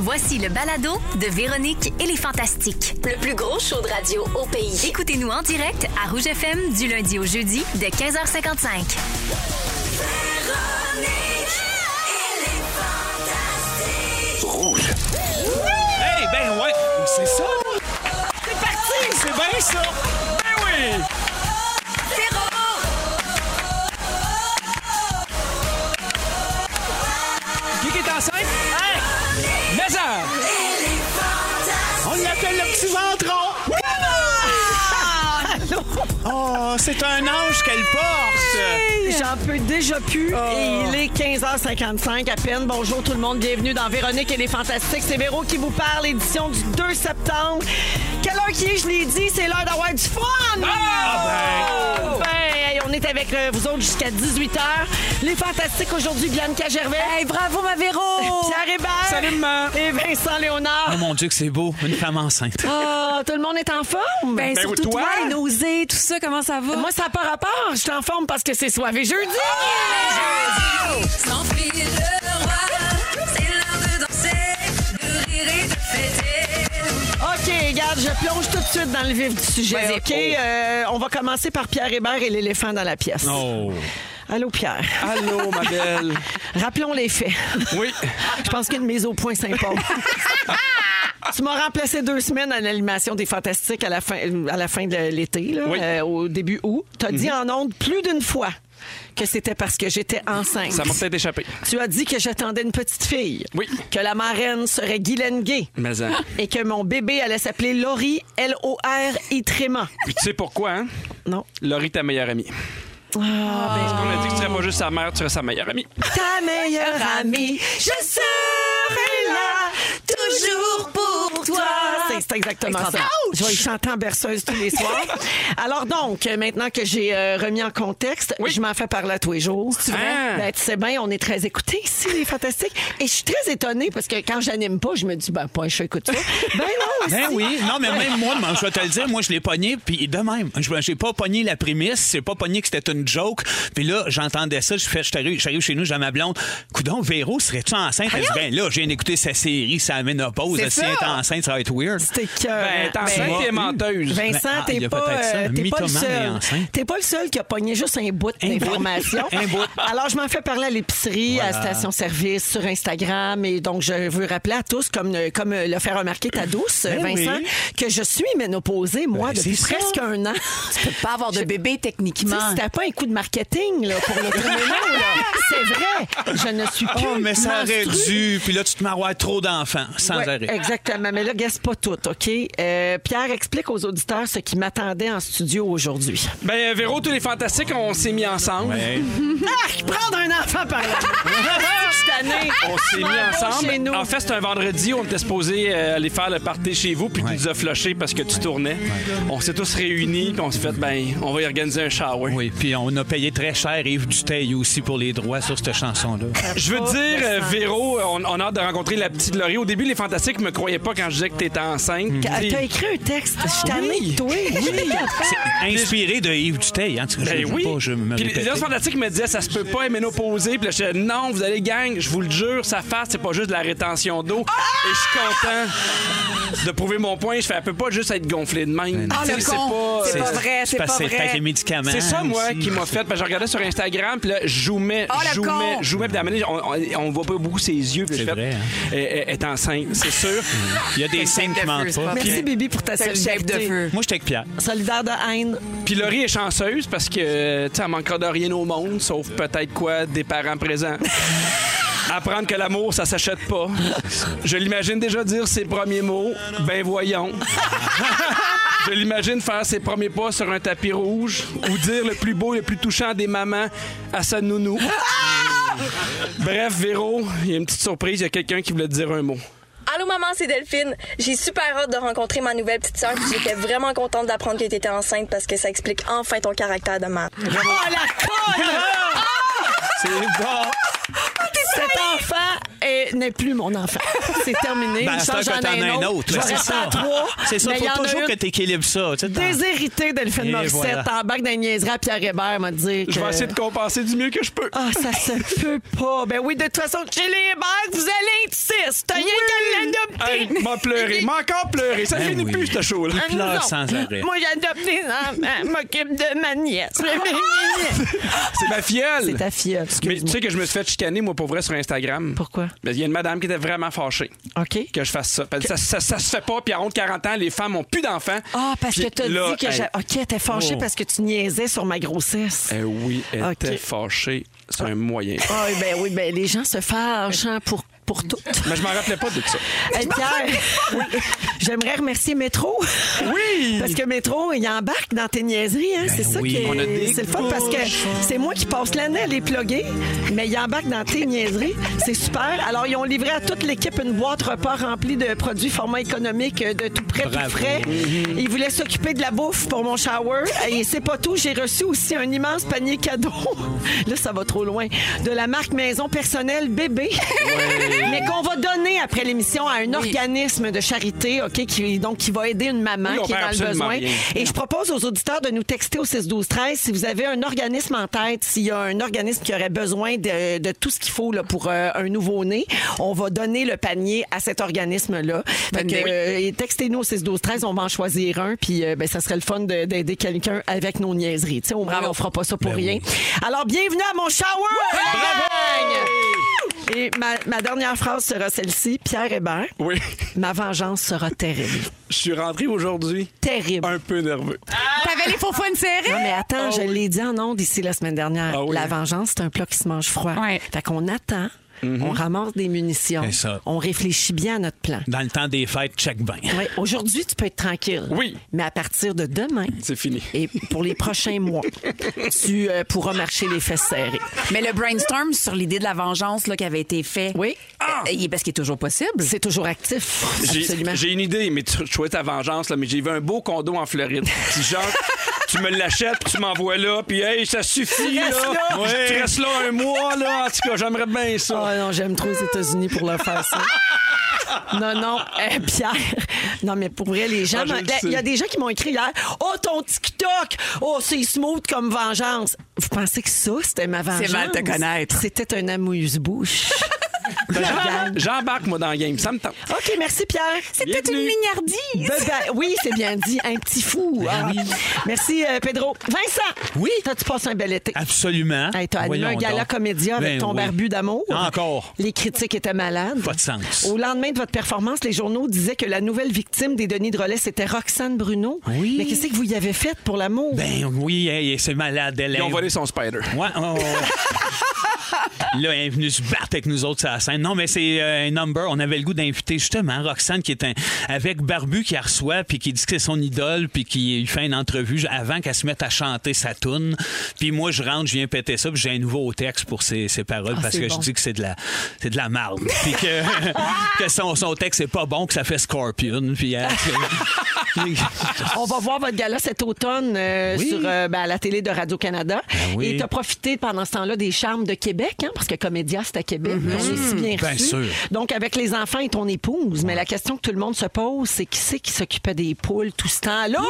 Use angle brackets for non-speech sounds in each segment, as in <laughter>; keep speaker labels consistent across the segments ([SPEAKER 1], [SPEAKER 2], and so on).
[SPEAKER 1] Voici le balado de Véronique et les Fantastiques. Le plus gros show de radio au pays. Écoutez-nous en direct à Rouge FM du lundi au jeudi de 15h55.
[SPEAKER 2] Hey, ben ouais, c'est ça. C'est parti, c'est bien ça. Ben oui. Qui qui est enceinte? Hey! Mais ça! On l'appelle le petit ventron! Oh, c'est un ange qu'elle porte!
[SPEAKER 3] J'en peux déjà plus
[SPEAKER 2] Oh.
[SPEAKER 3] et il est 15h55 à peine. Bonjour tout le monde, bienvenue dans Véronique et les Fantastiques. C'est Véro qui vous parle, édition du 2 septembre. Quelle heure qui est, je l'ai dit, c'est l'heure d'avoir du fun!
[SPEAKER 2] Ah,
[SPEAKER 3] Ben, hey, on est avec euh, vous autres jusqu'à 18h. Les Fantastiques aujourd'hui, Bianca Gervais. bravo ma Véro! Pierre Hébert.
[SPEAKER 2] Salut, maman.
[SPEAKER 3] Et Vincent
[SPEAKER 2] Oh
[SPEAKER 3] Léonard.
[SPEAKER 2] mon Dieu, que c'est beau, une femme enceinte.
[SPEAKER 3] Ah, tout le monde est en forme?
[SPEAKER 4] Ben,
[SPEAKER 2] Ben,
[SPEAKER 4] surtout
[SPEAKER 2] toi?
[SPEAKER 4] toi, les nausées, tout ça, comment ça va?
[SPEAKER 3] Moi, ça n'a pas rapport. Je suis en forme parce que c'est soirée jeudi. Ah!
[SPEAKER 5] Sans fil le roi, c'est l'heure de danser, de rire et de fêter.
[SPEAKER 3] OK, regarde, je plonge tout de suite dans le vif du sujet.
[SPEAKER 4] Vas-y.
[SPEAKER 3] OK, euh, on va commencer par Pierre Hébert et l'éléphant dans la pièce.
[SPEAKER 2] Oh.
[SPEAKER 3] Allô, Pierre.
[SPEAKER 2] Allô, ma belle.
[SPEAKER 3] <laughs> Rappelons les faits.
[SPEAKER 2] Oui.
[SPEAKER 3] Je pense qu'une mise au
[SPEAKER 2] <laughs>
[SPEAKER 3] point s'impose. Tu m'as remplacé deux semaines à l'animation des Fantastiques à la fin, à la fin de l'été, là,
[SPEAKER 2] Oui. Mhm.
[SPEAKER 3] euh, au début août. T'as dit en ondes plus d'une fois que c'était parce que j'étais enceinte.
[SPEAKER 2] Ça m'a peut-être échappé.
[SPEAKER 3] Tu as dit que j'attendais une petite fille.
[SPEAKER 2] Oui.
[SPEAKER 3] Que la marraine serait Guylaine Gay.
[SPEAKER 2] Mais, hein.
[SPEAKER 3] Et que mon bébé allait s'appeler Laurie, L-O-R-I Tréma.
[SPEAKER 2] Puis tu sais pourquoi, hein?
[SPEAKER 3] Non.
[SPEAKER 2] Laurie, ta meilleure amie.
[SPEAKER 3] Ah.
[SPEAKER 2] Parce qu'on a dit que tu serais pas juste sa mère, tu serais sa meilleure amie.
[SPEAKER 3] Ta meilleure amie, je serai là.
[SPEAKER 5] Toujours pour toi.
[SPEAKER 3] C'est c'est exactement ça. Je vais y chanter en berceuse tous les <laughs> soirs. Alors donc, euh, maintenant que j'ai euh, remis en contexte,
[SPEAKER 2] Oui.
[SPEAKER 3] je m'en fais parler à tous les jours.
[SPEAKER 2] vrai? Ah.
[SPEAKER 3] Ben, tu sais bien, on est très écoutés ici, les Fantastiques. Et je suis très étonnée parce que quand j'anime pas, je me dis, ben, pas un chat <laughs> écoute ça. Ben non,
[SPEAKER 6] Ben
[SPEAKER 3] si.
[SPEAKER 6] oui, non, mais même moi, je vais te le dire, moi, je l'ai pogné, puis de même, je j'ai pas pogné la prémisse, j'ai pas pogné que c'était une joke, puis là, j'entendais ça, je fais, je t'arrive- j'arrive chez nous, j'ai ma blonde, coudon, Véro, serais-tu enceinte? Elle dit, ben là, je viens d'écouter sa série, sa ménopause,
[SPEAKER 4] C'est
[SPEAKER 6] si elle est
[SPEAKER 4] ça.
[SPEAKER 6] enceinte, ça va être weird.
[SPEAKER 3] T'es cœur, hein.
[SPEAKER 2] Ben, t'es
[SPEAKER 3] Ben,
[SPEAKER 2] enceinte et menteuse.
[SPEAKER 6] Ben,
[SPEAKER 3] Vincent,
[SPEAKER 6] ah, il y
[SPEAKER 3] t'es
[SPEAKER 6] a
[SPEAKER 3] pas,
[SPEAKER 6] peut-être ça,
[SPEAKER 3] euh,
[SPEAKER 6] un
[SPEAKER 3] t'es pas le
[SPEAKER 6] mythomane et
[SPEAKER 3] seul.
[SPEAKER 6] enceinte.
[SPEAKER 3] T'es pas le seul qui a pogné juste un bout
[SPEAKER 6] Un bout.
[SPEAKER 3] d'information.
[SPEAKER 6] Un bout.
[SPEAKER 3] Alors, je m'en fais parler à l'épicerie, à
[SPEAKER 6] Voilà.
[SPEAKER 3] Station Service, sur Instagram. Et donc, je veux rappeler à tous, comme, euh, comme euh, l'a fait remarquer ta douce,
[SPEAKER 6] Ben
[SPEAKER 3] Vincent,
[SPEAKER 6] oui.
[SPEAKER 3] que je suis ménopausée, moi,
[SPEAKER 6] Ben,
[SPEAKER 3] depuis
[SPEAKER 6] c'est ça.
[SPEAKER 3] presque un an.
[SPEAKER 4] Tu peux pas avoir de bébé
[SPEAKER 3] Tu sais,
[SPEAKER 4] techniquement.
[SPEAKER 3] C'était pas un coup de marketing là, pour le premier nom, là. C'est vrai. Je ne suis plus
[SPEAKER 6] Oh, mais ça aurait
[SPEAKER 3] menstruée.
[SPEAKER 6] dû, puis là, tu te marois trop d'enfants, sans
[SPEAKER 3] Ouais,
[SPEAKER 6] arrêt.
[SPEAKER 3] Exactement. Mais là, guesse pas tout, OK? Euh, Pierre, explique aux auditeurs ce qui m'attendait en studio aujourd'hui.
[SPEAKER 2] Ben, Véro, tous les fantastiques, on s'est mis ensemble.
[SPEAKER 6] Ouais.
[SPEAKER 3] Arc, prendre un enfant
[SPEAKER 4] <laughs>
[SPEAKER 3] par là. Je suis tannée.
[SPEAKER 2] On s'est mis
[SPEAKER 3] Ouais,
[SPEAKER 2] ensemble.
[SPEAKER 3] chez nous.
[SPEAKER 2] En fait, c'est un vendredi, on était supposé euh, aller faire le party chez vous, puis tu nous as flushé parce que tu tournais. On s'est tous réunis, puis on s'est fait, ben, on va y organiser un shower.
[SPEAKER 6] Oui, puis on a payé très cher Yves Duteil aussi pour les droits sur cette chanson-là.
[SPEAKER 2] Je veux
[SPEAKER 3] Oh,
[SPEAKER 2] dire,
[SPEAKER 3] le
[SPEAKER 2] euh,
[SPEAKER 3] sens.
[SPEAKER 2] Véro, on, on a hâte de rencontrer la petite Laurie. Au début, les fantastiques me croyaient pas quand je disais que t'étais enceinte.
[SPEAKER 3] T'as
[SPEAKER 2] Puis-
[SPEAKER 3] t'as écrit un texte. Je suis tannée de toi.
[SPEAKER 6] Inspiré de Yves Duteil, hein, tu- je,
[SPEAKER 2] Ben
[SPEAKER 6] je-
[SPEAKER 2] oui.
[SPEAKER 6] pas, je me
[SPEAKER 2] Puis les
[SPEAKER 6] répétais.
[SPEAKER 2] autres fantastiques me disaient ça se peut pas, elle est ménopausée. Puis là, je disais, non, vous allez gang, je je vous le jure, sa face, c'est pas juste de la rétention d'eau. Et je suis content de prouver mon point. Je fais, elle peut pas juste être gonflée de même.
[SPEAKER 4] Ah,
[SPEAKER 2] Tu sais, euh,
[SPEAKER 4] le con! C'est pas vrai, c'est
[SPEAKER 6] parce
[SPEAKER 4] pas
[SPEAKER 6] que c'est avec les
[SPEAKER 4] vrai.
[SPEAKER 6] médicaments.
[SPEAKER 2] c'est ça, moi,
[SPEAKER 6] aussi.
[SPEAKER 2] qui m'a fait. Parce que je regardais sur Instagram, puis là, je zoomais,
[SPEAKER 4] Oh, le
[SPEAKER 2] je zoomais,
[SPEAKER 4] con!
[SPEAKER 2] je zoomais, puis à un moment donné, on, on, on voit pas beaucoup ses yeux. puis
[SPEAKER 6] C'est
[SPEAKER 2] je fais,
[SPEAKER 6] vrai, hein.
[SPEAKER 2] Elle- elle- elle est enceinte, c'est sûr.
[SPEAKER 6] Il y a des signes qui mentent pas.
[SPEAKER 4] Merci,
[SPEAKER 3] Merci, Bibi, pour ta
[SPEAKER 4] C'est le chef de
[SPEAKER 3] solidarité.
[SPEAKER 4] feu.
[SPEAKER 6] Moi, j'étais avec
[SPEAKER 3] <laughs>
[SPEAKER 6] Pierre.
[SPEAKER 3] Solidaire de haine.
[SPEAKER 2] Puis Laurie est chanceuse parce que, euh, tu sais, elle manquera de rien au monde, sauf peut-être quoi, des parents présents. <laughs> Apprendre que l'amour, ça s'achète pas. Je l'imagine déjà dire ses premiers mots. Ben voyons. Je l'imagine faire ses premiers pas sur un tapis rouge ou dire le plus beau, le plus touchant des mamans à sa nounou. Bref, Véro, il y a une petite surprise. Il y a quelqu'un qui voulait te dire un mot.
[SPEAKER 7] Allô maman, c'est Delphine. J'ai super hâte de rencontrer ma nouvelle petite sœur, puis j'étais vraiment contente d'apprendre que t'étais enceinte parce que ça explique enfin ton caractère de mère.
[SPEAKER 3] Ah,
[SPEAKER 4] <laughs> Ah!
[SPEAKER 6] C'est bon.
[SPEAKER 3] Cet enfant est- n'est plus mon enfant. C'est terminé.
[SPEAKER 6] Ben,
[SPEAKER 3] Il
[SPEAKER 6] c'est
[SPEAKER 3] change
[SPEAKER 6] que
[SPEAKER 3] en
[SPEAKER 6] t'en as
[SPEAKER 3] un autre. Je vais
[SPEAKER 6] C'est
[SPEAKER 3] rester
[SPEAKER 6] ça.
[SPEAKER 3] à trois.
[SPEAKER 6] C'est ça,
[SPEAKER 3] mais il y en
[SPEAKER 6] faut
[SPEAKER 3] a
[SPEAKER 6] toujours
[SPEAKER 3] une
[SPEAKER 6] que t'équilibres ça. tu sais, dans-
[SPEAKER 3] Déshéritée Delphine
[SPEAKER 6] Et
[SPEAKER 3] Morissette.
[SPEAKER 6] voilà.
[SPEAKER 3] T'embarques dans niaiserie à Pierre Hébert, m'a dit que...
[SPEAKER 2] Je vais essayer de compenser du mieux que je peux.
[SPEAKER 3] Ah, ça se peut pas. Ben oui, de toute façon, chez les bêtes, vous allez être six. T'as rien qu'à
[SPEAKER 2] Hey,
[SPEAKER 3] l'adopter.
[SPEAKER 2] m'a pleuré, m'a encore pleuré. Ça
[SPEAKER 6] Ben
[SPEAKER 2] finit
[SPEAKER 6] oui.
[SPEAKER 2] plus, ce show-là.
[SPEAKER 3] Ah, nous
[SPEAKER 6] pleure
[SPEAKER 3] autres.
[SPEAKER 6] sans arrêt.
[SPEAKER 3] Moi, j'ai adopté un
[SPEAKER 2] <laughs>
[SPEAKER 3] enfant. M'occupe de ma nièce. <laughs>
[SPEAKER 2] C'est ma fiole.
[SPEAKER 3] C'est ta fille,
[SPEAKER 2] Ah! Mais tu
[SPEAKER 3] excuse-moi.
[SPEAKER 2] sais que je me suis fait chicaner, moi, pour vrai, sur Instagram.
[SPEAKER 3] Pourquoi?
[SPEAKER 2] Mais il y a une madame qui était vraiment fâchée
[SPEAKER 3] OK.
[SPEAKER 2] que je fasse ça. Parce que Ça, ça, ça se fait pas, puis à honte 40 ans, les femmes ont plus d'enfants.
[SPEAKER 3] Ah, parce
[SPEAKER 2] Puis
[SPEAKER 3] que t'as
[SPEAKER 2] là,
[SPEAKER 3] dit que
[SPEAKER 2] elle-
[SPEAKER 3] j'ai... OK, t'es fâchée
[SPEAKER 2] Oh.
[SPEAKER 3] parce que tu niaisais sur ma grossesse.
[SPEAKER 2] Eh oui, elle
[SPEAKER 3] Ok.
[SPEAKER 2] était fâchée. C'est un moyen.
[SPEAKER 3] Ah oui, ben oui, ben les gens se fâchent hein, pour, pour
[SPEAKER 2] <laughs>
[SPEAKER 3] tout.
[SPEAKER 2] Mais je m'en rappelais pas de tout ça.
[SPEAKER 3] Hey, Pierre, <laughs> oui, j'aimerais remercier Métro.
[SPEAKER 2] Oui!
[SPEAKER 3] Parce que Métro, il embarque dans tes niaiseries. Hein. c'est ça
[SPEAKER 6] oui.
[SPEAKER 3] qui est,
[SPEAKER 2] Ben On a des
[SPEAKER 3] c'est le fun parce que c'est moi qui passe l'année à les plugger, mais il embarque dans tes niaiseries. C'est super. Alors, ils ont livré à toute l'équipe une boîte repas remplie de produits format économique euh, de tout près, tout
[SPEAKER 6] Bravo.
[SPEAKER 3] frais. Ils voulaient s'occuper de la bouffe pour mon shower. Et c'est pas tout. J'ai reçu aussi un immense panier cadeau. <laughs> Là, ça va trop loin. De la marque Maison Personnelle Bébé. Mais qu'on va donner après l'émission à un organisme de charité, OK, qui, donc, qui va aider une maman
[SPEAKER 2] Oui, on
[SPEAKER 3] qui est
[SPEAKER 2] perd
[SPEAKER 3] dans le
[SPEAKER 2] absolument
[SPEAKER 3] besoin.
[SPEAKER 2] rien.
[SPEAKER 3] Et je propose aux auditeurs de nous texter au 6 12 13 si vous avez un organisme en tête, s'il y a un organisme qui aurait besoin de, de tout ce qu'il faut là, pour euh, un nouveau-né, on va donner le panier à cet organisme-là. Fait que, euh, et textez-nous au 6 12 13, on va en choisir un puis euh, ben, ça serait le fun de- d'aider quelqu'un avec nos niaiseries. Tu sais, au moins on fera pas ça pour rien. Alors bienvenue à mon shower. Bravo! Et ma, ma dernière phrase sera celle-ci, Pierre Hébert.
[SPEAKER 2] Oui,
[SPEAKER 3] Ma vengeance sera terrible.
[SPEAKER 2] je suis rentré aujourd'hui
[SPEAKER 3] Terrible.
[SPEAKER 2] un peu nerveux.
[SPEAKER 4] T'avais les faux fun serrés?
[SPEAKER 3] Non, mais attends, je l'ai dit en ondes ici la semaine dernière.
[SPEAKER 2] Ah oui.
[SPEAKER 3] La vengeance, c'est un plat qui se mange froid.
[SPEAKER 4] Ouais.
[SPEAKER 3] Fait qu'on attend.
[SPEAKER 2] Mhm.
[SPEAKER 3] On ramasse des munitions.
[SPEAKER 6] C'est ça.
[SPEAKER 3] On réfléchit bien à notre plan.
[SPEAKER 6] Dans le temps des fêtes, check bain.
[SPEAKER 3] Ouais, Aujourd'hui, tu peux être tranquille.
[SPEAKER 2] Oui.
[SPEAKER 3] Mais à partir de demain
[SPEAKER 2] C'est fini.
[SPEAKER 3] et pour les
[SPEAKER 2] <laughs>
[SPEAKER 3] prochains mois, tu euh, pourras marcher les fesses serrées.
[SPEAKER 4] <laughs> Mais le brainstorm sur l'idée de la vengeance là, qui avait été fait,
[SPEAKER 3] Oui.
[SPEAKER 4] euh, il est parce qu'il est toujours possible.
[SPEAKER 3] C'est toujours actif.
[SPEAKER 2] J'ai
[SPEAKER 3] Absolument.
[SPEAKER 2] j'ai une idée, mais tu, je trouvais ta vengeance, là, mais j'ai vu un beau condo en Floride. Puis genre, tu me l'achètes, puis tu m'envoies là, puis hey, ça suffit, là.
[SPEAKER 6] Ouais.
[SPEAKER 2] Tu restes là un mois, là. En tout cas, j'aimerais bien ça.
[SPEAKER 3] Oh non, j'aime trop les États-Unis pour leur faire ça. Non, non, euh, Pierre. Non, mais pour vrai, les gens.
[SPEAKER 2] Ah, je le
[SPEAKER 3] m'ont- Ben, Il y a
[SPEAKER 2] sais.
[SPEAKER 3] des gens qui m'ont écrit hier Oh, ton TikTok Oh, c'est smooth comme vengeance. Vous pensez que ça, c'était ma vengeance
[SPEAKER 4] C'est mal te connaître.
[SPEAKER 3] C'était un amuse-bouche.
[SPEAKER 2] Ben, j'em-
[SPEAKER 3] Regarde.
[SPEAKER 2] J'embarque, moi, dans le game. Ça me tente.
[SPEAKER 3] <laughs> OK, merci, Pierre.
[SPEAKER 4] C'était une
[SPEAKER 2] Bienvenue.
[SPEAKER 4] mignardise.
[SPEAKER 3] Ben, ben, oui, c'est bien dit. Un petit fou. Ah. Merci, euh, Pedro. Vincent.
[SPEAKER 6] Oui.
[SPEAKER 3] T'as-tu passé un bel été?
[SPEAKER 6] <laughs> Absolument.
[SPEAKER 3] Hey, t'as animé
[SPEAKER 6] Voyons
[SPEAKER 3] un gala
[SPEAKER 6] donc.
[SPEAKER 3] comédia avec
[SPEAKER 6] Ben
[SPEAKER 3] ton
[SPEAKER 6] oui.
[SPEAKER 3] barbu d'amour.
[SPEAKER 6] Encore.
[SPEAKER 3] Les critiques étaient malades.
[SPEAKER 6] Pas de sens.
[SPEAKER 3] Au lendemain de votre performance, les journaux disaient que la nouvelle victime des Denis de relais, c'était Roxane Bruno.
[SPEAKER 6] Oui.
[SPEAKER 3] Mais qu'est-ce que vous y avez fait pour l'amour?
[SPEAKER 6] Ben oui, hey, c'est malade. Elle
[SPEAKER 2] Ils ont
[SPEAKER 6] est-
[SPEAKER 2] volé son spider.
[SPEAKER 6] Ouais, oh,
[SPEAKER 3] <laughs>
[SPEAKER 6] oh. Là, elle est venue se battre avec nous autres sur la scène. Non, mais c'est euh, un number. On avait le goût d'inviter justement Roxane, qui est un, avec Barbu, qui la reçoit, puis qui dit que c'est son idole, puis qui lui fait une entrevue avant qu'elle se mette à chanter sa toune. Puis moi, je rentre, je viens péter ça, puis j'ai un nouveau texte pour ses, ses paroles, parce
[SPEAKER 3] Ah, c'est
[SPEAKER 6] que
[SPEAKER 3] bon.
[SPEAKER 6] je dis que c'est de la, c'est de la marde. <laughs> Puis que, que son, son texte, c'est pas bon, que ça fait Scorpion. Puis euh,
[SPEAKER 3] <laughs>
[SPEAKER 6] elle-
[SPEAKER 3] On va voir votre gala cet automne euh,
[SPEAKER 6] ah, Oui. Ben
[SPEAKER 3] sur euh, ben, à la télé de Radio-Canada.
[SPEAKER 6] oui.
[SPEAKER 3] Et t'as profité pendant ce temps-là des charmes de Québec, hein, parce que Comédia, c'est à Québec. On est si bien
[SPEAKER 6] Mhm. Bien
[SPEAKER 3] reçus.
[SPEAKER 6] sûr.
[SPEAKER 3] Donc, avec les enfants et ton épouse. Mais la
[SPEAKER 6] Oh!
[SPEAKER 3] question que tout le monde se pose, c'est qui c'est qui s'occupait des poules tout ce temps-là?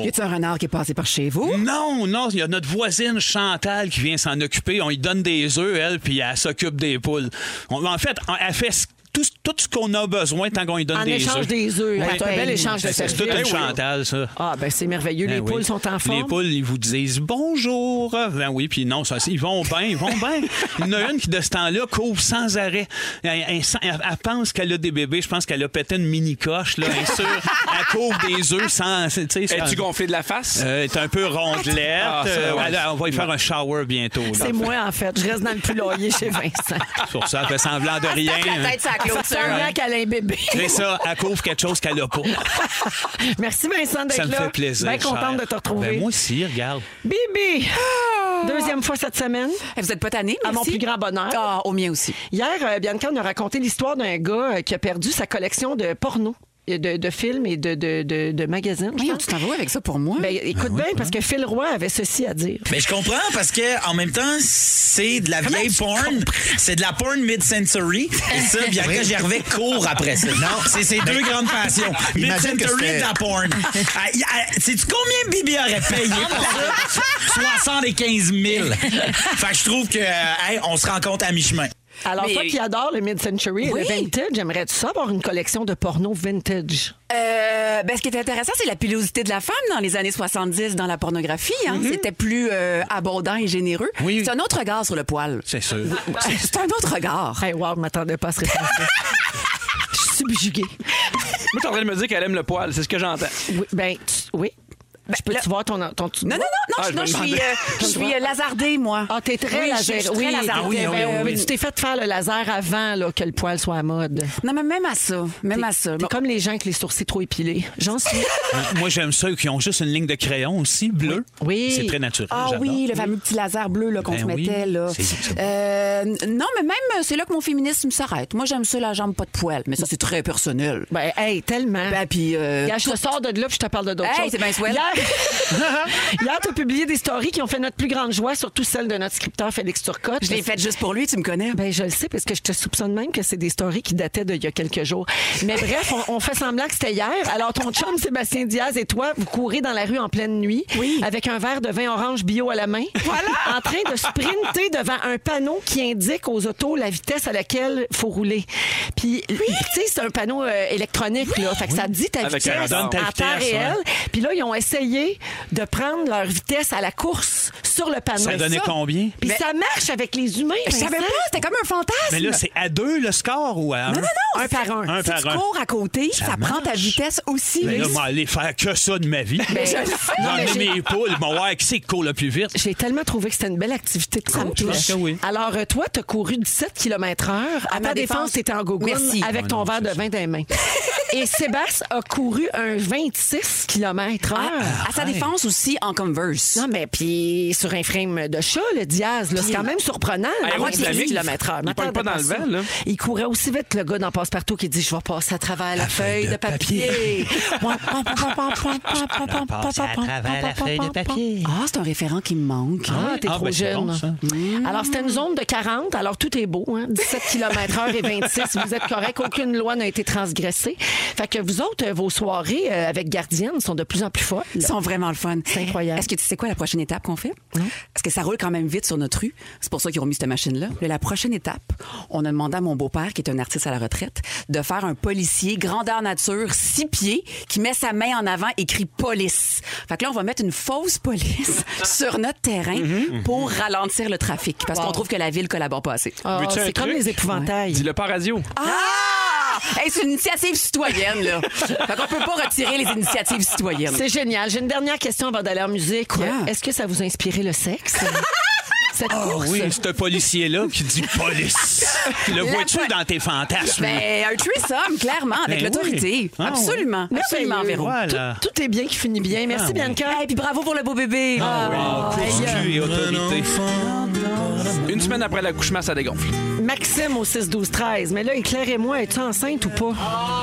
[SPEAKER 3] Il
[SPEAKER 4] Y a-tu un renard qui est passé par chez vous?
[SPEAKER 6] Non, non, il y a notre voisine Chantal qui vient s'en occuper. On lui donne des œufs, elle, puis elle s'occupe des poules. On- en fait, on- elle fait ce- tout, ce- tout ce qu'on a besoin tant qu'on lui donne
[SPEAKER 3] En
[SPEAKER 6] des
[SPEAKER 3] échange
[SPEAKER 6] œufs.
[SPEAKER 3] des œufs.
[SPEAKER 4] Ouais,
[SPEAKER 3] C'est un bel échange de
[SPEAKER 6] C'est
[SPEAKER 3] services. Eh
[SPEAKER 6] tout une Chantal, ça.
[SPEAKER 3] Ah, ben c'est merveilleux. Les
[SPEAKER 6] Ben oui.
[SPEAKER 3] poules sont en forme.
[SPEAKER 6] Les poules, ils vous disent bonjour. Ben oui, puis non, ça, ils vont bien, ils vont
[SPEAKER 3] <laughs>
[SPEAKER 6] bien. Il y en a une qui, de ce temps-là, couvre sans arrêt. Elle, elle- elle- elle pense qu'elle a des bébés. Je pense qu'elle a pété une mini-coche, là, bien sûr. Elle couvre des œufs sans. tu sais, sans-
[SPEAKER 2] Es-tu gonflé de la face?
[SPEAKER 6] Euh, elle est un peu rondelette.
[SPEAKER 2] Ah, ça,
[SPEAKER 6] Euh,
[SPEAKER 2] ouais.
[SPEAKER 6] elle- on va y faire un shower bientôt. là.
[SPEAKER 3] C'est moi, en fait. Je reste dans le poulailler
[SPEAKER 6] <laughs>
[SPEAKER 3] chez Vincent.
[SPEAKER 6] Sur ça, elle fait semblant Ah, de
[SPEAKER 3] Ah,
[SPEAKER 6] rien.
[SPEAKER 4] Ah, La tête, ça clôture.
[SPEAKER 3] C'est un lac à bébé.
[SPEAKER 6] C'est ça, elle couvre quelque chose qu'elle a pas.
[SPEAKER 3] Merci, Vincent, d'être là.
[SPEAKER 6] Ça me fait plaisir.
[SPEAKER 3] Bien contente
[SPEAKER 6] chère.
[SPEAKER 3] de te retrouver.
[SPEAKER 6] Ben, moi aussi, Ah! regarde.
[SPEAKER 3] Bibi! Deuxième fois cette semaine.
[SPEAKER 4] Eh, Vous êtes pas tanné,
[SPEAKER 3] À mon plus grand bonheur.
[SPEAKER 4] Ah, au mien aussi.
[SPEAKER 3] Hier, euh, Bianca, on a raconté l'histoire d'un gars euh, qui a perdu sa collection de porno, euh, de, de films et de, de, de, de magazines. je
[SPEAKER 4] Voyons,
[SPEAKER 3] pense.
[SPEAKER 4] tu t'en vas où avec ça pour moi?
[SPEAKER 3] Ben, écoute bien,
[SPEAKER 6] hein.
[SPEAKER 3] parce que Phil Roy avait ceci à dire.
[SPEAKER 8] Mais je comprends parce que en même temps, c'est de la vieille porn. C'est de la porn mid-century. Et ça, Bianca Gervais court après ça. Non. C'est ses deux grandes passions.
[SPEAKER 9] Imagine que
[SPEAKER 8] Mid-century
[SPEAKER 9] c'était-
[SPEAKER 8] et de la porn. Ah, il- ah, Sais-tu combien Bibi aurait payé pour ça? 75 000. Fait que je trouve que, euh, hey, on se rencontre à mi-chemin.
[SPEAKER 3] Alors,
[SPEAKER 4] Mais-
[SPEAKER 3] toi qui adore le
[SPEAKER 4] Oui.
[SPEAKER 3] mid-century et le vintage, j'aimerais-tu ça avoir une collection de porno vintage?
[SPEAKER 4] Euh, ben, ce qui est intéressant, c'est la pilosité de la femme dans les années 70 dans la pornographie. hein. C'était plus euh, abondant et généreux.
[SPEAKER 6] Oui.
[SPEAKER 4] C'est un autre regard sur le poil. Ah,
[SPEAKER 6] C'est sûr.
[SPEAKER 4] C'est un autre regard.
[SPEAKER 3] Hey, wow, je m'attendais pas à ce réponse
[SPEAKER 4] <laughs>
[SPEAKER 3] Je suis subjuguée.
[SPEAKER 2] Moi, t'es en train de me dire qu'elle aime le poil, c'est ce que j'entends.
[SPEAKER 3] Oui, ben, tu- oui. je peux
[SPEAKER 4] Ben, là-
[SPEAKER 3] tu voir ton... ton tu-
[SPEAKER 4] Non, non, non, non,
[SPEAKER 2] Ah,
[SPEAKER 4] je-
[SPEAKER 2] je
[SPEAKER 4] non,
[SPEAKER 2] me
[SPEAKER 4] je, suis,
[SPEAKER 2] demandais.
[SPEAKER 4] euh, je suis euh, lazardée, moi.
[SPEAKER 3] Ah, t'es très
[SPEAKER 4] oui, je suis-
[SPEAKER 3] laser.
[SPEAKER 4] je suis très lazardée.
[SPEAKER 3] oui,
[SPEAKER 4] Ben, euh,
[SPEAKER 3] oui, tu t'es fait faire le laser avant là, que le poil soit à mode.
[SPEAKER 4] Non, mais même à ça. Même à ça.
[SPEAKER 3] T'es
[SPEAKER 4] Bon,
[SPEAKER 3] comme les gens avec les sourcils trop épilés.
[SPEAKER 4] <laughs>
[SPEAKER 3] J'en suis.
[SPEAKER 6] Hein, Moi, j'aime ceux qui ont juste une ligne de crayon aussi, bleu.
[SPEAKER 3] Oui.
[SPEAKER 6] C'est très naturel.
[SPEAKER 4] Ah
[SPEAKER 6] j'adore.
[SPEAKER 4] oui, le fameux petit laser bleu là, qu'on
[SPEAKER 6] Ben
[SPEAKER 4] se
[SPEAKER 6] oui,
[SPEAKER 4] mettait. Là.
[SPEAKER 6] c'est- c'est bon.
[SPEAKER 4] Euh, non, mais même, euh, c'est là que mon féminisme s'arrête. Moi, j'aime ça, la jambe pas de poil. Mais ça, c'est très personnel.
[SPEAKER 3] Ben, hey, tellement.
[SPEAKER 4] Ben, puis, euh,
[SPEAKER 3] Regarde, je te sors de là puis je te parle de d'autres
[SPEAKER 4] Hey,
[SPEAKER 3] choses.
[SPEAKER 4] c'est bien swell. <laughs>
[SPEAKER 3] Hier, <laughs> Hier t'as publié des stories qui ont fait notre plus grande joie, surtout celle de notre scripteur Félix Turcotte.
[SPEAKER 4] je l'ai faite juste pour lui, tu me connais.
[SPEAKER 3] Ben, je le sais, parce que je te soupçonne même que c'est des stories qui dataient d'il y a quelques jours. Mais bref, on, on fait semblant que c'était hier. Alors, ton
[SPEAKER 4] <laughs>
[SPEAKER 3] chum Sébastien Diaz et toi, vous courez dans la rue en pleine nuit
[SPEAKER 4] Oui.
[SPEAKER 3] avec un verre de vin orange bio à la main, <laughs> en train de sprinter devant un panneau qui indique aux autos la vitesse à laquelle faut rouler. Puis, tu sais, c'est un panneau euh, électronique, là. Fait que ça dit ta
[SPEAKER 2] Avec un
[SPEAKER 3] vitesse
[SPEAKER 2] radar.
[SPEAKER 3] en
[SPEAKER 6] Ta
[SPEAKER 3] temps
[SPEAKER 6] vitesse,
[SPEAKER 3] réel. Puis là, ils ont essayé de prendre leur vitesse à la course sur le panneau.
[SPEAKER 6] Ça donnait combien?
[SPEAKER 3] Puis ça marche avec les humains.
[SPEAKER 4] Je savais
[SPEAKER 3] Vincent.
[SPEAKER 4] pas, c'était comme un fantasme.
[SPEAKER 6] Mais là, c'est à deux le score ou à un?
[SPEAKER 4] Non, non, non.
[SPEAKER 3] Un
[SPEAKER 4] c'est-
[SPEAKER 3] par un.
[SPEAKER 6] Un
[SPEAKER 4] si
[SPEAKER 6] par
[SPEAKER 4] tu
[SPEAKER 6] un.
[SPEAKER 4] cours à côté, ça, prend ta
[SPEAKER 6] marche.
[SPEAKER 4] vitesse aussi.
[SPEAKER 6] Mais Ben là, moi, aller faire que ça de ma vie.
[SPEAKER 4] Mais je le sais.
[SPEAKER 3] Non, mais
[SPEAKER 6] J'en
[SPEAKER 3] j'ai-
[SPEAKER 6] ai mes poules. Bon, ouais, qui c'est qui court le plus vite?
[SPEAKER 3] J'ai tellement trouvé que c'était une belle activité de course.
[SPEAKER 6] je pense que oui.
[SPEAKER 3] Alors, euh, toi, t'as couru 17 km heure. À,
[SPEAKER 4] ma
[SPEAKER 3] ta défense,
[SPEAKER 4] défense,
[SPEAKER 3] t'étais en gogoune
[SPEAKER 4] merci.
[SPEAKER 3] avec
[SPEAKER 6] Ah
[SPEAKER 3] ton
[SPEAKER 6] non,
[SPEAKER 3] verre de
[SPEAKER 6] c'est
[SPEAKER 3] vin dans les <laughs> mains. Et Sébastien a couru un 26 km heure.
[SPEAKER 4] À sa défense aussi, en converse.
[SPEAKER 3] Ah. Non, mais puis sur un frame de chat, le Diaz, là, c'est quand même surprenant.
[SPEAKER 2] Ah,
[SPEAKER 3] À
[SPEAKER 2] oui,
[SPEAKER 3] moins qu'il
[SPEAKER 2] il
[SPEAKER 3] ait
[SPEAKER 2] l'avait.
[SPEAKER 3] 10 km heure.
[SPEAKER 2] Il pogne pas dans le vent, là.
[SPEAKER 3] Il courait aussi vite, le gars dans Passe-Partout, qui dit « Je vais passer à travers la, feuille de papier. <laughs>
[SPEAKER 4] Ah, c'est un référent qui me manque.
[SPEAKER 3] Ah, t'es
[SPEAKER 6] Ah,
[SPEAKER 3] trop
[SPEAKER 6] ben, c'est
[SPEAKER 3] jeune. Mm.
[SPEAKER 6] bon, ça.
[SPEAKER 3] Alors, c'était une zone de 40. Alors, tout est beau. Hein?
[SPEAKER 6] <laughs>
[SPEAKER 3] 17 km heure et 26. Vous êtes correct. Aucune loi n'a été transgressée. Fait que vous autres, euh, vos soirées euh, avec gardiennes sont de plus en plus folles.
[SPEAKER 4] Ils sont vraiment le fun.
[SPEAKER 3] C'est incroyable.
[SPEAKER 4] Est-ce que tu sais quoi la prochaine étape qu'on fait? Parce que ça roule quand même vite sur notre rue. C'est pour ça qu'ils ont mis cette machine-là. Là, La prochaine étape, on a demandé à mon beau-père, qui est un artiste à la retraite, de faire un policier grandeur nature, six pieds, qui met sa main en avant, écrit police. Fait que là, on va mettre une
[SPEAKER 2] <laughs>
[SPEAKER 4] fausse police <laughs> sur notre terrain
[SPEAKER 2] Mm-hmm.
[SPEAKER 4] pour ralentir le trafic. Parce qu'on trouve que la ville collabore pas assez.
[SPEAKER 3] Ah,
[SPEAKER 2] Veux-tu un
[SPEAKER 3] c'est comme
[SPEAKER 2] truc?
[SPEAKER 3] les épouvantails.
[SPEAKER 2] Dis-le pas à radio.
[SPEAKER 4] Ah! Hey, c'est une initiative citoyenne,
[SPEAKER 3] <laughs>
[SPEAKER 4] là. fait qu'on peut pas retirer les initiatives citoyennes.
[SPEAKER 3] C'est génial. J'ai une dernière question avant d'aller en musique.
[SPEAKER 4] Quoi?
[SPEAKER 3] Euh, Est-ce que ça vous a inspiré
[SPEAKER 6] <laughs>
[SPEAKER 3] le sexe? Cette
[SPEAKER 6] Ah
[SPEAKER 3] course?
[SPEAKER 6] oui, c'est un policier-là qui dit police. Puis le
[SPEAKER 4] La
[SPEAKER 6] vois-tu
[SPEAKER 4] po-
[SPEAKER 6] dans tes fantasmes?
[SPEAKER 4] Ben, un threesome, clairement, avec
[SPEAKER 6] Ben
[SPEAKER 4] l'autorité.
[SPEAKER 6] oui. Ah,
[SPEAKER 4] absolument,
[SPEAKER 3] Merveilleux.
[SPEAKER 4] absolument, Véro.
[SPEAKER 6] Voilà.
[SPEAKER 3] Tout, tout est bien qui finit bien. Merci,
[SPEAKER 6] Ah oui.
[SPEAKER 3] Bianca.
[SPEAKER 4] Et puis bravo pour le beau bébé.
[SPEAKER 6] Ah, course cul et autorité.
[SPEAKER 2] Une semaine après l'accouchement, ça dégonfle.
[SPEAKER 3] Maxime au 6-12-13. Mais là, éclairez-moi, es-tu enceinte ou pas?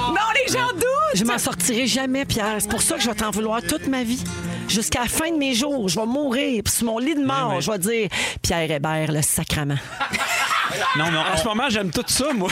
[SPEAKER 4] Non, les gens doutent.
[SPEAKER 3] Je m'en sortirai jamais, Pierre. C'est pour ça que je vais t'en vouloir toute ma vie. Jusqu'à la fin de mes jours, je vais mourir. Puis sur mon lit de mort, je vais dire Pierre Hébert, le sacrement.
[SPEAKER 6] Non, mais
[SPEAKER 2] En ce moment, j'aime tout ça, moi.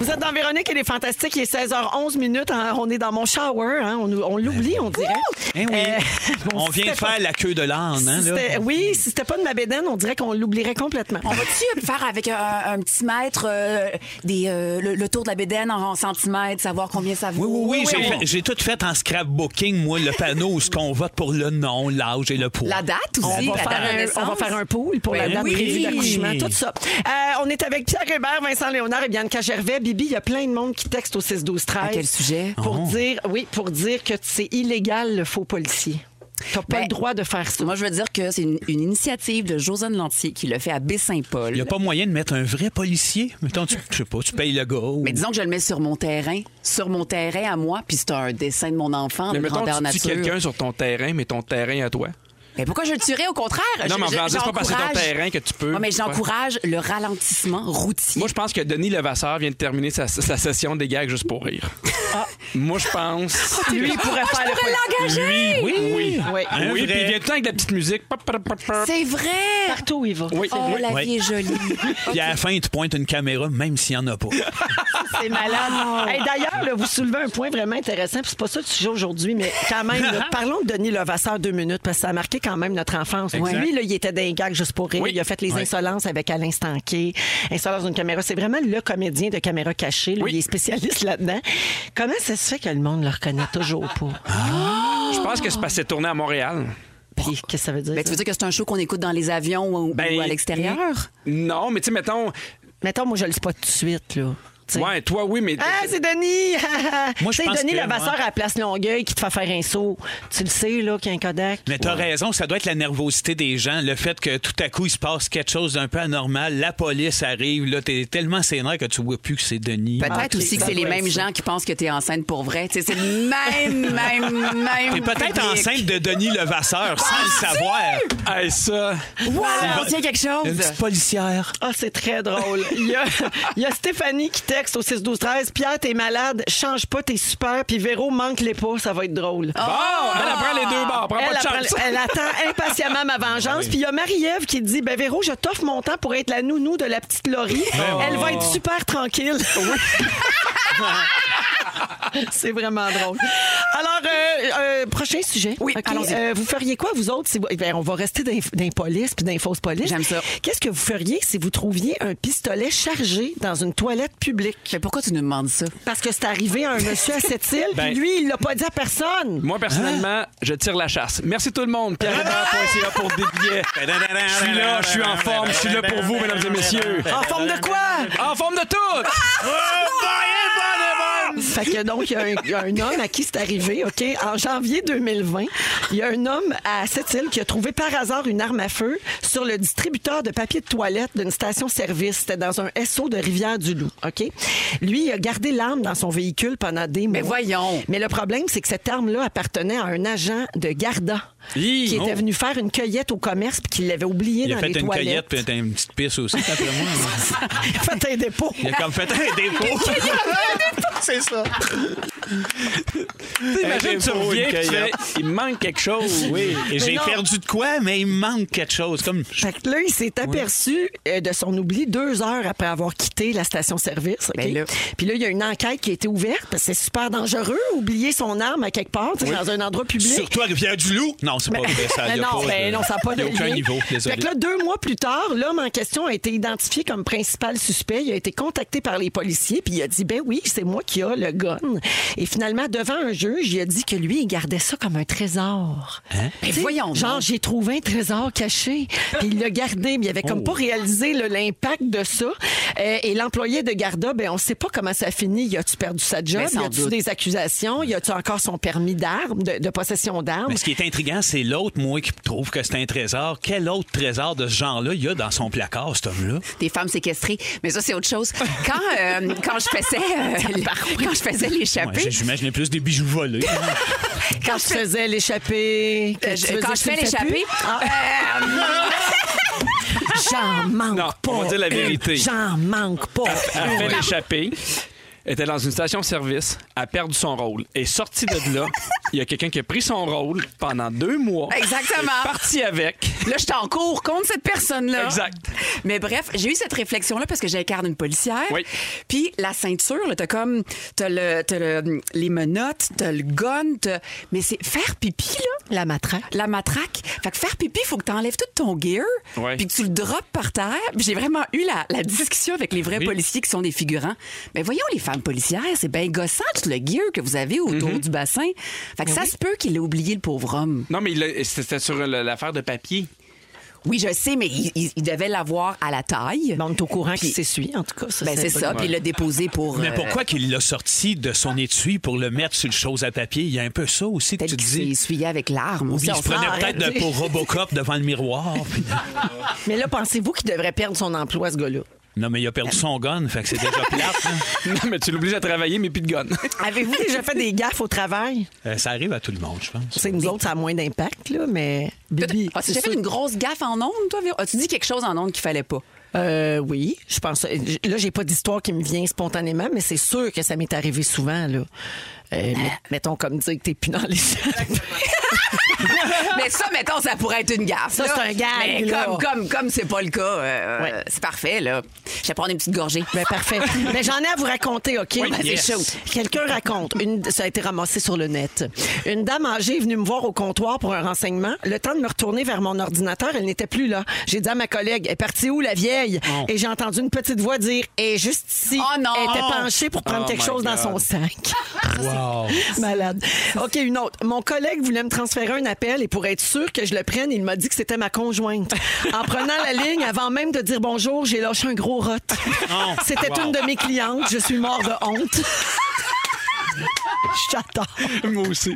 [SPEAKER 3] Vous êtes dans Véronique, elle est fantastique. Il est 16h11 minutes. hein. On est dans mon shower. hein. On, on l'oublie, on dirait.
[SPEAKER 6] Eh oui.
[SPEAKER 3] Euh, <laughs> bon,
[SPEAKER 6] on
[SPEAKER 3] si
[SPEAKER 6] vient de
[SPEAKER 3] c'était pas-
[SPEAKER 6] faire la queue de l'âne, hein,
[SPEAKER 3] si
[SPEAKER 6] là.
[SPEAKER 3] c'était- Oui, si c'était pas de ma bédaine, on dirait qu'on l'oublierait complètement.
[SPEAKER 4] On va-tu le faire avec euh, un, un petit mètre, euh, des, euh, le, le tour de la bédaine en centimètres, savoir combien ça vaut?
[SPEAKER 6] Oui, oui, oui, j'ai fait- j'ai tout fait en scrapbooking, moi, le panneau où ce qu'on vote pour le nom, l'âge et le poids.
[SPEAKER 4] La date aussi,
[SPEAKER 3] On va,
[SPEAKER 4] la date de
[SPEAKER 3] faire un, on va
[SPEAKER 4] naissance.
[SPEAKER 3] faire un pool pour la
[SPEAKER 4] Ben
[SPEAKER 3] date
[SPEAKER 4] oui.
[SPEAKER 3] prévue d'accouchement, tout ça. Euh, on est avec Pierre Hébert, Vincent Léonard et Bianca Gervais. Bibi, il y a plein de monde qui texte au 6-12-13.
[SPEAKER 4] À quel sujet?
[SPEAKER 3] Pour dire, oui, pour dire que c'est illégal le faux policier. T'as pas
[SPEAKER 4] Ben,
[SPEAKER 3] le droit de faire ça.
[SPEAKER 4] Moi, je veux dire que c'est une, une initiative de Josane Lantier qui le fait à Baie-Saint-Paul.
[SPEAKER 6] Il n'y a pas moyen de mettre un vrai policier. Mettons, tu, je sais pas, tu payes le gars. ou-
[SPEAKER 4] Mais disons que je le mets sur mon terrain, sur mon terrain à moi, puis c'est un dessin de mon enfant
[SPEAKER 2] Mais
[SPEAKER 4] de
[SPEAKER 2] mettons,
[SPEAKER 4] grandeur
[SPEAKER 2] tu tues
[SPEAKER 4] nature.
[SPEAKER 2] quelqu'un sur ton terrain, mais ton terrain à toi.
[SPEAKER 4] Mais pourquoi je le tuerais au contraire
[SPEAKER 2] Non,
[SPEAKER 4] Je-
[SPEAKER 2] mais en
[SPEAKER 4] je-
[SPEAKER 2] voulant dire, c'est pas parce que c'est ton
[SPEAKER 4] j'encourage-
[SPEAKER 2] terrain que tu peux.
[SPEAKER 4] Ouais, mais
[SPEAKER 2] Ouais.
[SPEAKER 4] j'encourage le ralentissement routier.
[SPEAKER 2] Moi, je pense que Denis Levasseur vient de terminer sa, sa session des gags juste pour rire. Moi, je pense.
[SPEAKER 3] Lui, il pourrait faire le policier.
[SPEAKER 6] Oui, oui, oui.
[SPEAKER 3] Oui.
[SPEAKER 6] Un
[SPEAKER 2] oui,
[SPEAKER 6] vrai.
[SPEAKER 2] puis il vient tout le temps avec de la petite musique. Pop, pop, pop, pop.
[SPEAKER 4] C'est vrai.
[SPEAKER 3] Partout où il va.
[SPEAKER 2] Oui.
[SPEAKER 4] Oh, la
[SPEAKER 6] Oui.
[SPEAKER 4] vie est jolie.
[SPEAKER 2] <laughs>
[SPEAKER 6] Puis à la fin, tu pointes une caméra, même s'il n'y en a pas.
[SPEAKER 3] C'est malade.
[SPEAKER 6] Ah,
[SPEAKER 3] Hey, D'ailleurs, là, vous soulevez un point vraiment intéressant. puis C'est pas ça le sujet aujourd'hui, mais quand
[SPEAKER 6] <laughs>
[SPEAKER 3] même, là, parlons de Denis Levasseur deux minutes, parce que ça a marqué quand même notre enfance. Lui, là, il était d'un gag juste pour rire. Il a fait les insolences avec Alain Stanquet, insolence d'une caméra. C'est vraiment le comédien de caméra cachée. là. Il est spécialiste là-dedans. Comment ça se fait que le monde le reconnaît toujours pas?
[SPEAKER 2] Je pense que c'est parce que c'est tourné à Montréal.
[SPEAKER 3] Puis, Qu'est-ce que ça veut dire?
[SPEAKER 4] Mais
[SPEAKER 6] Ben,
[SPEAKER 4] tu
[SPEAKER 3] ça?
[SPEAKER 4] veux dire que c'est un show qu'on écoute dans les avions ou,
[SPEAKER 2] Ben,
[SPEAKER 4] ou à l'extérieur?
[SPEAKER 2] Non, mais tu sais, mettons.
[SPEAKER 3] Mettons, moi, je le spot tout de suite, là. Tu sais.
[SPEAKER 2] Ouais, toi, oui, mais.
[SPEAKER 3] Ah, c'est Denis! <laughs>
[SPEAKER 6] Moi, je
[SPEAKER 3] c'est
[SPEAKER 6] pense
[SPEAKER 3] Denis
[SPEAKER 6] que,
[SPEAKER 3] Levasseur
[SPEAKER 6] ouais.
[SPEAKER 3] à la place Longueuil qui te fait faire un saut. Tu le sais, là, qu'il y a un Kodak.
[SPEAKER 6] Mais t'as raison, ça doit être la nervosité des gens, le fait que tout à coup il se passe quelque chose d'un peu anormal, la police arrive, là t'es tellement sénère que tu vois plus que c'est Denis.
[SPEAKER 4] Peut-être
[SPEAKER 3] ok,
[SPEAKER 4] aussi Ah, que
[SPEAKER 3] ça
[SPEAKER 4] c'est les
[SPEAKER 2] Ben,
[SPEAKER 3] doit
[SPEAKER 4] mêmes
[SPEAKER 3] être ça.
[SPEAKER 4] gens qui pensent que t'es enceinte pour vrai. Tu sais, c'est le même, <laughs> même, même.
[SPEAKER 6] T'es peut-être
[SPEAKER 4] public.
[SPEAKER 6] enceinte de Denis Levasseur sans le savoir.
[SPEAKER 2] Hey, ça.
[SPEAKER 4] Wow,
[SPEAKER 6] Voilà.
[SPEAKER 4] tiens quelque
[SPEAKER 6] Une
[SPEAKER 4] chose.
[SPEAKER 6] petite policière.
[SPEAKER 3] Ah, c'est très drôle. Il y, a, il y a Stéphanie qui texte au 6-12-13. Pierre, t'es malade, change pas, t'es super. Puis Véro, manque-les pas, ça va être drôle.
[SPEAKER 4] Ah,
[SPEAKER 2] Bon, Ah, elle apprend les deux bords. Prends
[SPEAKER 3] Oh! Elle,
[SPEAKER 2] pas de
[SPEAKER 3] apprend-
[SPEAKER 2] chance. Ben <laughs>
[SPEAKER 3] elle attend impatiemment ma vengeance. Puis il y a Marie-Ève qui dit Ben Véro, je t'offre mon temps pour être la nounou de la petite Laurie.
[SPEAKER 2] Ben
[SPEAKER 3] Elle va
[SPEAKER 2] Oh.
[SPEAKER 3] être super tranquille. <laughs> C'est vraiment drôle. Alors, euh, euh, prochain sujet.
[SPEAKER 4] Oui,
[SPEAKER 3] OK.
[SPEAKER 4] allons-y.
[SPEAKER 3] Euh, vous feriez quoi, vous autres, si vous- ben, on va rester dans les polices puis dans les fausses polices.
[SPEAKER 4] J'aime ça.
[SPEAKER 3] Qu'est-ce que vous feriez si vous trouviez un pistolet chargé dans une toilette publique?
[SPEAKER 4] Mais pourquoi tu nous demandes ça?
[SPEAKER 3] Parce que c'est arrivé à un monsieur à cette île, puis
[SPEAKER 2] Ben-
[SPEAKER 3] lui, il l'a pas dit à personne.
[SPEAKER 2] Moi,
[SPEAKER 3] Hein?
[SPEAKER 2] personnellement, je tire la chasse. Merci tout le monde. Pierre-Hébert.ca pour des billets. Je suis là, je suis en forme. Je suis là pour vous, mesdames et messieurs.
[SPEAKER 3] En forme de quoi?
[SPEAKER 2] En forme de tout!
[SPEAKER 3] <laughs> Fait que donc, il y, a un- il y a un homme à qui c'est arrivé, OK? En janvier 2020, il y a un homme à cette île qui a trouvé par hasard une arme à feu sur le distributeur de papier de toilette d'une station-service. C'était dans un SO de Rivière-du-Loup, OK? Lui, il a gardé l'arme dans son véhicule pendant des mois.
[SPEAKER 4] Mais voyons.
[SPEAKER 3] Mais le problème, c'est que cette arme-là appartenait à un agent de Garda
[SPEAKER 6] Hi,
[SPEAKER 3] qui était
[SPEAKER 6] oh.
[SPEAKER 3] venu faire une cueillette au commerce puis qu'il l'avait oublié
[SPEAKER 6] Il
[SPEAKER 3] dans
[SPEAKER 6] a fait
[SPEAKER 3] les
[SPEAKER 6] une
[SPEAKER 3] toilettes. hein.
[SPEAKER 6] cueillette puis t'as une petite pisse aussi, d'après moi.
[SPEAKER 3] <laughs> Il a fait un dépôt.
[SPEAKER 6] Il a comme fait un
[SPEAKER 3] <laughs>
[SPEAKER 6] dépôt.
[SPEAKER 2] T'imagines, tu reviens,
[SPEAKER 6] une
[SPEAKER 2] puis tu fais, il me manque quelque chose. Oui.
[SPEAKER 6] Et j'ai
[SPEAKER 3] non.
[SPEAKER 6] perdu de quoi, mais il me manque quelque chose. Comme
[SPEAKER 3] Fait que là, il s'est aperçu euh, de son oubli deux heures après avoir quitté la station-service. OK?
[SPEAKER 4] Ben là.
[SPEAKER 3] Puis là, il y a une enquête qui a été ouverte parce que c'est super dangereux, oublier son arme à quelque part, tu sais, dans un endroit public.
[SPEAKER 6] Surtout à Rivière-du-Loup. Non, c'est pas vrai. Ça, il
[SPEAKER 3] Mais
[SPEAKER 6] y a
[SPEAKER 3] non,
[SPEAKER 6] pas
[SPEAKER 3] ben
[SPEAKER 6] de-
[SPEAKER 3] non, ça n'a pas
[SPEAKER 6] il y
[SPEAKER 3] de
[SPEAKER 6] a aucun
[SPEAKER 3] lien.
[SPEAKER 6] niveau, désolé.
[SPEAKER 3] Fait que là, deux mois plus tard, l'homme en question a été identifié comme principal suspect. Il a été contacté par les policiers, puis il a dit, ben oui, c'est moi qui a le gun. Et finalement, devant un juge, il a dit que lui, il gardait ça comme un trésor.
[SPEAKER 6] Hein?
[SPEAKER 4] Mais
[SPEAKER 3] Tu sais,
[SPEAKER 4] voyons donc.
[SPEAKER 3] Genre, j'ai trouvé un trésor caché, puis il l'a gardé, mais il avait comme
[SPEAKER 6] Oh.
[SPEAKER 3] pas réalisé là, l'impact de ça. Euh, et l'employé de Garda, ben on sait pas comment ça a fini. Il a-tu perdu sa job?
[SPEAKER 4] Mais
[SPEAKER 3] Il
[SPEAKER 4] Ben, sans
[SPEAKER 3] a-tu
[SPEAKER 4] doute.
[SPEAKER 3] des accusations? Il a-tu encore son permis d'armes, de, de possession d'armes?
[SPEAKER 6] Mais ce qui est intriguant, c'est l'autre, moi, qui trouve que c'est un trésor. Quel autre trésor de ce genre-là il y a dans son placard, cet homme-là?
[SPEAKER 4] des femmes séquestrées, mais ça c'est autre chose. Quand euh, quand je faisais
[SPEAKER 2] <laughs>
[SPEAKER 4] euh, les- quand je faisais l'échappée,
[SPEAKER 6] Ouais, J'imaginais plus des bijoux volés.
[SPEAKER 3] Quand je faisais l'échappée. que
[SPEAKER 4] euh,
[SPEAKER 3] tu
[SPEAKER 4] je-
[SPEAKER 3] faisais
[SPEAKER 4] quand
[SPEAKER 3] que
[SPEAKER 4] je
[SPEAKER 3] tu
[SPEAKER 4] fais
[SPEAKER 3] le fais euh,
[SPEAKER 4] l'échappée,
[SPEAKER 3] plus? J'en manque
[SPEAKER 2] Non,
[SPEAKER 3] pas.
[SPEAKER 2] on va dire la vérité.
[SPEAKER 3] J'en manque pas.
[SPEAKER 2] Elle fait l'échappée. Elle était dans une station-service, a perdu son rôle, est sortie de là, Il y a quelqu'un qui a pris son rôle pendant deux mois.
[SPEAKER 4] Exactement.
[SPEAKER 2] est Parti avec.
[SPEAKER 4] Là, je suis en cours contre cette personne-là.
[SPEAKER 2] Exact.
[SPEAKER 4] Mais bref, j'ai eu cette réflexion-là parce que j'incarne une policière.
[SPEAKER 2] Oui.
[SPEAKER 4] Puis la ceinture, là, t'as comme. T'as, le, t'as le- les menottes, t'as le gun, t'as- Mais c'est faire pipi, là.
[SPEAKER 9] La matraque.
[SPEAKER 4] La matraque. Fait que faire pipi, faut que t'enlèves tout ton gear.
[SPEAKER 2] Ouais.
[SPEAKER 4] Puis que tu le droppes par terre. Puis J'ai vraiment eu la, la discussion avec les vrais policiers qui sont des figurants. Mais voyons, les femmes policières, c'est bien gossant tout le gear que vous avez autour
[SPEAKER 2] Mhm.
[SPEAKER 4] du bassin. Fait que ça se peut qu'il ait oublié le pauvre homme.
[SPEAKER 2] Non, mais il a- c'était sur le- l'affaire de papier. <laughs>
[SPEAKER 4] Oui, je sais, mais il, il- il devait l'avoir à la taille.
[SPEAKER 3] Bon, on est au courant
[SPEAKER 4] Puis-
[SPEAKER 3] qu'il s'essuie, en tout cas. Ça,
[SPEAKER 4] Ben, c'est ça.
[SPEAKER 3] pas grave.
[SPEAKER 4] Puis il l'a déposé pour.
[SPEAKER 6] Mais
[SPEAKER 4] euh,
[SPEAKER 6] pourquoi qu'il l'a sorti de son étui pour le mettre sur le chose à papier? Il y a un peu ça aussi que
[SPEAKER 4] Peut-être
[SPEAKER 6] tu te
[SPEAKER 4] qu'il s'est
[SPEAKER 6] dis.
[SPEAKER 4] essuyé avec l'arme.
[SPEAKER 6] Ou bien il se prenait peut-être de- pour Robocop devant le miroir. puis-
[SPEAKER 3] Mais là, pensez-vous qu'il devrait perdre son emploi, ce gars-là?
[SPEAKER 6] Non, mais il a perdu son gun, fait que c'est déjà plate. hein.
[SPEAKER 2] Non, mais tu l'obliges à travailler, mais puis de gun.
[SPEAKER 3] Avez-vous déjà fait des gaffes au travail?
[SPEAKER 6] Euh, ça arrive à tout le monde, je pense.
[SPEAKER 3] C'est nous autres, ça a moins d'impact, là, mais. Bibi, Ah,
[SPEAKER 4] As-tu déjà
[SPEAKER 3] c'est
[SPEAKER 4] Ah, fait
[SPEAKER 3] sûr-
[SPEAKER 4] une grosse gaffe en ondes, toi, Véro? As-tu dit quelque chose en ondes qu'il fallait pas?
[SPEAKER 3] Euh, oui, je pense. Là, j'ai pas d'histoire qui me vient spontanément, mais c'est sûr que ça m'est arrivé souvent, là. Euh, met- mettons comme dire que t'es plus dans les <laughs>
[SPEAKER 6] Ah!
[SPEAKER 4] mais ça, mettons, ça pourrait être une gaffe.
[SPEAKER 3] Ça,
[SPEAKER 4] là.
[SPEAKER 3] c'est un gag,
[SPEAKER 4] Mais
[SPEAKER 3] là.
[SPEAKER 4] comme, comme, comme c'est pas le cas, euh,
[SPEAKER 3] Ouais.
[SPEAKER 4] c'est parfait, là. Je vais prendre une petite gorgée.
[SPEAKER 3] Ben, parfait. Mais j'en ai à vous raconter, OK?
[SPEAKER 6] Oui,
[SPEAKER 3] Ben,
[SPEAKER 6] yes.
[SPEAKER 3] c'est chaud. Quelqu'un raconte. Une, ça a été ramassé sur le net. Une dame âgée est venue me voir au comptoir pour un renseignement. Le temps de me retourner vers mon ordinateur, elle n'était plus là. J'ai dit à ma collègue, elle est partie où, la vieille? Et j'ai entendu une petite voix dire, et juste ici.
[SPEAKER 4] Oh non!
[SPEAKER 3] Elle était penchée pour prendre
[SPEAKER 2] Oh
[SPEAKER 3] quelque
[SPEAKER 2] my
[SPEAKER 3] chose dans
[SPEAKER 2] God.
[SPEAKER 3] son sac.
[SPEAKER 6] Wow.
[SPEAKER 3] <laughs> Malade. OK, une autre. Mon collègue voulait me transférer un appel et pour être sûr que je le prenne, il m'a dit que c'était ma conjointe. En prenant la ligne, avant même de dire bonjour, j'ai lâché un gros rot.
[SPEAKER 6] Non. Ah,
[SPEAKER 3] C'était
[SPEAKER 6] Wow.
[SPEAKER 3] une de mes clientes. Je suis mort de
[SPEAKER 6] <laughs>
[SPEAKER 3] honte. J'attends.
[SPEAKER 2] <laughs> Moi aussi.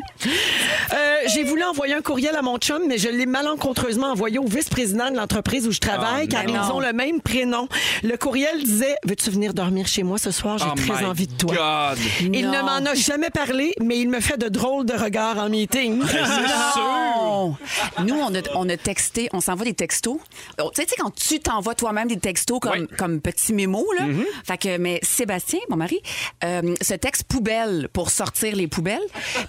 [SPEAKER 3] Euh, j'ai voulu envoyer un courriel à mon chum, mais je l'ai malencontreusement envoyé au vice-président de l'entreprise où je travaille,
[SPEAKER 6] Oh,
[SPEAKER 2] Ah,
[SPEAKER 3] car ils ont le même prénom. Le courriel disait Veux-tu venir dormir chez moi ce soir J'ai
[SPEAKER 2] Oh
[SPEAKER 3] très
[SPEAKER 2] my
[SPEAKER 3] envie de toi.
[SPEAKER 2] God.
[SPEAKER 3] Il
[SPEAKER 4] Non.
[SPEAKER 3] ne m'en a jamais parlé, mais il me fait de drôles de regards en meeting.
[SPEAKER 6] Ben,
[SPEAKER 4] Non! Nous, on a, on a texté, on s'envoie des textos. Oh, Tu sais, tu sais, quand tu t'envoies toi-même des textos comme,
[SPEAKER 2] Oui.
[SPEAKER 4] comme petit mémo, là.
[SPEAKER 6] Mm-hmm.
[SPEAKER 4] Fait que, mais Sébastien, mon mari, euh, se texte poubelle pour sortir les poubelles.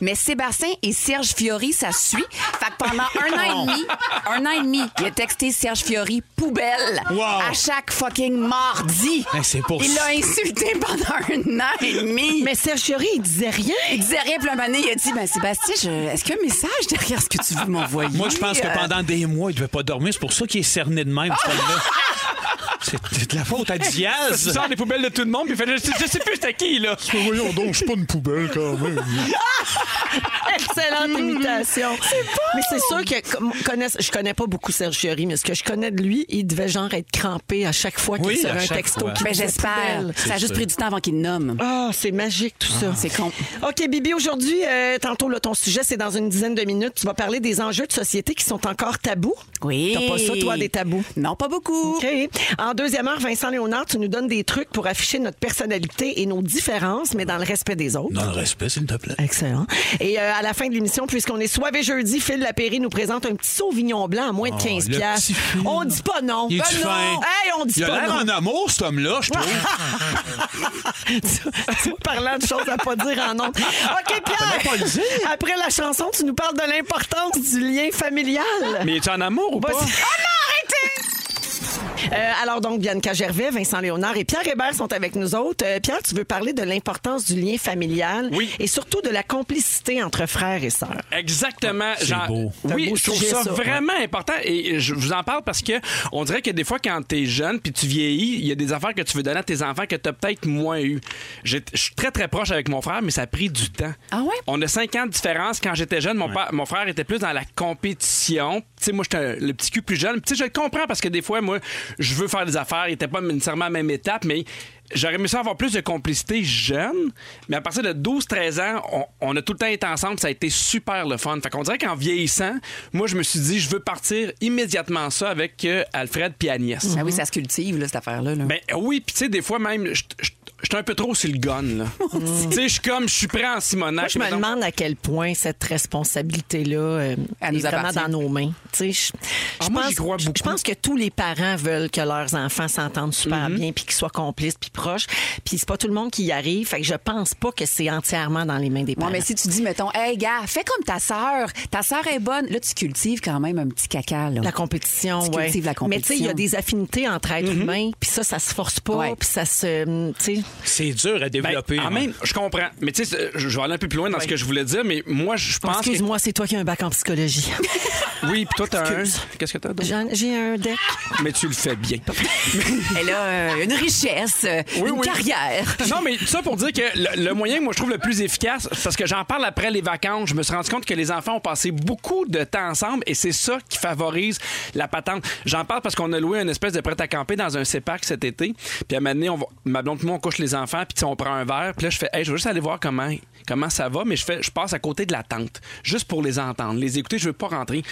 [SPEAKER 4] Mais Sébastien et Serge Fiori, ça suit. Fait que pendant un an et demi, un an et demi, il a texté Serge Fiori poubelle
[SPEAKER 6] Wow.
[SPEAKER 4] à chaque fucking mardi.
[SPEAKER 6] Hey, c'est pour
[SPEAKER 4] Il
[SPEAKER 6] ça.
[SPEAKER 4] l'a insulté pendant un an et demi.
[SPEAKER 3] Mais Serge Fiori, il disait rien.
[SPEAKER 4] Il disait rien, puis un moment donné, il a dit, ben Sébastien, je- est-ce qu'il y a un message derrière ce que tu veux m'envoyer?
[SPEAKER 6] Moi, je pense que
[SPEAKER 4] Euh,
[SPEAKER 6] pendant des mois, il ne devait pas dormir. C'est pour ça qu'il est cerné de même, ce homme-là. C'est c'est de la faute à
[SPEAKER 2] Tu
[SPEAKER 6] Diaz.
[SPEAKER 2] sors des poubelles de tout le monde, puis il fait, je, je sais plus c'était qui, là.
[SPEAKER 10] Voyons donc, je suis pas une poubelle quand même.
[SPEAKER 3] Excellente imitation. Mais c'est sûr que comme- connaisse- je connais pas beaucoup Serge Fiori, mais ce que je connais de lui, il devait genre être crampé à chaque fois qu'il
[SPEAKER 6] Oui,
[SPEAKER 3] recevait
[SPEAKER 6] à
[SPEAKER 3] un
[SPEAKER 6] chaque
[SPEAKER 3] texto.
[SPEAKER 6] fois.
[SPEAKER 3] qui
[SPEAKER 4] Ben,
[SPEAKER 3] disait
[SPEAKER 4] j'espère.
[SPEAKER 3] poubelle.
[SPEAKER 4] Ça a juste pris du temps avant qu'il le nomme.
[SPEAKER 3] Ah, c'est magique tout ça.
[SPEAKER 4] C'est con.
[SPEAKER 3] OK, Bibi, aujourd'hui, euh, tantôt, là, ton sujet, c'est dans une dizaine de minutes. Tu vas parler des enjeux de société qui sont encore tabous.
[SPEAKER 4] Oui.
[SPEAKER 3] T'as pas ça, toi, des tabous?
[SPEAKER 4] Non, pas beaucoup.
[SPEAKER 3] OK. En deuxième heure, Vincent Léonard, tu nous donnes des trucs pour afficher notre personnalité et nos différences, mais dans le respect des autres.
[SPEAKER 6] Dans le respect, s'il te plaît.
[SPEAKER 3] Excellent. Et euh, à la fin de l'émission, puisqu'on est soivé jeudi, Phil Lapéry nous présente un petit sauvignon blanc à moins de
[SPEAKER 6] Oh,
[SPEAKER 3] 15
[SPEAKER 6] le
[SPEAKER 3] piastres.
[SPEAKER 6] petit Phil.
[SPEAKER 3] On dit pas non.
[SPEAKER 6] Il est
[SPEAKER 3] Ben non.
[SPEAKER 6] fin.
[SPEAKER 3] Hey, on dit
[SPEAKER 6] Il a
[SPEAKER 3] pas
[SPEAKER 6] l'air
[SPEAKER 3] non.
[SPEAKER 6] en amour, cet homme-là, je trouve.
[SPEAKER 3] tu tu vois, parlant de choses à pas dire en honte. OK,
[SPEAKER 6] Ah, pas le dire.
[SPEAKER 3] Pierre. Après la chanson, tu nous parles de l'importance du lien familial.
[SPEAKER 2] Mais es-tu en amour ou
[SPEAKER 3] Vas-y.
[SPEAKER 2] pas?
[SPEAKER 3] Oh non, arrêtez! Euh, alors donc, Bianca Gervais, Vincent Léonard et Pierre Hébert sont avec nous autres. Euh, Pierre, tu veux parler de l'importance du lien familial
[SPEAKER 2] Oui.
[SPEAKER 3] et surtout de la complicité entre frères et sœurs.
[SPEAKER 2] Exactement. Genre-
[SPEAKER 6] beau.
[SPEAKER 3] C'est un
[SPEAKER 2] Oui,
[SPEAKER 3] beau
[SPEAKER 2] je trouve
[SPEAKER 3] sujet,
[SPEAKER 2] ça,
[SPEAKER 3] ça.
[SPEAKER 2] vraiment important et je vous en parle parce que on dirait que des fois quand t'es jeune puis tu vieillis, il y a des affaires que tu veux donner à tes enfants que t'as peut-être moins eu. J'ai- Je suis très très proche avec mon frère, mais ça a pris du temps.
[SPEAKER 4] Ah ouais?
[SPEAKER 2] On a cinq ans de différence. Quand j'étais jeune, mon, père- mon frère était plus dans la compétition. Tu sais, moi, j'étais un- le petit cul plus jeune. Tu sais, je le comprends parce que des fois, moi, je veux faire des affaires. Il n'était pas nécessairement à la même étape, mais j'aurais aimé ça avoir plus de complicité jeune. Mais à partir de 12-13 ans, on, on a tout le temps été ensemble. Ça a été super le fun. Fait qu'on dirait qu'en vieillissant, moi, je me suis dit, je veux partir immédiatement ça avec euh, Alfred puis Agnès.
[SPEAKER 4] Ben oui, ça se cultive, là, cette affaire-là. là.
[SPEAKER 2] Ben oui, puis tu sais, des fois même, je- je- J'étais un peu trop sur le
[SPEAKER 3] <laughs>
[SPEAKER 2] gun, là. tu sais, je suis comme, je suis prêt en Simonac.
[SPEAKER 3] Moi, je me
[SPEAKER 2] mettons.
[SPEAKER 3] demande à quel point cette responsabilité-là euh,
[SPEAKER 4] Elle nous
[SPEAKER 3] est vraiment
[SPEAKER 4] appartient.
[SPEAKER 3] dans nos mains. Tu sais, Je, je
[SPEAKER 2] Ah, moi, j'y
[SPEAKER 3] pense,
[SPEAKER 2] crois
[SPEAKER 3] je- je
[SPEAKER 2] beaucoup.
[SPEAKER 3] pense que tous les parents veulent que leurs enfants s'entendent super
[SPEAKER 2] Mm-hmm.
[SPEAKER 3] bien, puis qu'ils soient complices, puis proches. Puis c'est pas tout le monde qui y arrive. Fait que je pense pas que c'est entièrement dans les mains des
[SPEAKER 4] Bon,
[SPEAKER 3] parents.
[SPEAKER 4] mais si tu dis, mettons, hey, gars, fais comme ta sœur. Ta sœur est bonne. Là, tu cultives quand même un petit caca. Là.
[SPEAKER 3] La compétition,
[SPEAKER 4] Tu
[SPEAKER 3] ouais.
[SPEAKER 4] cultives la
[SPEAKER 3] Mais tu sais, il y a
[SPEAKER 4] compétition.
[SPEAKER 3] des affinités entre êtres
[SPEAKER 2] Mm-hmm.
[SPEAKER 3] humains, puis ça, ça se force pas,
[SPEAKER 4] Ouais.
[SPEAKER 3] puis ça se... tu sais.
[SPEAKER 6] C'est dur à
[SPEAKER 2] Ben,
[SPEAKER 6] développer.
[SPEAKER 2] en
[SPEAKER 6] hein.
[SPEAKER 2] même, je comprends. Mais tu sais, c'est- je je vais aller un peu plus loin dans ce que je voulais dire, mais moi, je pense que...
[SPEAKER 3] Excuse-moi, c'est toi qui as un bac en
[SPEAKER 2] <laughs>
[SPEAKER 3] psychologie.
[SPEAKER 2] Oui, puis toi, t'as un...
[SPEAKER 3] Excuse.
[SPEAKER 2] Qu'est-ce que t'as d'autre?
[SPEAKER 3] J'en- J'ai un deck.
[SPEAKER 2] Mais tu le fais bien. <laughs>
[SPEAKER 4] Elle a euh, une richesse, euh,
[SPEAKER 2] Oui,
[SPEAKER 4] une
[SPEAKER 2] oui.
[SPEAKER 4] carrière.
[SPEAKER 2] Non, mais ça pour dire que le, le moyen que moi je trouve le plus efficace, parce que j'en parle après les vacances, je me suis rendu compte que les enfants ont passé beaucoup de temps ensemble et c'est ça qui favorise la patente. J'en parle parce qu'on a loué une espèce de prêt à camper dans un CEPAC cet été. Puis à un moment donné, on va- ma blonde et moi, on couche les enfants, puis tu sais, on prend un verre. Puis là, je fais, hey, je veux juste aller voir comment, comment ça va, mais je, fais, je passe à côté de la tente, juste pour les entendre, les écouter, je veux pas rentrer.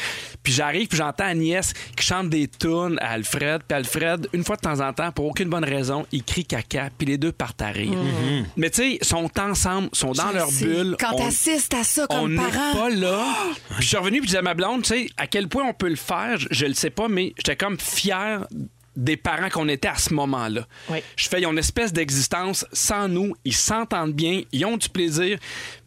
[SPEAKER 2] Puis j'arrive, puis j'entends Agnès qui chante des tunes à Alfred, puis Alfred, une fois de temps en temps, pour aucune bonne raison, il crie caca, puis les deux partent à rire. Mais tu sais, sont ensemble, sont dans leur
[SPEAKER 4] C'est-
[SPEAKER 2] bulle.
[SPEAKER 4] Quand
[SPEAKER 2] on-
[SPEAKER 4] t'assistes à ça
[SPEAKER 2] on
[SPEAKER 4] comme
[SPEAKER 2] n'est
[SPEAKER 4] parent.
[SPEAKER 2] pas là.
[SPEAKER 3] <gasps>
[SPEAKER 2] Puis je suis revenu puis je disais à ma blonde, tu sais, à quel point on peut le faire, je, je le sais pas, mais j'étais comme fier des parents qu'on était à ce moment-là.
[SPEAKER 3] Oui.
[SPEAKER 2] Je fais, ils ont une espèce d'existence sans nous, ils s'entendent bien, ils ont du plaisir.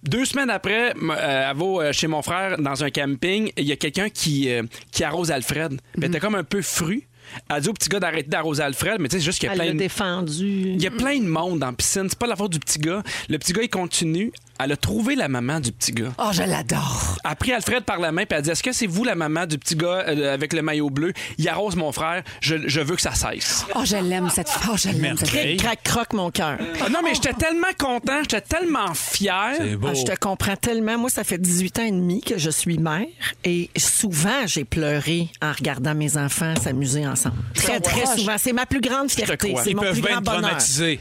[SPEAKER 2] Deux semaines après, m- euh, à Vaud, euh, chez mon frère, dans un camping, il y a quelqu'un qui, euh, qui arrose Alfred.
[SPEAKER 3] Mhm.
[SPEAKER 2] Mais t'es comme un peu fru. Elle dit au petit gars d'arrêter d'arroser Alfred, mais tu sais, c'est juste qu'il y a
[SPEAKER 3] Elle l'a
[SPEAKER 2] plein de...
[SPEAKER 3] défendu.
[SPEAKER 2] Il y a plein de monde en piscine. C'est pas la faute du petit gars. Le petit gars, il continue. Elle a trouvé la maman du petit gars.
[SPEAKER 4] Oh, je l'adore.
[SPEAKER 2] Elle a pris Alfred par la main puis elle a dit Est-ce que c'est vous la maman du petit gars euh, avec le maillot bleu Il arrose mon frère, je, je veux que ça cesse.
[SPEAKER 4] Oh, je l'aime cette femme. Oh, je l'aime cette fille.
[SPEAKER 3] Cric, crac, croc, mon cœur.
[SPEAKER 2] Ah non, mais j'étais tellement content, j'étais tellement fier.
[SPEAKER 6] C'est beau.
[SPEAKER 3] Ah, je te comprends tellement. Moi, ça fait 18 ans et demi que je suis mère et souvent, j'ai pleuré en regardant mes enfants s'amuser ensemble. Très, très
[SPEAKER 6] Ah,
[SPEAKER 3] souvent. C'est ma plus grande fierté.
[SPEAKER 2] crois.
[SPEAKER 3] C'est
[SPEAKER 6] Ils
[SPEAKER 3] mon
[SPEAKER 6] peuvent
[SPEAKER 3] plus
[SPEAKER 6] bien
[SPEAKER 3] grand
[SPEAKER 6] être
[SPEAKER 3] bonheur. <laughs>
[SPEAKER 6] traumatisés.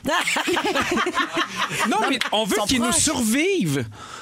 [SPEAKER 2] Non, mais on veut qu'ils nous survivent. Tu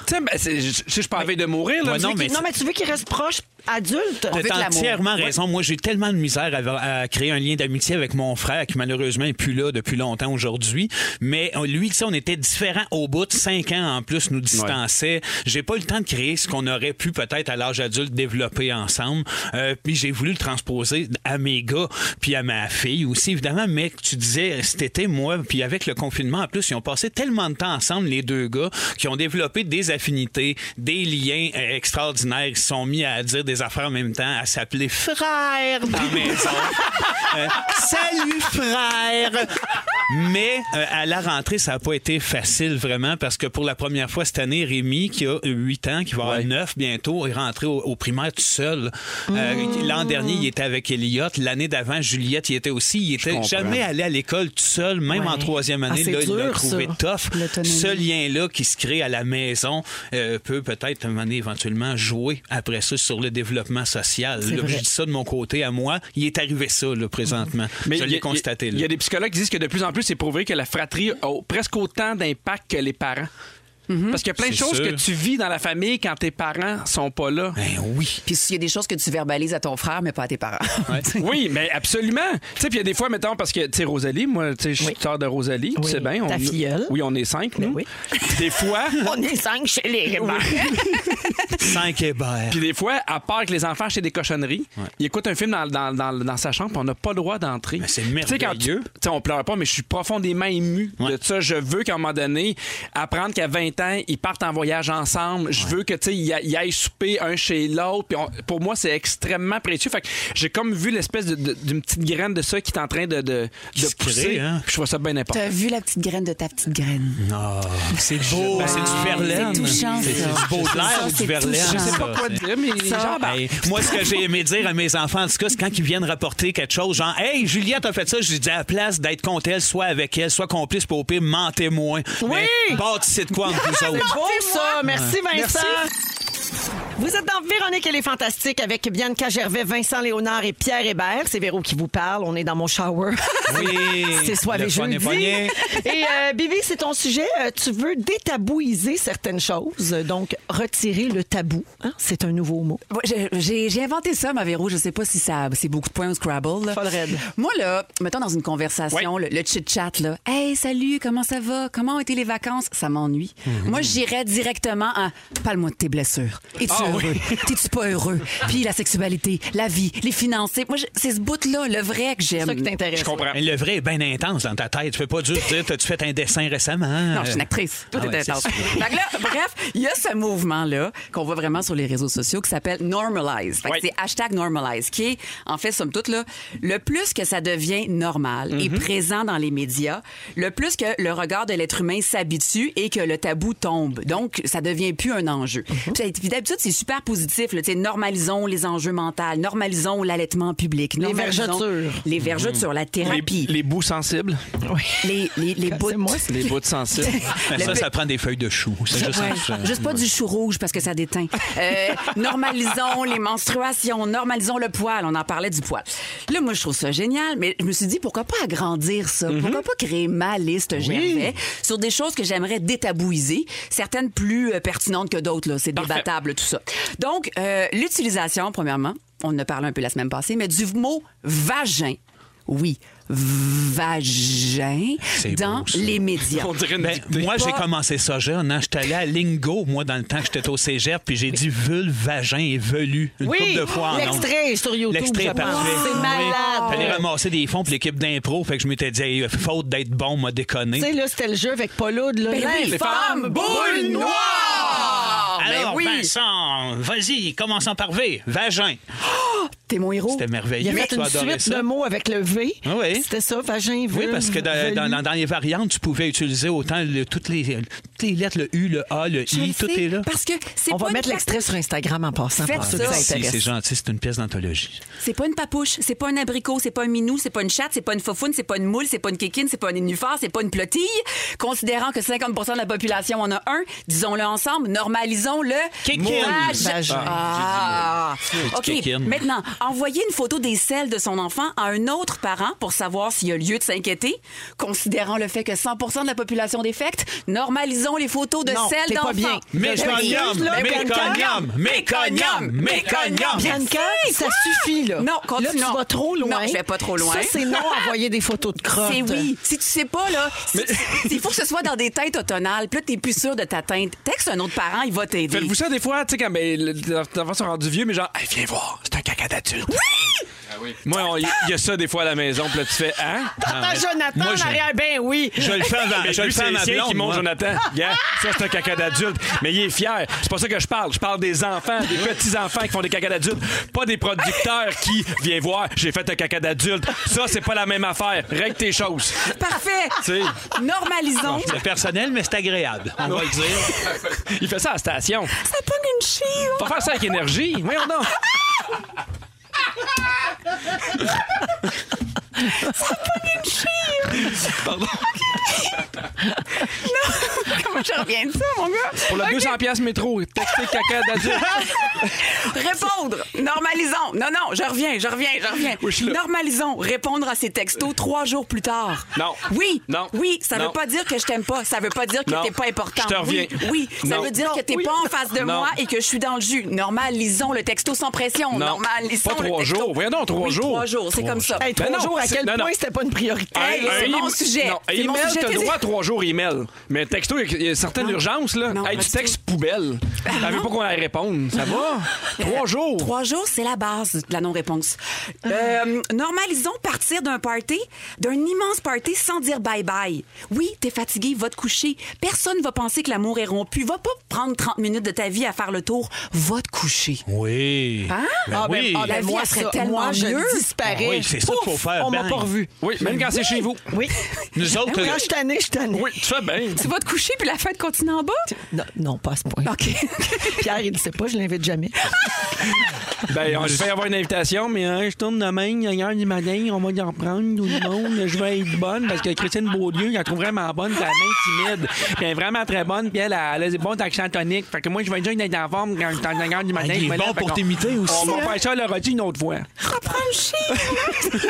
[SPEAKER 2] sais, ben, c'est- je je- je suis pas en veille de mourir. Là,
[SPEAKER 6] Ouais, non,
[SPEAKER 3] Tu veux
[SPEAKER 6] mais
[SPEAKER 3] qu'il- non, mais tu veux qu'ils restent proches adultes?
[SPEAKER 4] veut de
[SPEAKER 6] T'as
[SPEAKER 4] l'amour.
[SPEAKER 6] entièrement raison. Moi, j'ai tellement de misère à, à créer un lien d'amitié avec mon frère qui, malheureusement, est plus là depuis longtemps aujourd'hui. Mais euh, lui, tu sais, on était différents au bout de cinq ans en plus, nous distançait. J'ai pas eu le temps de créer ce qu'on aurait pu, peut-être, à l'âge adulte, développer ensemble. Euh, puis j'ai voulu le transposer à mes gars, puis à ma fille aussi, évidemment. Mais tu disais, cet été, moi, puis avec le confinement, en plus, ils ont passé tellement de temps ensemble, les deux gars, qui ont développé des affinités, des liens euh, extraordinaires. Ils se sont mis à dire des affaires en même temps, à s'appeler frère dans la maison. Euh, salut frère! Mais euh, à la rentrée, ça n'a pas été facile vraiment parce que pour la première fois cette année, Rémi, qui a 8 ans, qui va avoir 9 bientôt, est rentré au, au primaire tout seul. Euh,
[SPEAKER 3] Mmh.
[SPEAKER 6] L'an dernier, il était avec Elliot. L'année d'avant, Juliette, il était aussi. Il était
[SPEAKER 2] comprends.
[SPEAKER 6] jamais allé à l'école tout seul, même
[SPEAKER 3] Ouais.
[SPEAKER 6] en troisième
[SPEAKER 3] Ah,
[SPEAKER 6] année.
[SPEAKER 3] c'est
[SPEAKER 6] là, il l'a
[SPEAKER 3] dur,
[SPEAKER 6] trouvé
[SPEAKER 3] ça.
[SPEAKER 6] tough.
[SPEAKER 3] L'autonomie.
[SPEAKER 6] Ce lien-là qui se crée à la maison euh, peut peut-être à un moment donné, éventuellement jouer après ça sur le développement social.
[SPEAKER 3] C'est
[SPEAKER 6] Là,
[SPEAKER 3] vrai.
[SPEAKER 6] je dis ça de mon côté à moi. Il est arrivé ça là, présentement. je
[SPEAKER 2] Mm-hmm. il y a-
[SPEAKER 6] l'ai constaté.
[SPEAKER 2] Il y
[SPEAKER 6] là.
[SPEAKER 2] a des psychologues qui disent que de plus en plus, c'est prouvé que la fratrie a presque autant d'impact que les parents. Parce qu'il y a plein de
[SPEAKER 6] Mhm. C'est
[SPEAKER 2] choses
[SPEAKER 6] sûr.
[SPEAKER 2] que tu vis dans la famille quand tes parents sont pas là.
[SPEAKER 6] Ben oui.
[SPEAKER 4] Puis il y a des choses que tu verbalises à ton frère, mais pas à tes parents.
[SPEAKER 3] <laughs>
[SPEAKER 2] Oui, mais absolument. Tu sais, puis il y a des fois, mettons, parce que, tu sais, Rosalie, moi, tu sais, je suis tuteur de Rosalie, tu
[SPEAKER 3] Oui,
[SPEAKER 2] sais bien.
[SPEAKER 3] ta
[SPEAKER 2] on-
[SPEAKER 3] filleule.
[SPEAKER 2] Oui, on est cinq,
[SPEAKER 3] Ben
[SPEAKER 2] nous.
[SPEAKER 3] oui.
[SPEAKER 2] Des fois,
[SPEAKER 3] <laughs> On est cinq chez les Hébert.
[SPEAKER 6] Cinq Hébert.
[SPEAKER 2] puis des fois, à part que les enfants achetent des cochonneries, ils écoutent un film dans, dans, dans, dans sa chambre, puis on n'a pas le droit d'entrer.
[SPEAKER 6] Mais c'est
[SPEAKER 2] Puis tu sais, quand tu-
[SPEAKER 6] merveilleux.
[SPEAKER 2] Tu sais, on pleure pas, mais je suis profondément ému de ça. Je veux qu'à un moment donné, apprendre qu'à 20 ans, ils partent en voyage ensemble. Je veux que, tu sais, ils a- ils aillent souper un chez l'autre. Puis on- pour moi, c'est extrêmement précieux. Fait que j'ai comme vu l'espèce de- de- d'une petite graine de ça qui est en train de, de, de
[SPEAKER 6] se crée,
[SPEAKER 2] pousser.
[SPEAKER 6] hein.
[SPEAKER 2] Je trouve ça bien important.
[SPEAKER 4] <laughs> T'as vu la petite graine de ta petite graine.
[SPEAKER 6] C'est beau, c'est du Verlaine.
[SPEAKER 4] c'est touchant,
[SPEAKER 6] C'est
[SPEAKER 4] ça.
[SPEAKER 6] c'est du Baudelaire
[SPEAKER 4] Ça,
[SPEAKER 6] ou
[SPEAKER 4] c'est
[SPEAKER 6] du Verlaine.
[SPEAKER 4] touchant.
[SPEAKER 2] Je sais
[SPEAKER 6] ça.
[SPEAKER 2] pas quoi
[SPEAKER 6] C'est-
[SPEAKER 2] dire, Ah, bah. mais ben, j'embarque.
[SPEAKER 6] Hey, moi, ce que j'ai aimé dire à mes enfants, en tout cas, c'est quand ils viennent rapporter quelque chose, genre, Hey, Juliette a fait ça, j'ai dit à la place d'être contre elle, soit avec elle, soit complice, pour au pire, mentez-moi.
[SPEAKER 3] Oui!
[SPEAKER 6] Bâtissez de quoi entre vous
[SPEAKER 3] C'est
[SPEAKER 6] autres.
[SPEAKER 3] beau, ça. Merci, Vincent. Vous êtes dans Véronique et les Fantastiques avec Bianca Gervais, Vincent Léonard et Pierre Hébert. C'est Véro qui vous parle. On est dans mon shower.
[SPEAKER 6] Oui.
[SPEAKER 3] <laughs> c'est soirée
[SPEAKER 6] Le fun
[SPEAKER 3] jeudi.
[SPEAKER 6] est pogné.
[SPEAKER 3] Et euh, Bibi, c'est ton sujet. Euh, tu veux détabouiser certaines choses. Donc, retirer le tabou. hein? C'est un nouveau mot.
[SPEAKER 4] Ouais, j'ai- J'ai j'ai inventé ça, ma Véro. Je sais pas si ça, c'est beaucoup de points au Scrabble. là.
[SPEAKER 3] Folle raide.
[SPEAKER 4] Moi, là, mettons dans une conversation, le, le chit-chat, là. Hey, salut, comment ça va? Comment ont été les vacances? Ça m'ennuie.
[SPEAKER 5] Mm-hmm.
[SPEAKER 4] Moi, j'irais directement à Parle-moi de tes blessures. Es-tu
[SPEAKER 5] Ah oui.
[SPEAKER 4] heureux? <laughs> T'es-tu pas heureux? Puis la sexualité, la vie, les finances. C'est- Moi, je- c'est ce bout-là, le vrai que j'aime.
[SPEAKER 6] Je
[SPEAKER 2] Ah.
[SPEAKER 6] comprends. Mais le vrai est bien intense dans ta tête. Tu peux pas juste dire, t'as-tu fait un dessin récemment?
[SPEAKER 4] Non, je suis une actrice. Tout
[SPEAKER 6] Ah
[SPEAKER 4] est
[SPEAKER 6] ouais,
[SPEAKER 4] intense.
[SPEAKER 6] c'est sûr.
[SPEAKER 4] Fait que là, bref, il y a ce mouvement-là qu'on voit vraiment sur les réseaux sociaux qui s'appelle Normalize. Fait que C'est hashtag Normalize, qui est, en fait, somme toute, là, le plus que ça devient normal et
[SPEAKER 5] Mhm.
[SPEAKER 4] présent dans les médias, le plus que le regard de l'être humain s'habitue et que le tabou tombe. Donc, ça devient plus un enjeu. Puis ça- Puis d'habitude, c'est super positif. Là, Tu sais, normalisons les enjeux mentaux, normalisons l'allaitement public. normalisons
[SPEAKER 2] vergetures.
[SPEAKER 4] Les vergetures, la thérapie.
[SPEAKER 2] Les, les bouts sensibles.
[SPEAKER 4] Les, les, les bouts-
[SPEAKER 2] Les bouts
[SPEAKER 6] <laughs>
[SPEAKER 2] sensibles.
[SPEAKER 4] Mais ça, Le- ça
[SPEAKER 6] prend des feuilles de chou.
[SPEAKER 4] Ouais. Juste pas du chou rouge parce que ça déteint. Euh, normalisons les menstruations, normalisons le poil. On en parlait du poil. Là, moi, je trouve ça génial, mais je me suis dit pourquoi pas agrandir ça? Pourquoi pas créer ma liste Gervais, sur des choses que j'aimerais détabouiser, certaines plus euh, pertinentes que d'autres. là. C'est débattable, tout ça. Donc, euh, l'utilisation, premièrement, on en a parlé un peu la semaine passée, mais du mot vagin. Oui, vagin dans les médias.
[SPEAKER 6] Ben, moi, j'ai
[SPEAKER 4] Pas-
[SPEAKER 6] commencé ça jeune. hein. J'étais allé à Lingo, moi, dans le temps que j'étais au cégep, puis j'ai dit vulve, vagin et velu une
[SPEAKER 3] Oui,
[SPEAKER 6] couple de fois en ondes.
[SPEAKER 3] l'extrait est sur YouTube,
[SPEAKER 6] L'extrait
[SPEAKER 3] je
[SPEAKER 6] est parfait.
[SPEAKER 3] pense. Ah, C'est malade.
[SPEAKER 6] J'allais ramasser des fonds pour l'équipe d'impro, fait que je m'étais dit, Hey, faute d'être bon, m'a déconné.
[SPEAKER 3] Tu sais, là, c'était le jeu avec Pauloud. là.
[SPEAKER 6] Ben oui,
[SPEAKER 3] L'infâme
[SPEAKER 6] femme
[SPEAKER 3] boule
[SPEAKER 6] boule
[SPEAKER 3] noire!
[SPEAKER 6] Alors,
[SPEAKER 3] Ben oui.
[SPEAKER 6] Vincent, vas-y, commençons par V, vagin.
[SPEAKER 4] T'es mon héros.
[SPEAKER 6] C'était
[SPEAKER 3] Il
[SPEAKER 6] merveilleux.
[SPEAKER 3] y avait
[SPEAKER 6] tu
[SPEAKER 3] une
[SPEAKER 6] as adoré
[SPEAKER 3] suite
[SPEAKER 6] ça.
[SPEAKER 3] de mots avec le V.
[SPEAKER 6] Ah oui.
[SPEAKER 3] C'était ça, vagin, vulve,
[SPEAKER 6] Oui, parce que dans,
[SPEAKER 3] velu.
[SPEAKER 6] dans- dans- dans les variantes, tu pouvais utiliser autant le- toutes, les, toutes les lettres, le U, le A, le
[SPEAKER 3] Je
[SPEAKER 6] I,
[SPEAKER 3] le
[SPEAKER 6] tout
[SPEAKER 3] sais,
[SPEAKER 6] est là.
[SPEAKER 4] Parce que c'est
[SPEAKER 3] On
[SPEAKER 4] pas
[SPEAKER 3] va
[SPEAKER 4] une
[SPEAKER 3] mettre
[SPEAKER 4] pa-
[SPEAKER 3] l'extrait sur Instagram en passant.
[SPEAKER 4] Faites
[SPEAKER 3] pour ceux
[SPEAKER 4] ça.
[SPEAKER 3] que
[SPEAKER 6] Si,
[SPEAKER 3] intéresse.
[SPEAKER 6] c'est gentil, c'est une pièce d'anthologie.
[SPEAKER 4] C'est pas une papouche, c'est pas un abricot, c'est pas un minou, c'est pas une chatte, c'est pas une faufoune, c'est pas une moule, c'est pas une kékine, c'est pas un nénuphar, c'est pas une plotille. Considérant que 50 de la population en a un, disons-le ensemble, normalisons le
[SPEAKER 5] Kékine.
[SPEAKER 4] moulage.
[SPEAKER 5] Vagin.
[SPEAKER 4] Ah.
[SPEAKER 5] J'ai dit moule.
[SPEAKER 4] OK,
[SPEAKER 5] Kékine.
[SPEAKER 4] maintenant, envoyez une photo des selles de son enfant à un autre parent pour savoir s'il y a lieu de s'inquiéter, considérant le fait que 100 de la population défecte, normalisons les photos de
[SPEAKER 3] Non,
[SPEAKER 4] selles
[SPEAKER 3] t'es
[SPEAKER 4] d'enfants.
[SPEAKER 3] pas bien.
[SPEAKER 6] Méconium,
[SPEAKER 4] Ben oui.
[SPEAKER 6] méconium, méconium, méconium.
[SPEAKER 3] Bianca,
[SPEAKER 4] Merci,
[SPEAKER 3] ça
[SPEAKER 4] quoi?
[SPEAKER 3] suffit, là.
[SPEAKER 4] Non, continue.
[SPEAKER 3] Là, tu
[SPEAKER 4] non.
[SPEAKER 3] vas trop loin.
[SPEAKER 4] Non, je vais pas trop loin.
[SPEAKER 3] Ça, c'est non envoyer des photos de crottes.
[SPEAKER 4] C'est oui. Si tu sais pas, là, si- il faut que ce soit dans des teintes automnales. Puis là, t'es plus sûr de ta teinte. Texte un autre parent, il va t'aider.
[SPEAKER 2] Faites-vous ça des fois, tu sais, quand ben, le- les enfants sont rendus vieux, mais genre, Hey, viens voir, c'est un caca d'adulte. Oui! Moi, on- il y a ça des fois à la maison, puis là, tu fais, hein?
[SPEAKER 6] Ah,
[SPEAKER 3] T'entends Jonathan en arrière, ben oui.
[SPEAKER 2] Je le <laughs> fais avant.
[SPEAKER 6] Mais
[SPEAKER 2] Je
[SPEAKER 6] lui,
[SPEAKER 2] le fais
[SPEAKER 6] c'est
[SPEAKER 2] à
[SPEAKER 6] le
[SPEAKER 2] ma
[SPEAKER 6] sien
[SPEAKER 2] blonde,
[SPEAKER 6] qui
[SPEAKER 2] moi.
[SPEAKER 6] monte,
[SPEAKER 2] Jonathan. Gars, ça, c'est un caca d'adulte. Mais il est fier. C'est pas ça que je parle. Je parle des enfants, des petits-enfants qui font des caca d'adultes. Pas des producteurs qui viennent voir, j'ai fait un caca d'adulte. Ça, c'est pas la même affaire. Règle tes choses.
[SPEAKER 4] Parfait.
[SPEAKER 2] Tu sais.
[SPEAKER 4] Normalisons.
[SPEAKER 6] C'est personnel, mais c'est agréable. On va le dire.
[SPEAKER 2] Il fait ça à la station.
[SPEAKER 4] Ah, Ça pogne une chive. <laughs>
[SPEAKER 2] Faut faire ça avec énergie. Voyons donc.
[SPEAKER 5] Ça pogne une chire.
[SPEAKER 2] Pardon.
[SPEAKER 5] non,
[SPEAKER 4] comment je reviens de ça, mon gars?
[SPEAKER 2] Pour le 200 pièces métro, textez caca d'adulte.
[SPEAKER 4] Répondre. Normalisons. Non, non, je reviens, je reviens, je reviens. Normalisons. Répondre à ces textos trois jours plus tard.
[SPEAKER 2] Euh. Non.
[SPEAKER 4] Oui.
[SPEAKER 2] Non.
[SPEAKER 4] Oui, ça
[SPEAKER 2] Non.
[SPEAKER 4] veut pas dire que je t'aime pas. Ça veut pas dire que
[SPEAKER 2] Non.
[SPEAKER 4] t'es pas important.
[SPEAKER 2] Je te reviens.
[SPEAKER 4] Oui. Oui. Ça
[SPEAKER 2] Non.
[SPEAKER 4] veut dire que t'es
[SPEAKER 2] Oui.
[SPEAKER 4] pas en face de
[SPEAKER 2] Non.
[SPEAKER 4] moi et que je suis dans le jus. Normalisons le texto sans pression.
[SPEAKER 2] Non.
[SPEAKER 4] Normalisons
[SPEAKER 2] Pas
[SPEAKER 4] le
[SPEAKER 2] trois
[SPEAKER 4] texto.
[SPEAKER 2] jours. Voyons donc, trois
[SPEAKER 4] Oui,
[SPEAKER 2] jours.
[SPEAKER 4] Trois jours, c'est
[SPEAKER 2] Trois
[SPEAKER 4] comme ça.
[SPEAKER 2] jours. Hey, Ben trois non, jours, à c'est- quel non, non. point
[SPEAKER 3] c'était pas une
[SPEAKER 6] Ah,
[SPEAKER 3] priorité?
[SPEAKER 4] <laughs> Hey, c'est
[SPEAKER 2] un
[SPEAKER 4] mon
[SPEAKER 2] email-
[SPEAKER 4] sujet.
[SPEAKER 2] Non, un
[SPEAKER 4] C'est mon
[SPEAKER 2] email,
[SPEAKER 4] sujet.
[SPEAKER 2] t'as
[SPEAKER 4] T'es-
[SPEAKER 2] droit à trois jours email. Mais un texto, il y a certaines urgences, là. Hey, tu textes
[SPEAKER 4] <laughs>
[SPEAKER 2] poubelle. T'avais pas qu'on allait répondre. Ça va? Trois jours.
[SPEAKER 4] Trois jours, c'est la base de la non-réponse. Euh, normalisons partir d'un party, d'un immense party sans dire bye-bye. Oui, t'es fatigué, va te coucher. Personne va penser que l'amour est rompu. Va pas prendre 30 minutes de ta vie à faire le tour. Va te coucher.
[SPEAKER 6] Oui.
[SPEAKER 4] Hein?
[SPEAKER 6] Ben
[SPEAKER 4] Ah, ben,
[SPEAKER 6] oui.
[SPEAKER 4] ah, ben, La vie,
[SPEAKER 3] moi,
[SPEAKER 4] elle serait
[SPEAKER 3] ça,
[SPEAKER 4] tellement
[SPEAKER 3] moi, je
[SPEAKER 4] mieux.
[SPEAKER 3] disparais.
[SPEAKER 6] Ah oui, c'est ça qu'il faut
[SPEAKER 3] Pouf,
[SPEAKER 6] faire,
[SPEAKER 3] On m'a
[SPEAKER 6] bang.
[SPEAKER 3] pas revu.
[SPEAKER 2] Oui, même quand c'est chez vous.
[SPEAKER 6] <laughs>
[SPEAKER 3] Oui.
[SPEAKER 6] Nous autres,
[SPEAKER 4] ben
[SPEAKER 6] euh,
[SPEAKER 3] Quand je suis tannée, je suis tannée.
[SPEAKER 2] Oui, tu fais bien.
[SPEAKER 4] Tu vas te coucher, puis la fête continue en bas?
[SPEAKER 3] Non, non, pas à ce point.
[SPEAKER 4] <laughs> OK.
[SPEAKER 3] Pierre, il ne sait pas, je l'invite jamais.
[SPEAKER 2] Ben, on- je vais avoir une invitation, mais euh, je tourne demain, à une heure du matin, on va y en prendre tout le monde. Je vais être bonne parce que Christine Beaulieu, je la trouve vraiment bonne, puis elle est timide. Puis elle est vraiment très bonne, puis elle, elle a des bons accents toniques. Fait que moi, je vais dire d'être en forme quand je suis en heure du matin.
[SPEAKER 6] Il est
[SPEAKER 2] je me lève,
[SPEAKER 6] bon
[SPEAKER 2] fait
[SPEAKER 6] pour
[SPEAKER 2] qu'on-
[SPEAKER 6] t'imiter aussi,
[SPEAKER 2] On
[SPEAKER 6] hein?
[SPEAKER 2] va faire ça, le redit une autre fois.
[SPEAKER 4] Reprends le chien!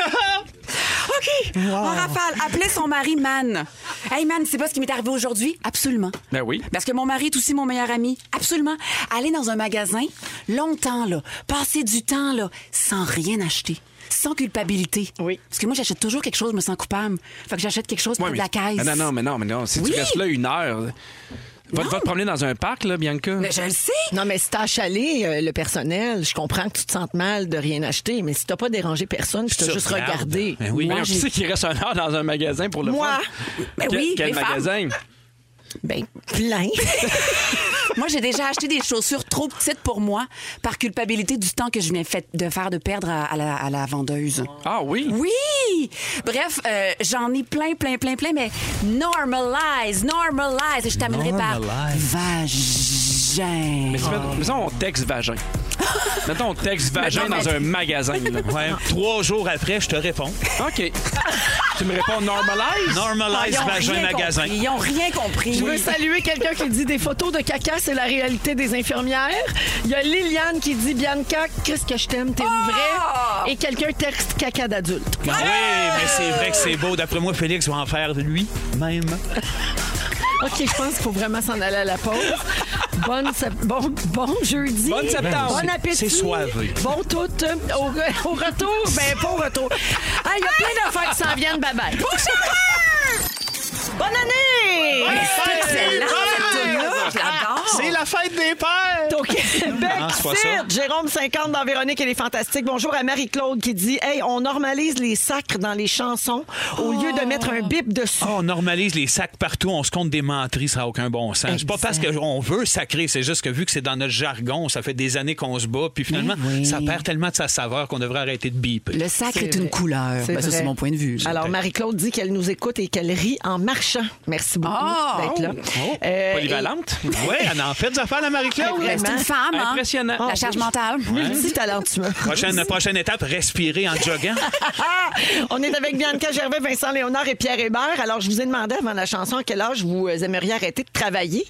[SPEAKER 4] OK. En rafale, appelez son mari Man. Hey Man, c'est pas ce qui m'est arrivé aujourd'hui? Absolument.
[SPEAKER 2] Ben oui.
[SPEAKER 4] Parce que mon mari est aussi mon meilleur ami. Absolument. Aller dans un magasin, longtemps, là, passer du temps, là, sans rien acheter. Sans culpabilité.
[SPEAKER 3] Oui.
[SPEAKER 4] Parce que moi, j'achète toujours quelque chose, je me sens coupable. Fait que j'achète quelque chose pour
[SPEAKER 2] Ouais,
[SPEAKER 4] de la caisse.
[SPEAKER 2] mais Ah, non, non, mais non, mais non. Si
[SPEAKER 4] Oui.
[SPEAKER 2] tu restes là une heure, va,
[SPEAKER 4] Non.
[SPEAKER 2] va te promener dans un parc, là, Bianca.
[SPEAKER 4] Mais je le sais.
[SPEAKER 3] Non, mais si t'as achalé euh, le personnel, je comprends que tu te sentes mal de rien acheter, mais si t'as pas dérangé personne, je t'ai juste
[SPEAKER 6] Regarde.
[SPEAKER 3] regardé.
[SPEAKER 6] Ben oui.
[SPEAKER 2] Mais
[SPEAKER 4] Moi,
[SPEAKER 2] tu
[SPEAKER 4] j'ai-
[SPEAKER 2] sais qu'il reste une heure dans un magasin pour le
[SPEAKER 3] Moi?
[SPEAKER 2] fun.
[SPEAKER 4] Ben
[SPEAKER 2] Quel-
[SPEAKER 4] oui,
[SPEAKER 2] Quel
[SPEAKER 4] les femmes.
[SPEAKER 2] magasin?
[SPEAKER 3] Ben,
[SPEAKER 6] <laughs>
[SPEAKER 3] plein.
[SPEAKER 4] Moi, j'ai déjà acheté des chaussures trop petites pour moi par culpabilité du temps que je viens fait- de faire de perdre à, à la, à la vendeuse.
[SPEAKER 2] Ah oui?
[SPEAKER 4] Oui! Bref, euh, j'en ai plein, plein, plein, plein, mais normalize, normalize. Et je t'amènerai par vagin.
[SPEAKER 2] Mais si-
[SPEAKER 6] Ah.
[SPEAKER 2] mettons, on texte vagin. mettons, on texte vagin
[SPEAKER 4] Mettons,
[SPEAKER 2] dans un magasin. là.
[SPEAKER 6] Ouais, trois jours après, je te réponds.
[SPEAKER 2] OK. tu me réponds normalize?
[SPEAKER 6] Normalize
[SPEAKER 4] Ah, Ils ont
[SPEAKER 6] vagin
[SPEAKER 4] rien
[SPEAKER 6] magasin.
[SPEAKER 4] compris, Ils ont rien compris.
[SPEAKER 3] Je veux saluer quelqu'un qui dit des photos de caca, c'est la réalité des infirmières. Il y a Liliane qui dit Bianca, qu'est-ce que je t'aime, t'es une vraie. Et quelqu'un texte caca d'adulte.
[SPEAKER 6] Ah oui, mais c'est vrai que c'est beau. D'après moi, Félix va en faire lui-même.
[SPEAKER 3] OK, je pense qu'il faut vraiment s'en aller à la pause. Bonne sep- bon, bon jeudi.
[SPEAKER 2] Bonne septembre.
[SPEAKER 3] Bon appétit.
[SPEAKER 6] C'est soivé.
[SPEAKER 3] Bon tout. euh, Au, re- au retour, ben pas au retour. Ah, il y a plein d'affaires qui s'en viennent. Bye-bye. Bonne année!
[SPEAKER 4] C'est excellent, cette tune-là. Je l'adore.
[SPEAKER 6] la fête des pères!
[SPEAKER 3] au Québec.
[SPEAKER 6] Non, c'est pas
[SPEAKER 3] C'est
[SPEAKER 6] ça.
[SPEAKER 3] Jérôme 50 dans Véronique et les Fantastiques. Bonjour à Marie-Claude qui dit Hey, on normalise les sacres dans les chansons au lieu de mettre un bip dessus.
[SPEAKER 6] Ah, on normalise les sacs partout, on se compte des menteries, ça n'a aucun bon sens. C'est pas parce qu'on veut sacrer, c'est juste que vu que c'est dans notre jargon, ça fait des années qu'on se bat, puis finalement,
[SPEAKER 4] Ben oui.
[SPEAKER 6] ça perd tellement de sa saveur qu'on devrait arrêter de biper.
[SPEAKER 4] Le sacre
[SPEAKER 3] Ah, C'est
[SPEAKER 4] est, une
[SPEAKER 3] vrai.
[SPEAKER 4] couleur. Ben, ça,
[SPEAKER 3] vrai.
[SPEAKER 4] c'est mon point de vue.
[SPEAKER 3] Alors,
[SPEAKER 6] peut-être.
[SPEAKER 3] Marie-Claude dit qu'elle nous écoute et qu'elle rit en marchant. Merci beaucoup
[SPEAKER 4] Oh!
[SPEAKER 3] d'être là. Euh,
[SPEAKER 2] Polyvalente?
[SPEAKER 6] Oui,
[SPEAKER 4] <laughs>
[SPEAKER 6] elle en fait des affaires, la Marie-Claude.
[SPEAKER 4] Ben, c'est une femme, hein?
[SPEAKER 2] Impressionnant.
[SPEAKER 4] La charge
[SPEAKER 3] Ah,
[SPEAKER 4] mentale.
[SPEAKER 3] et multitalentueux.
[SPEAKER 6] Prochaine, prochaine étape, respirer en joguant.
[SPEAKER 3] Ah! <laughs> On est avec Bianca Gervais, Vincent Léonard et Pierre Hébert. Alors, je vous ai demandé avant la chanson à quel âge vous euh, aimeriez arrêter de travailler.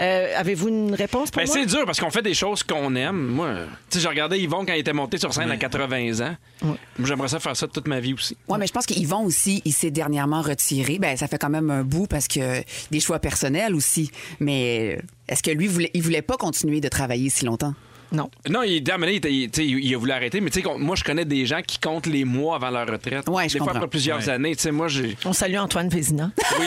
[SPEAKER 3] Euh, Avez-vous une réponse pour
[SPEAKER 2] Ben,
[SPEAKER 3] moi?
[SPEAKER 2] c'est dur parce qu'on fait des choses qu'on aime. Moi, tu sais, j'ai regardé Yvon quand il était monté sur scène à 80 ans. Moi, J'aimerais ça faire ça toute ma vie aussi.
[SPEAKER 4] Oui, mais je pense qu'Yvon aussi, il s'est dernièrement retiré. Ben, ça fait quand même un bout parce que des choix personnels aussi. Mais euh, est-ce que lui, voulait, il voulait pas continuer de travailler si longtemps?
[SPEAKER 3] Non.
[SPEAKER 2] Non, il, à un moment donné, il, était- il- tu sais, il a voulu arrêter, mais tu sais, qu'on- moi, je connais des gens qui comptent les mois avant leur retraite.
[SPEAKER 4] Ouais,
[SPEAKER 2] des
[SPEAKER 4] je
[SPEAKER 2] fois,
[SPEAKER 4] comprends.
[SPEAKER 2] après plusieurs
[SPEAKER 6] Ouais.
[SPEAKER 2] années, tu sais, moi, j'ai.
[SPEAKER 3] On salue
[SPEAKER 4] <laughs>
[SPEAKER 3] Antoine Vézina.
[SPEAKER 2] Oui.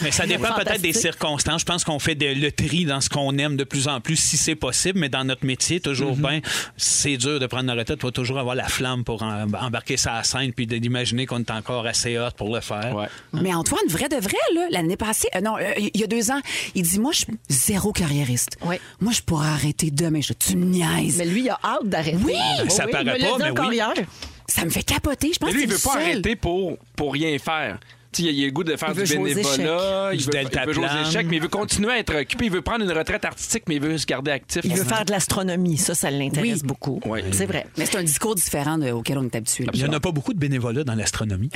[SPEAKER 6] Mais
[SPEAKER 4] Ben
[SPEAKER 6] ça dépend peut-être des
[SPEAKER 3] Fantastique.
[SPEAKER 6] circonstances. Je pense qu'on fait de- le tri dans ce qu'on aime de plus en plus, si c'est possible. Mais dans notre métier, toujours
[SPEAKER 4] Mm-hmm.
[SPEAKER 6] ben, c'est dur de prendre notre tête. Tu vas toujours avoir la flamme pour en- embarquer sa scène puis de- d'imaginer qu'on est encore assez hot pour le faire.
[SPEAKER 2] Ouais.
[SPEAKER 4] Mais Antoine, vrai de vrai, là, l'année passée, euh, non, euh, il y a deux ans, il dit Moi, je suis zéro carriériste.
[SPEAKER 3] Ouais.
[SPEAKER 4] Moi, je pourrais arrêter demain. Je, tu me niaises.
[SPEAKER 3] Mais lui, il a hâte d'arrêter.
[SPEAKER 4] Oui!
[SPEAKER 6] Ça
[SPEAKER 3] il
[SPEAKER 6] paraît
[SPEAKER 3] me l'a
[SPEAKER 6] pas,
[SPEAKER 3] dit
[SPEAKER 6] mais
[SPEAKER 3] encore
[SPEAKER 6] oui.
[SPEAKER 3] hier.
[SPEAKER 4] Ça me fait capoter. Je pense
[SPEAKER 2] Mais lui, il
[SPEAKER 4] qu'il
[SPEAKER 2] veut
[SPEAKER 4] est
[SPEAKER 2] pas
[SPEAKER 4] seul.
[SPEAKER 2] arrêter pour, pour rien faire. Tu sais, il a- il a le goût de faire
[SPEAKER 4] Il veut
[SPEAKER 2] du
[SPEAKER 4] jouer aux
[SPEAKER 2] bénévolat, il
[SPEAKER 6] Du
[SPEAKER 2] veut,
[SPEAKER 6] deltaplane.
[SPEAKER 2] il veut jouer aux échecs, mais il veut continuer à être occupé. Il veut prendre une retraite artistique, mais il veut se garder actif.
[SPEAKER 3] Il veut faire de l'astronomie. Ça, ça l'intéresse
[SPEAKER 4] Oui.
[SPEAKER 3] beaucoup.
[SPEAKER 2] Ouais.
[SPEAKER 3] C'est vrai.
[SPEAKER 4] Mais c'est un discours différent de- auquel on est habitué. là.
[SPEAKER 6] Il n'y en a pas beaucoup de bénévolat dans l'astronomie.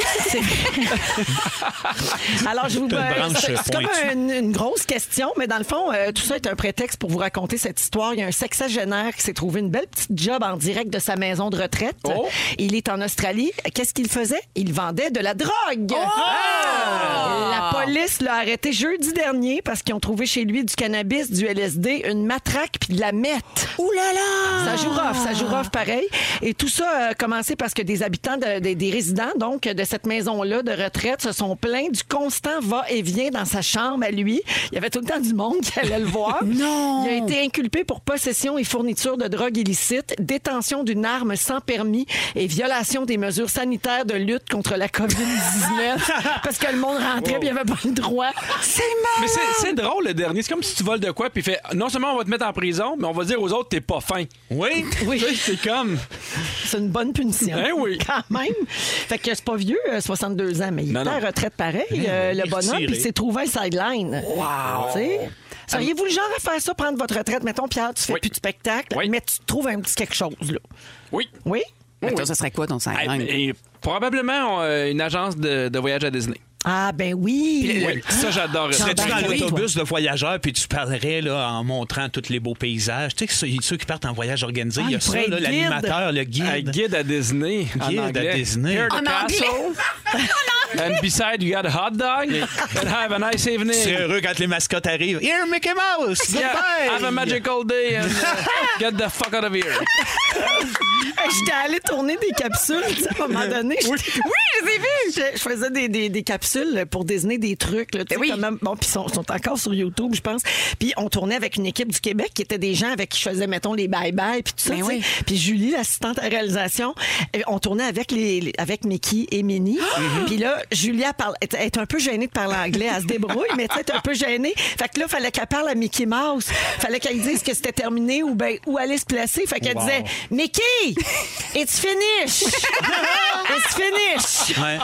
[SPEAKER 3] <laughs> Alors, je vous
[SPEAKER 6] T'as une
[SPEAKER 3] euh,
[SPEAKER 6] branche
[SPEAKER 3] C'est c'est comme
[SPEAKER 6] pointue.
[SPEAKER 3] une, une grosse question, mais dans le fond, euh, tout ça est un prétexte pour vous raconter cette histoire. Il y a un sexagénaire qui s'est trouvé une belle petite job en direct de sa maison de retraite.
[SPEAKER 2] Oh!
[SPEAKER 3] Il est en Australie. Qu'est-ce qu'il faisait? Il vendait de la
[SPEAKER 6] Oh!
[SPEAKER 3] drogue. Ah! La police l'a arrêté jeudi dernier parce qu'ils ont trouvé chez lui du cannabis, du LSD, une matraque puis de la meth.
[SPEAKER 4] Ouh là là
[SPEAKER 3] Ça joue off, ça joue off pareil. Et tout ça a commencé parce que des habitants, de- des, des résidents, donc, de cette maison-là de retraite se sont plaints du constant va-et-vient dans sa chambre à lui. Il y avait tout le temps du monde <laughs> qui allait le voir.
[SPEAKER 4] Non.
[SPEAKER 3] Il a été inculpé pour possession et fourniture de drogue illicite, détention d'une arme sans permis et violation des mesures sanitaires de lutte contre la COVID-19. parce que le monde rentrait et il n'y avait pas le droit.
[SPEAKER 4] C'est
[SPEAKER 2] Mais c'est c'est drôle, le dernier. C'est comme si tu voles de quoi, puis fait non seulement on va te mettre en prison, mais on va dire aux autres, t'es pas fin.
[SPEAKER 6] Oui.
[SPEAKER 3] Oui.
[SPEAKER 2] Tu sais, C'est comme.
[SPEAKER 3] C'est une bonne punition.
[SPEAKER 2] Ben oui.
[SPEAKER 3] <laughs> Quand même. Fait que c'est pas vieux, euh, 62 ans, mais il
[SPEAKER 2] Non,
[SPEAKER 3] était à
[SPEAKER 2] non.
[SPEAKER 3] retraite pareil, euh, le
[SPEAKER 6] il est
[SPEAKER 3] bonhomme,
[SPEAKER 6] retiré.
[SPEAKER 3] puis il s'est trouvé un sideline. Wow! Seriez-vous le genre à faire ça, prendre votre retraite? Mettons, Pierre, tu fais
[SPEAKER 2] Oui.
[SPEAKER 3] plus de spectacle,
[SPEAKER 2] Oui.
[SPEAKER 3] mais tu te trouves un petit quelque chose, là.
[SPEAKER 2] Oui.
[SPEAKER 3] Oui?
[SPEAKER 4] Mais toi, ça serait quoi ton
[SPEAKER 6] Ah,
[SPEAKER 2] Eh,
[SPEAKER 4] sideline?
[SPEAKER 2] et probablement euh, une agence de, de voyage à Disney.
[SPEAKER 3] Ah, ben oui!
[SPEAKER 2] Oui. Ça, j'adorerais.
[SPEAKER 3] Ah,
[SPEAKER 2] ça.
[SPEAKER 6] Serais-tu
[SPEAKER 3] ben
[SPEAKER 6] dans
[SPEAKER 3] oui,
[SPEAKER 6] l'autobus de voyageurs puis tu parlerais là, en montrant tous les beaux paysages? Tu sais, que ceux- ceux qui partent en voyage organisé,
[SPEAKER 3] Ah,
[SPEAKER 6] il y a
[SPEAKER 3] il
[SPEAKER 6] ça, là,
[SPEAKER 3] pourrait être guide.
[SPEAKER 6] l'animateur, le guide.
[SPEAKER 2] Un guide à Disney. en
[SPEAKER 6] Guide à
[SPEAKER 2] anglais.
[SPEAKER 6] Disney.
[SPEAKER 2] Here the
[SPEAKER 4] En anglais. <laughs>
[SPEAKER 2] castle. And beside, you got a hot dog. And have a nice evening.
[SPEAKER 6] C'est heureux quand les mascottes arrivent. Here, Mickey Mouse!
[SPEAKER 2] Yeah,
[SPEAKER 6] Goodbye!
[SPEAKER 2] have a magical day and uh,
[SPEAKER 4] <laughs>
[SPEAKER 2] get the fuck out of here.
[SPEAKER 3] Hey, J'étais allée tourner des capsules tu sais, à un moment donné. Oui, je les ai vues. Je, je faisais des, des- des capsules pour désigner des trucs. Là, tu
[SPEAKER 4] Ben
[SPEAKER 3] sais,
[SPEAKER 4] oui.
[SPEAKER 3] comment- bon, puis ils sont, sont encore sur YouTube, je pense. Puis on tournait avec une équipe du Québec qui étaient des gens avec qui je faisais, mettons, les bye-bye, puis tout ça.
[SPEAKER 4] Ben
[SPEAKER 3] tu sais.
[SPEAKER 4] oui.
[SPEAKER 3] Puis Julie, l'assistante à la réalisation, euh, on tournait avec, les, les- avec Mickey et Minnie. Puis là, Julie, elle, parle- elle est un peu gênée de parler anglais. Elle se débrouille, mais tu sais, elle est un peu gênée. Fait que là, fallait qu'elle parle à Mickey Mouse. Fallait qu'elle dise que c'était terminé ou ben, où aller se placer. Fait qu'elle disait, Mickey, it's finished. it's finished.
[SPEAKER 6] Ouais.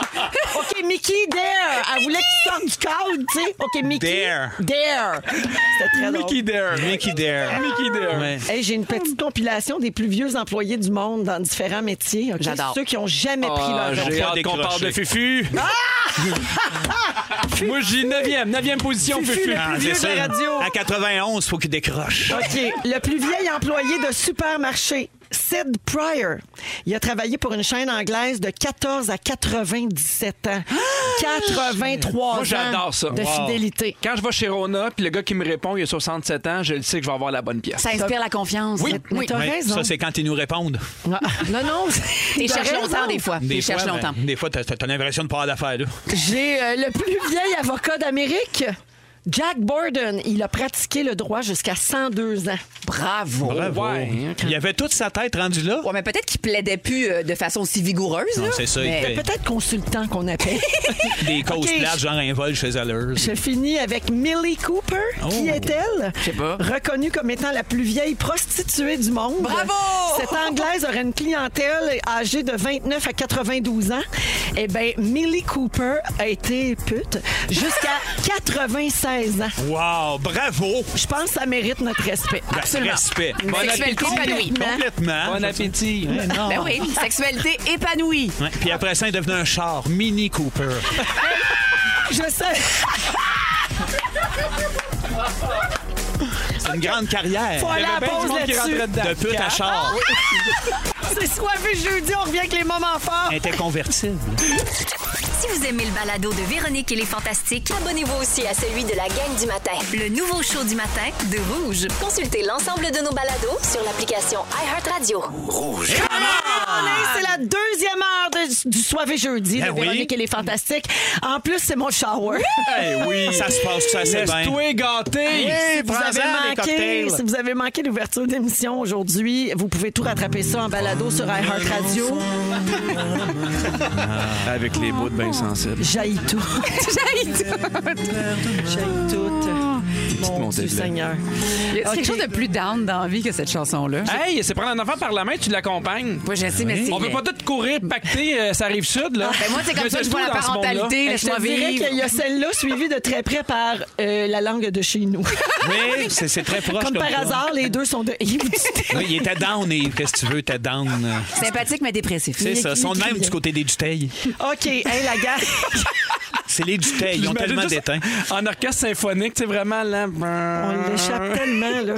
[SPEAKER 3] OK, Mickey, there. Elle voulait qu'il sorte du cadre, tu sais. OK, Mickey.
[SPEAKER 6] There.
[SPEAKER 3] There. C'était très drôle.
[SPEAKER 2] Mickey Dare.
[SPEAKER 6] Mickey Dare.
[SPEAKER 2] Mickey Dare.
[SPEAKER 6] Ouais.
[SPEAKER 3] Hey, j'ai une petite compilation des plus vieux employés du monde dans différents métiers. ok?
[SPEAKER 4] J'adore.
[SPEAKER 3] Ceux qui ont jamais pris
[SPEAKER 2] Ah,
[SPEAKER 3] leur
[SPEAKER 2] j'ai
[SPEAKER 3] retraite.
[SPEAKER 2] hâte qu'on parle de Fufu. Moi, j'ai 9e, 9e position,
[SPEAKER 3] Fufu,
[SPEAKER 2] Fufu.
[SPEAKER 3] le
[SPEAKER 6] Ah,
[SPEAKER 3] plus vieux de la radio.
[SPEAKER 6] À 91, faut qu'il décroche.
[SPEAKER 3] OK. Le plus vieil employé de supermarché, Sid Pryor. Il a travaillé pour une chaîne anglaise de 14 à 97 ans. 83
[SPEAKER 2] Ah, Moi,
[SPEAKER 3] ans
[SPEAKER 2] j'adore ça.
[SPEAKER 3] de
[SPEAKER 2] Wow.
[SPEAKER 3] fidélité.
[SPEAKER 2] Quand je vais chez Rona, puis le gars qui me répond, il a 67 ans, je le sais que je vais avoir la bonne pièce.
[SPEAKER 4] Ça inspire la confiance.
[SPEAKER 2] Oui.
[SPEAKER 3] Mais t'as
[SPEAKER 6] Ouais,
[SPEAKER 3] raison.
[SPEAKER 6] Ça, c'est quand ils nous répondent.
[SPEAKER 2] Ah.
[SPEAKER 3] non, non.
[SPEAKER 4] Ils
[SPEAKER 3] t'as
[SPEAKER 4] cherchent
[SPEAKER 3] raison.
[SPEAKER 4] longtemps des fois. Ils
[SPEAKER 6] fois,
[SPEAKER 4] cherchent
[SPEAKER 6] ben,
[SPEAKER 4] longtemps.
[SPEAKER 6] Des fois, t'as t'as l'impression de pas avoir d'affaires, là.
[SPEAKER 3] J'ai euh, le plus vieil avocat d'Amérique. Jack Borden, il a pratiqué le droit jusqu'à 102 ans.
[SPEAKER 4] Bravo.
[SPEAKER 6] Bravo.
[SPEAKER 2] ouais.
[SPEAKER 6] Il avait toute sa tête rendue là.
[SPEAKER 4] Ouais, mais peut-être qu'il plaidait plus euh, de façon aussi vigoureuse.
[SPEAKER 6] Non,
[SPEAKER 4] là.
[SPEAKER 6] c'est ça, il
[SPEAKER 2] Eh.
[SPEAKER 4] Mais-
[SPEAKER 6] fait-
[SPEAKER 3] Peut-être consultant
[SPEAKER 2] <laughs>
[SPEAKER 3] qu'on appelle.
[SPEAKER 6] Des causes
[SPEAKER 3] Ok,
[SPEAKER 6] plates,
[SPEAKER 3] je-
[SPEAKER 6] genre un vol chez Zellers.
[SPEAKER 3] Je finis avec Millie Cooper.
[SPEAKER 6] Oh
[SPEAKER 3] Qui est-elle?
[SPEAKER 4] sais pas.
[SPEAKER 3] Reconnue comme étant la plus vieille prostituée du monde.
[SPEAKER 4] Bravo!
[SPEAKER 3] Cette Anglaise aurait une clientèle âgée de 29 à 92 ans. Eh bien, Millie Cooper a été pute jusqu'à
[SPEAKER 6] <laughs>
[SPEAKER 3] 96 ans.
[SPEAKER 6] Wow, bravo!
[SPEAKER 3] Je pense que ça mérite notre respect.
[SPEAKER 4] Absolument.
[SPEAKER 6] Respect.
[SPEAKER 4] Une sexualité épanouie.
[SPEAKER 3] hein?
[SPEAKER 6] Complètement.
[SPEAKER 2] Bon appétit.
[SPEAKER 6] Ouais, non.
[SPEAKER 4] Ben oui, sexualité épanouie.
[SPEAKER 6] Ouais, Puis après ça, il est devenu un char, Mini Cooper.
[SPEAKER 3] Je sais.
[SPEAKER 6] C'est une grande carrière.
[SPEAKER 3] Faut aller à la pause là-dessus. Ah,
[SPEAKER 6] De pute à char.
[SPEAKER 3] C'est soivé jeudi, on revient avec les moments forts.
[SPEAKER 6] Elle était convertible.
[SPEAKER 1] Si vous aimez le balado de Véronique et les Fantastiques,
[SPEAKER 5] Abonnez-vous aussi à celui de la gang du matin.
[SPEAKER 1] le nouveau show du matin de Rouge.
[SPEAKER 5] Consultez l'ensemble de nos balados sur l'application iHeartRadio.
[SPEAKER 6] Ah,
[SPEAKER 3] C'est la deuxième heure de- du soivé jeudi.
[SPEAKER 6] Ben
[SPEAKER 3] de Véronique,
[SPEAKER 6] oui.
[SPEAKER 3] elle est fantastique. En plus, c'est mon shower.
[SPEAKER 6] Eh oui. Ça se passe, ça
[SPEAKER 3] Eh,
[SPEAKER 6] c'est bien.
[SPEAKER 2] Laisse-toi gâter.
[SPEAKER 3] Si vous, avez manqué, si vous avez manqué l'ouverture d'émission aujourd'hui, vous pouvez tout rattraper ça en balado sur iHeartRadio.
[SPEAKER 2] Avec les bouts de bain sensibles.
[SPEAKER 3] J'aille tout. J'aille tout. J'aille tout. Mon Dieu
[SPEAKER 2] montées de lait.
[SPEAKER 3] Seigneur.
[SPEAKER 4] C'est
[SPEAKER 3] Ok.
[SPEAKER 4] quelque chose de plus down dans la vie que cette chanson-là.
[SPEAKER 2] Hey, c'est prendre un enfant par la main, tu l'accompagnes.
[SPEAKER 4] Moi, je sais, mais c'est.
[SPEAKER 2] On peut pas tout courir, pacter, euh, ça arrive sud, là.
[SPEAKER 4] Ben moi, c'est comme
[SPEAKER 2] Mais
[SPEAKER 4] ça que je
[SPEAKER 2] tout
[SPEAKER 4] vois la
[SPEAKER 2] dans ce monde-là.
[SPEAKER 4] parentalité.
[SPEAKER 3] Je
[SPEAKER 4] Laisse-moi
[SPEAKER 3] te dirais
[SPEAKER 4] vivre.
[SPEAKER 3] qu'il y a celle-là suivie de très près par euh, la langue de chez nous.
[SPEAKER 6] Oui, c'est c'est très proche.
[SPEAKER 3] Comme par
[SPEAKER 6] ça.
[SPEAKER 3] hasard, les deux sont de <laughs> Yves Duteil.
[SPEAKER 6] Oui, il était down, et qu'est-ce que tu veux, t'es down.
[SPEAKER 4] Sympathique, mais dépressif.
[SPEAKER 6] C'est ça. Ils sont de même du côté des Duteil.
[SPEAKER 3] OK, hey, la gang.
[SPEAKER 6] C'est les Duteil. Ils ont
[SPEAKER 2] J'imagine
[SPEAKER 6] tellement
[SPEAKER 2] juste
[SPEAKER 6] d'éteint.
[SPEAKER 2] En orchestre symphonique, c'est vraiment là.
[SPEAKER 6] Ah.
[SPEAKER 3] On l'échappe tellement, là.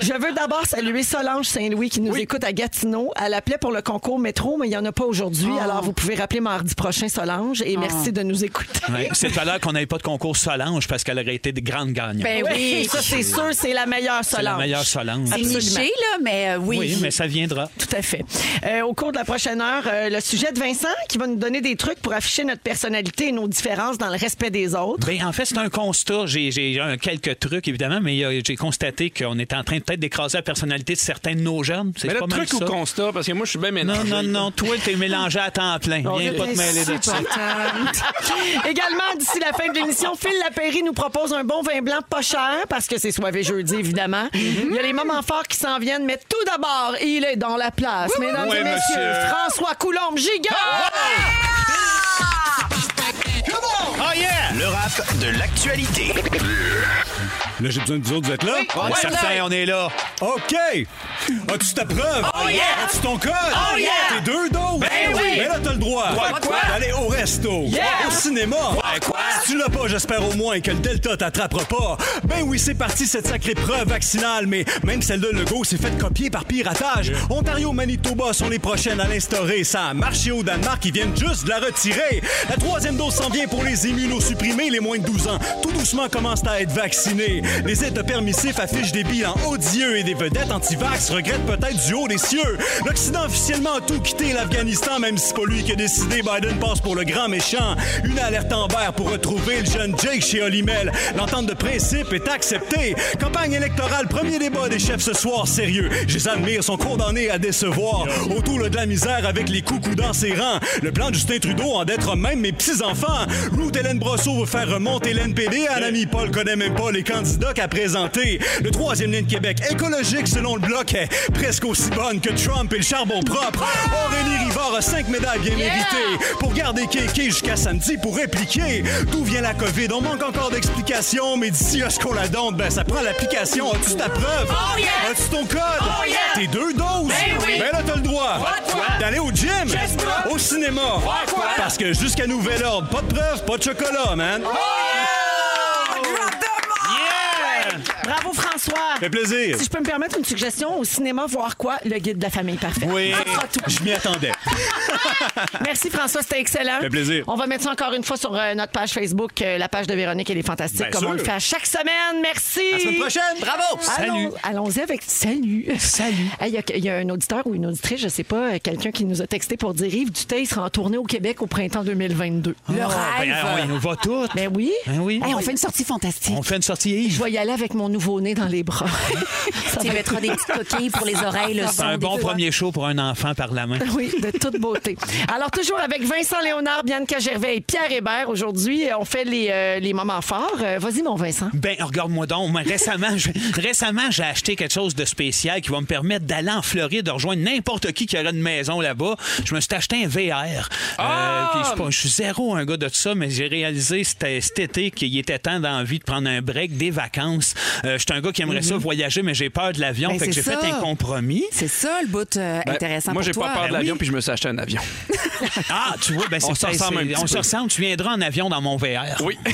[SPEAKER 3] Je veux d'abord saluer Solange Saint-Louis qui nous écoute à Gatineau. Elle appelait pour le concours métro, mais il n'y en a pas aujourd'hui.
[SPEAKER 6] Ah.
[SPEAKER 3] Alors, vous pouvez rappeler mardi prochain, Solange, et merci de nous écouter.
[SPEAKER 6] Ouais, C'est tout à l'heure qu'on n'avait pas de concours Solange parce qu'elle aurait été de grandes gagnantes.
[SPEAKER 4] Ben
[SPEAKER 3] Oui,
[SPEAKER 4] oui.
[SPEAKER 3] ça, c'est sûr, c'est la meilleure Solange.
[SPEAKER 6] c'est la meilleure Solange.
[SPEAKER 4] C'est
[SPEAKER 3] absolument.
[SPEAKER 4] niché, là, mais euh, oui.
[SPEAKER 6] Oui, mais ça viendra.
[SPEAKER 3] Tout à fait. Euh, au cours de la prochaine heure, euh, le sujet de Vincent qui va nous donner des trucs pour afficher notre personnalité et nos différences différence dans le respect des autres.
[SPEAKER 6] Ben, en fait, c'est un constat. J'ai- J'ai un- quelques trucs, évidemment, mais euh, j'ai constaté qu'on est en train peut-être d'écraser la personnalité de certains de nos jeunes. C'est
[SPEAKER 2] Mais
[SPEAKER 6] pas
[SPEAKER 2] le
[SPEAKER 6] mal
[SPEAKER 2] truc
[SPEAKER 6] ça.
[SPEAKER 2] ou constat, parce que moi, je suis bien
[SPEAKER 6] Non,
[SPEAKER 2] mélangé.
[SPEAKER 6] non, non. Toi, t'es mélangé à temps plein. Viens pas te mêler de ça. <laughs>
[SPEAKER 3] Également, d'ici la fin de l'émission, Phil Lapéry nous propose un bon vin blanc pas cher, parce que c'est soivé jeudi, évidemment.
[SPEAKER 6] Mm-hmm.
[SPEAKER 3] Il y a les moments forts qui s'en viennent, mais tout d'abord, il est dans la place. Mesdames
[SPEAKER 6] Oui,
[SPEAKER 3] et messieurs,
[SPEAKER 6] monsieur. Ah,
[SPEAKER 3] François Coulombe, giga!
[SPEAKER 2] Ah,
[SPEAKER 9] Oh yeah! Le rap de l'actualité.
[SPEAKER 10] Là, j'ai besoin de vous autres, vous êtes là?
[SPEAKER 9] Oui.
[SPEAKER 10] On est
[SPEAKER 9] Ouais.
[SPEAKER 10] certains, on est là. OK! As-tu ta preuve?
[SPEAKER 9] Oh, yeah.
[SPEAKER 10] As-tu ton code?
[SPEAKER 9] Oh, yeah.
[SPEAKER 10] Tes deux doses?
[SPEAKER 9] Ben oui.
[SPEAKER 10] Ben là, t'as le droit.
[SPEAKER 9] Droit de quoi?
[SPEAKER 10] D'aller au resto.
[SPEAKER 9] Yeah.
[SPEAKER 10] Au cinéma.
[SPEAKER 9] Droit de quoi?
[SPEAKER 10] Si tu l'as pas, j'espère au moins que le Delta t'attrapera pas. Ben oui, c'est parti, cette sacrée preuve vaccinale. Mais même celle de Legault s'est faite copier par piratage. Ontario, Manitoba sont les prochaines à l'instaurer. Ça a marché au Danemark, ils viennent juste de la retirer. La troisième dose s'en vient pour les immunosupprimés, les moins de 12 ans. Tout doucement commencent à être vaccinés. Les États permissifs affichent des bilans odieux et des vedettes anti-vax regrettent peut-être du haut des cieux. L'Occident officiellement a tout quitté l'Afghanistan, même si c'est pas lui qui a décidé. Biden passe pour le grand méchant. Une alerte en vert pour retrouver le jeune Jake chez Olimel. L'entente de principe est acceptée. Campagne électorale, premier débat des chefs ce soir, sérieux. Je les admire, sont condamnés à décevoir. Autour de la misère avec les coucous dans ses rangs. Le plan de Justin Trudeau en d'être même mes petits-enfants. Ruth Hélène Brosseau veut faire remonter l'NPD à l'ami Paul connaît même pas les candidats qu'a présenté. Le troisième lien de Québec écologique selon le bloc est presque aussi bonne que Trump et le charbon propre. Aurélie Rivard a cinq médailles bien méritées pour garder Kéké jusqu'à samedi pour répliquer. D'où vient la COVID? On manque encore d'explications, mais d'ici à ce qu'on la donne, ben ça prend l'application. As-tu ta preuve?
[SPEAKER 9] Oh, yeah.
[SPEAKER 10] As-tu ton code?
[SPEAKER 9] Oh, yeah.
[SPEAKER 10] Tes deux doses?
[SPEAKER 9] Ben oui.
[SPEAKER 10] là, t'as le droit
[SPEAKER 9] Droit de quoi?
[SPEAKER 10] d'aller au gym,
[SPEAKER 9] Juste pas.
[SPEAKER 10] au cinéma.
[SPEAKER 9] Droit de quoi?
[SPEAKER 10] Parce que jusqu'à nouvel ordre, pas de preuve, pas de chocolat, man.
[SPEAKER 3] Bravo, François!
[SPEAKER 10] Fait plaisir.
[SPEAKER 3] Si je peux me permettre une suggestion, au cinéma, voir quoi? Le guide de la famille parfaite.
[SPEAKER 10] Oui,
[SPEAKER 3] Ça fera tout.
[SPEAKER 10] je m'y attendais.
[SPEAKER 3] Merci François, c'était excellent.
[SPEAKER 10] Fait plaisir.
[SPEAKER 3] On va mettre ça encore une fois sur euh, notre page Facebook, euh, la page de Véronique, elle est fantastique,
[SPEAKER 10] Bien
[SPEAKER 3] comme
[SPEAKER 10] sûr.
[SPEAKER 3] on le fait à chaque semaine. Merci.
[SPEAKER 10] À la semaine prochaine. Bravo.
[SPEAKER 3] Allons-
[SPEAKER 10] Salut.
[SPEAKER 3] Allons-y avec salut. <laughs> Salut. Il y, a- il y a un auditeur ou une auditrice, je sais pas, euh, quelqu'un qui nous a texté pour dire Yves Duteil sera en tournée au Québec au printemps 2022.
[SPEAKER 10] Ah.
[SPEAKER 4] Le rêve.
[SPEAKER 6] Ben, on y va toutes.
[SPEAKER 3] Ben oui.
[SPEAKER 10] Hein?
[SPEAKER 6] Ben oui.
[SPEAKER 4] Hey, on fait une sortie fantastique.
[SPEAKER 6] On fait une sortie, Yves.
[SPEAKER 3] Je vais y aller avec mon nouveau-né dans
[SPEAKER 10] <laughs>
[SPEAKER 3] les bras. Ça
[SPEAKER 4] Tu
[SPEAKER 3] va
[SPEAKER 4] mettras
[SPEAKER 3] être-
[SPEAKER 4] des petites coquilles pour les oreilles, le
[SPEAKER 6] C'est
[SPEAKER 4] son.
[SPEAKER 6] un
[SPEAKER 4] des
[SPEAKER 6] bon
[SPEAKER 4] doigts.
[SPEAKER 6] premier show pour un enfant par la main.
[SPEAKER 3] Oui, de toute beauté. Alors, toujours avec Vincent Léonard, Bianca Gervais et Pierre Hébert. Aujourd'hui, euh, on fait les, euh, les moments forts. Euh, Vas-y, mon
[SPEAKER 4] Hein?
[SPEAKER 3] Vincent.
[SPEAKER 6] Ben, regarde-moi donc. Moi, Récemment, je- récemment, j'ai acheté quelque chose de spécial qui va me permettre d'aller en Floride, de rejoindre n'importe qui qui aura une maison là-bas. Je me suis acheté un VR.
[SPEAKER 4] Ah!
[SPEAKER 6] Euh, puis je, suis pas- je suis zéro un gars de ça, mais j'ai réalisé c'était- cet été qu'il était temps d'envie de prendre un break, des vacances. Euh, je suis un gars qui aimerait ça voyager, mais j'ai peur de l'avion.
[SPEAKER 4] Mm-hmm. Ben,
[SPEAKER 6] fait que
[SPEAKER 4] c'est
[SPEAKER 6] j'ai fait
[SPEAKER 4] ça.
[SPEAKER 6] un compromis.
[SPEAKER 4] C'est ça le bout euh,
[SPEAKER 2] Ben,
[SPEAKER 4] intéressant
[SPEAKER 2] Moi,
[SPEAKER 4] pour
[SPEAKER 2] j'ai
[SPEAKER 4] toi.
[SPEAKER 2] pas peur de
[SPEAKER 6] Ben
[SPEAKER 2] l'avion,
[SPEAKER 6] oui.
[SPEAKER 2] puis je me suis acheté un avion.
[SPEAKER 6] Ah, tu vois, ben c'est
[SPEAKER 2] On se
[SPEAKER 6] peut-être-
[SPEAKER 2] ressemble un
[SPEAKER 6] c'est-
[SPEAKER 2] petit
[SPEAKER 6] On se
[SPEAKER 2] peu.
[SPEAKER 6] ressemble. Tu viendras en avion dans mon VR.
[SPEAKER 2] Oui.
[SPEAKER 6] Bon.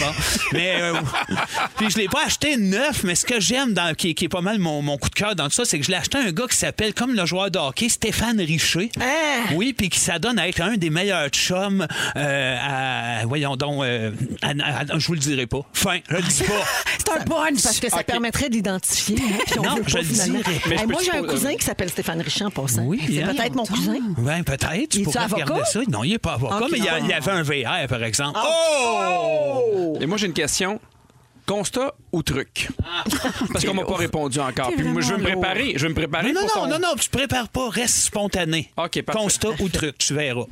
[SPEAKER 6] Mais euh, <laughs> puis je l'ai pas acheté neuf, mais ce que j'aime dans qui, qui est pas mal mon, mon coup de cœur dans tout ça, c'est que je l'ai acheté à un gars qui s'appelle comme le joueur de hockey Stéphane Richer.
[SPEAKER 3] Ah!
[SPEAKER 6] Oui, puis qui s'adonne à être un des meilleurs chums euh, à voyons donc euh, à- à- à- je vous le dirai pas. Fin, je le dis
[SPEAKER 3] <laughs>
[SPEAKER 6] pas.
[SPEAKER 4] C'est un punch.
[SPEAKER 3] Parce que ça
[SPEAKER 2] Ah,
[SPEAKER 3] permettrait d'identifier. hein, puis on
[SPEAKER 6] Non,
[SPEAKER 3] veut
[SPEAKER 6] je
[SPEAKER 3] pas,
[SPEAKER 6] le
[SPEAKER 3] finalement.
[SPEAKER 6] dirais.
[SPEAKER 3] Hey,
[SPEAKER 2] Mais je
[SPEAKER 3] moi,
[SPEAKER 2] peux
[SPEAKER 3] j'ai un
[SPEAKER 2] supposer-
[SPEAKER 3] cousin qui s'appelle Stéphane Richard en passant.
[SPEAKER 6] Oui,
[SPEAKER 3] C'est
[SPEAKER 6] hein.
[SPEAKER 3] peut-être mon cousin.
[SPEAKER 6] Ben peut-être, tu
[SPEAKER 3] Il est-tu
[SPEAKER 6] pourrais
[SPEAKER 3] avocat?
[SPEAKER 6] regarder ça. Non, il est pas avocat,
[SPEAKER 3] Ok,
[SPEAKER 6] mais il y, a-
[SPEAKER 3] non. Ah,
[SPEAKER 6] il y avait un VR par exemple. Oh,
[SPEAKER 2] Et moi, j'ai une question. Constat ou truc? Parce qu'on m'a pas répondu encore. Puis moi, je veux me
[SPEAKER 4] vraiment
[SPEAKER 2] préparer. Je veux me préparer
[SPEAKER 6] Non, non,
[SPEAKER 2] pour ton-
[SPEAKER 6] non, non, tu te prépares pas, reste spontané.
[SPEAKER 2] OK, parfait.
[SPEAKER 6] Constat ou truc, tu verras.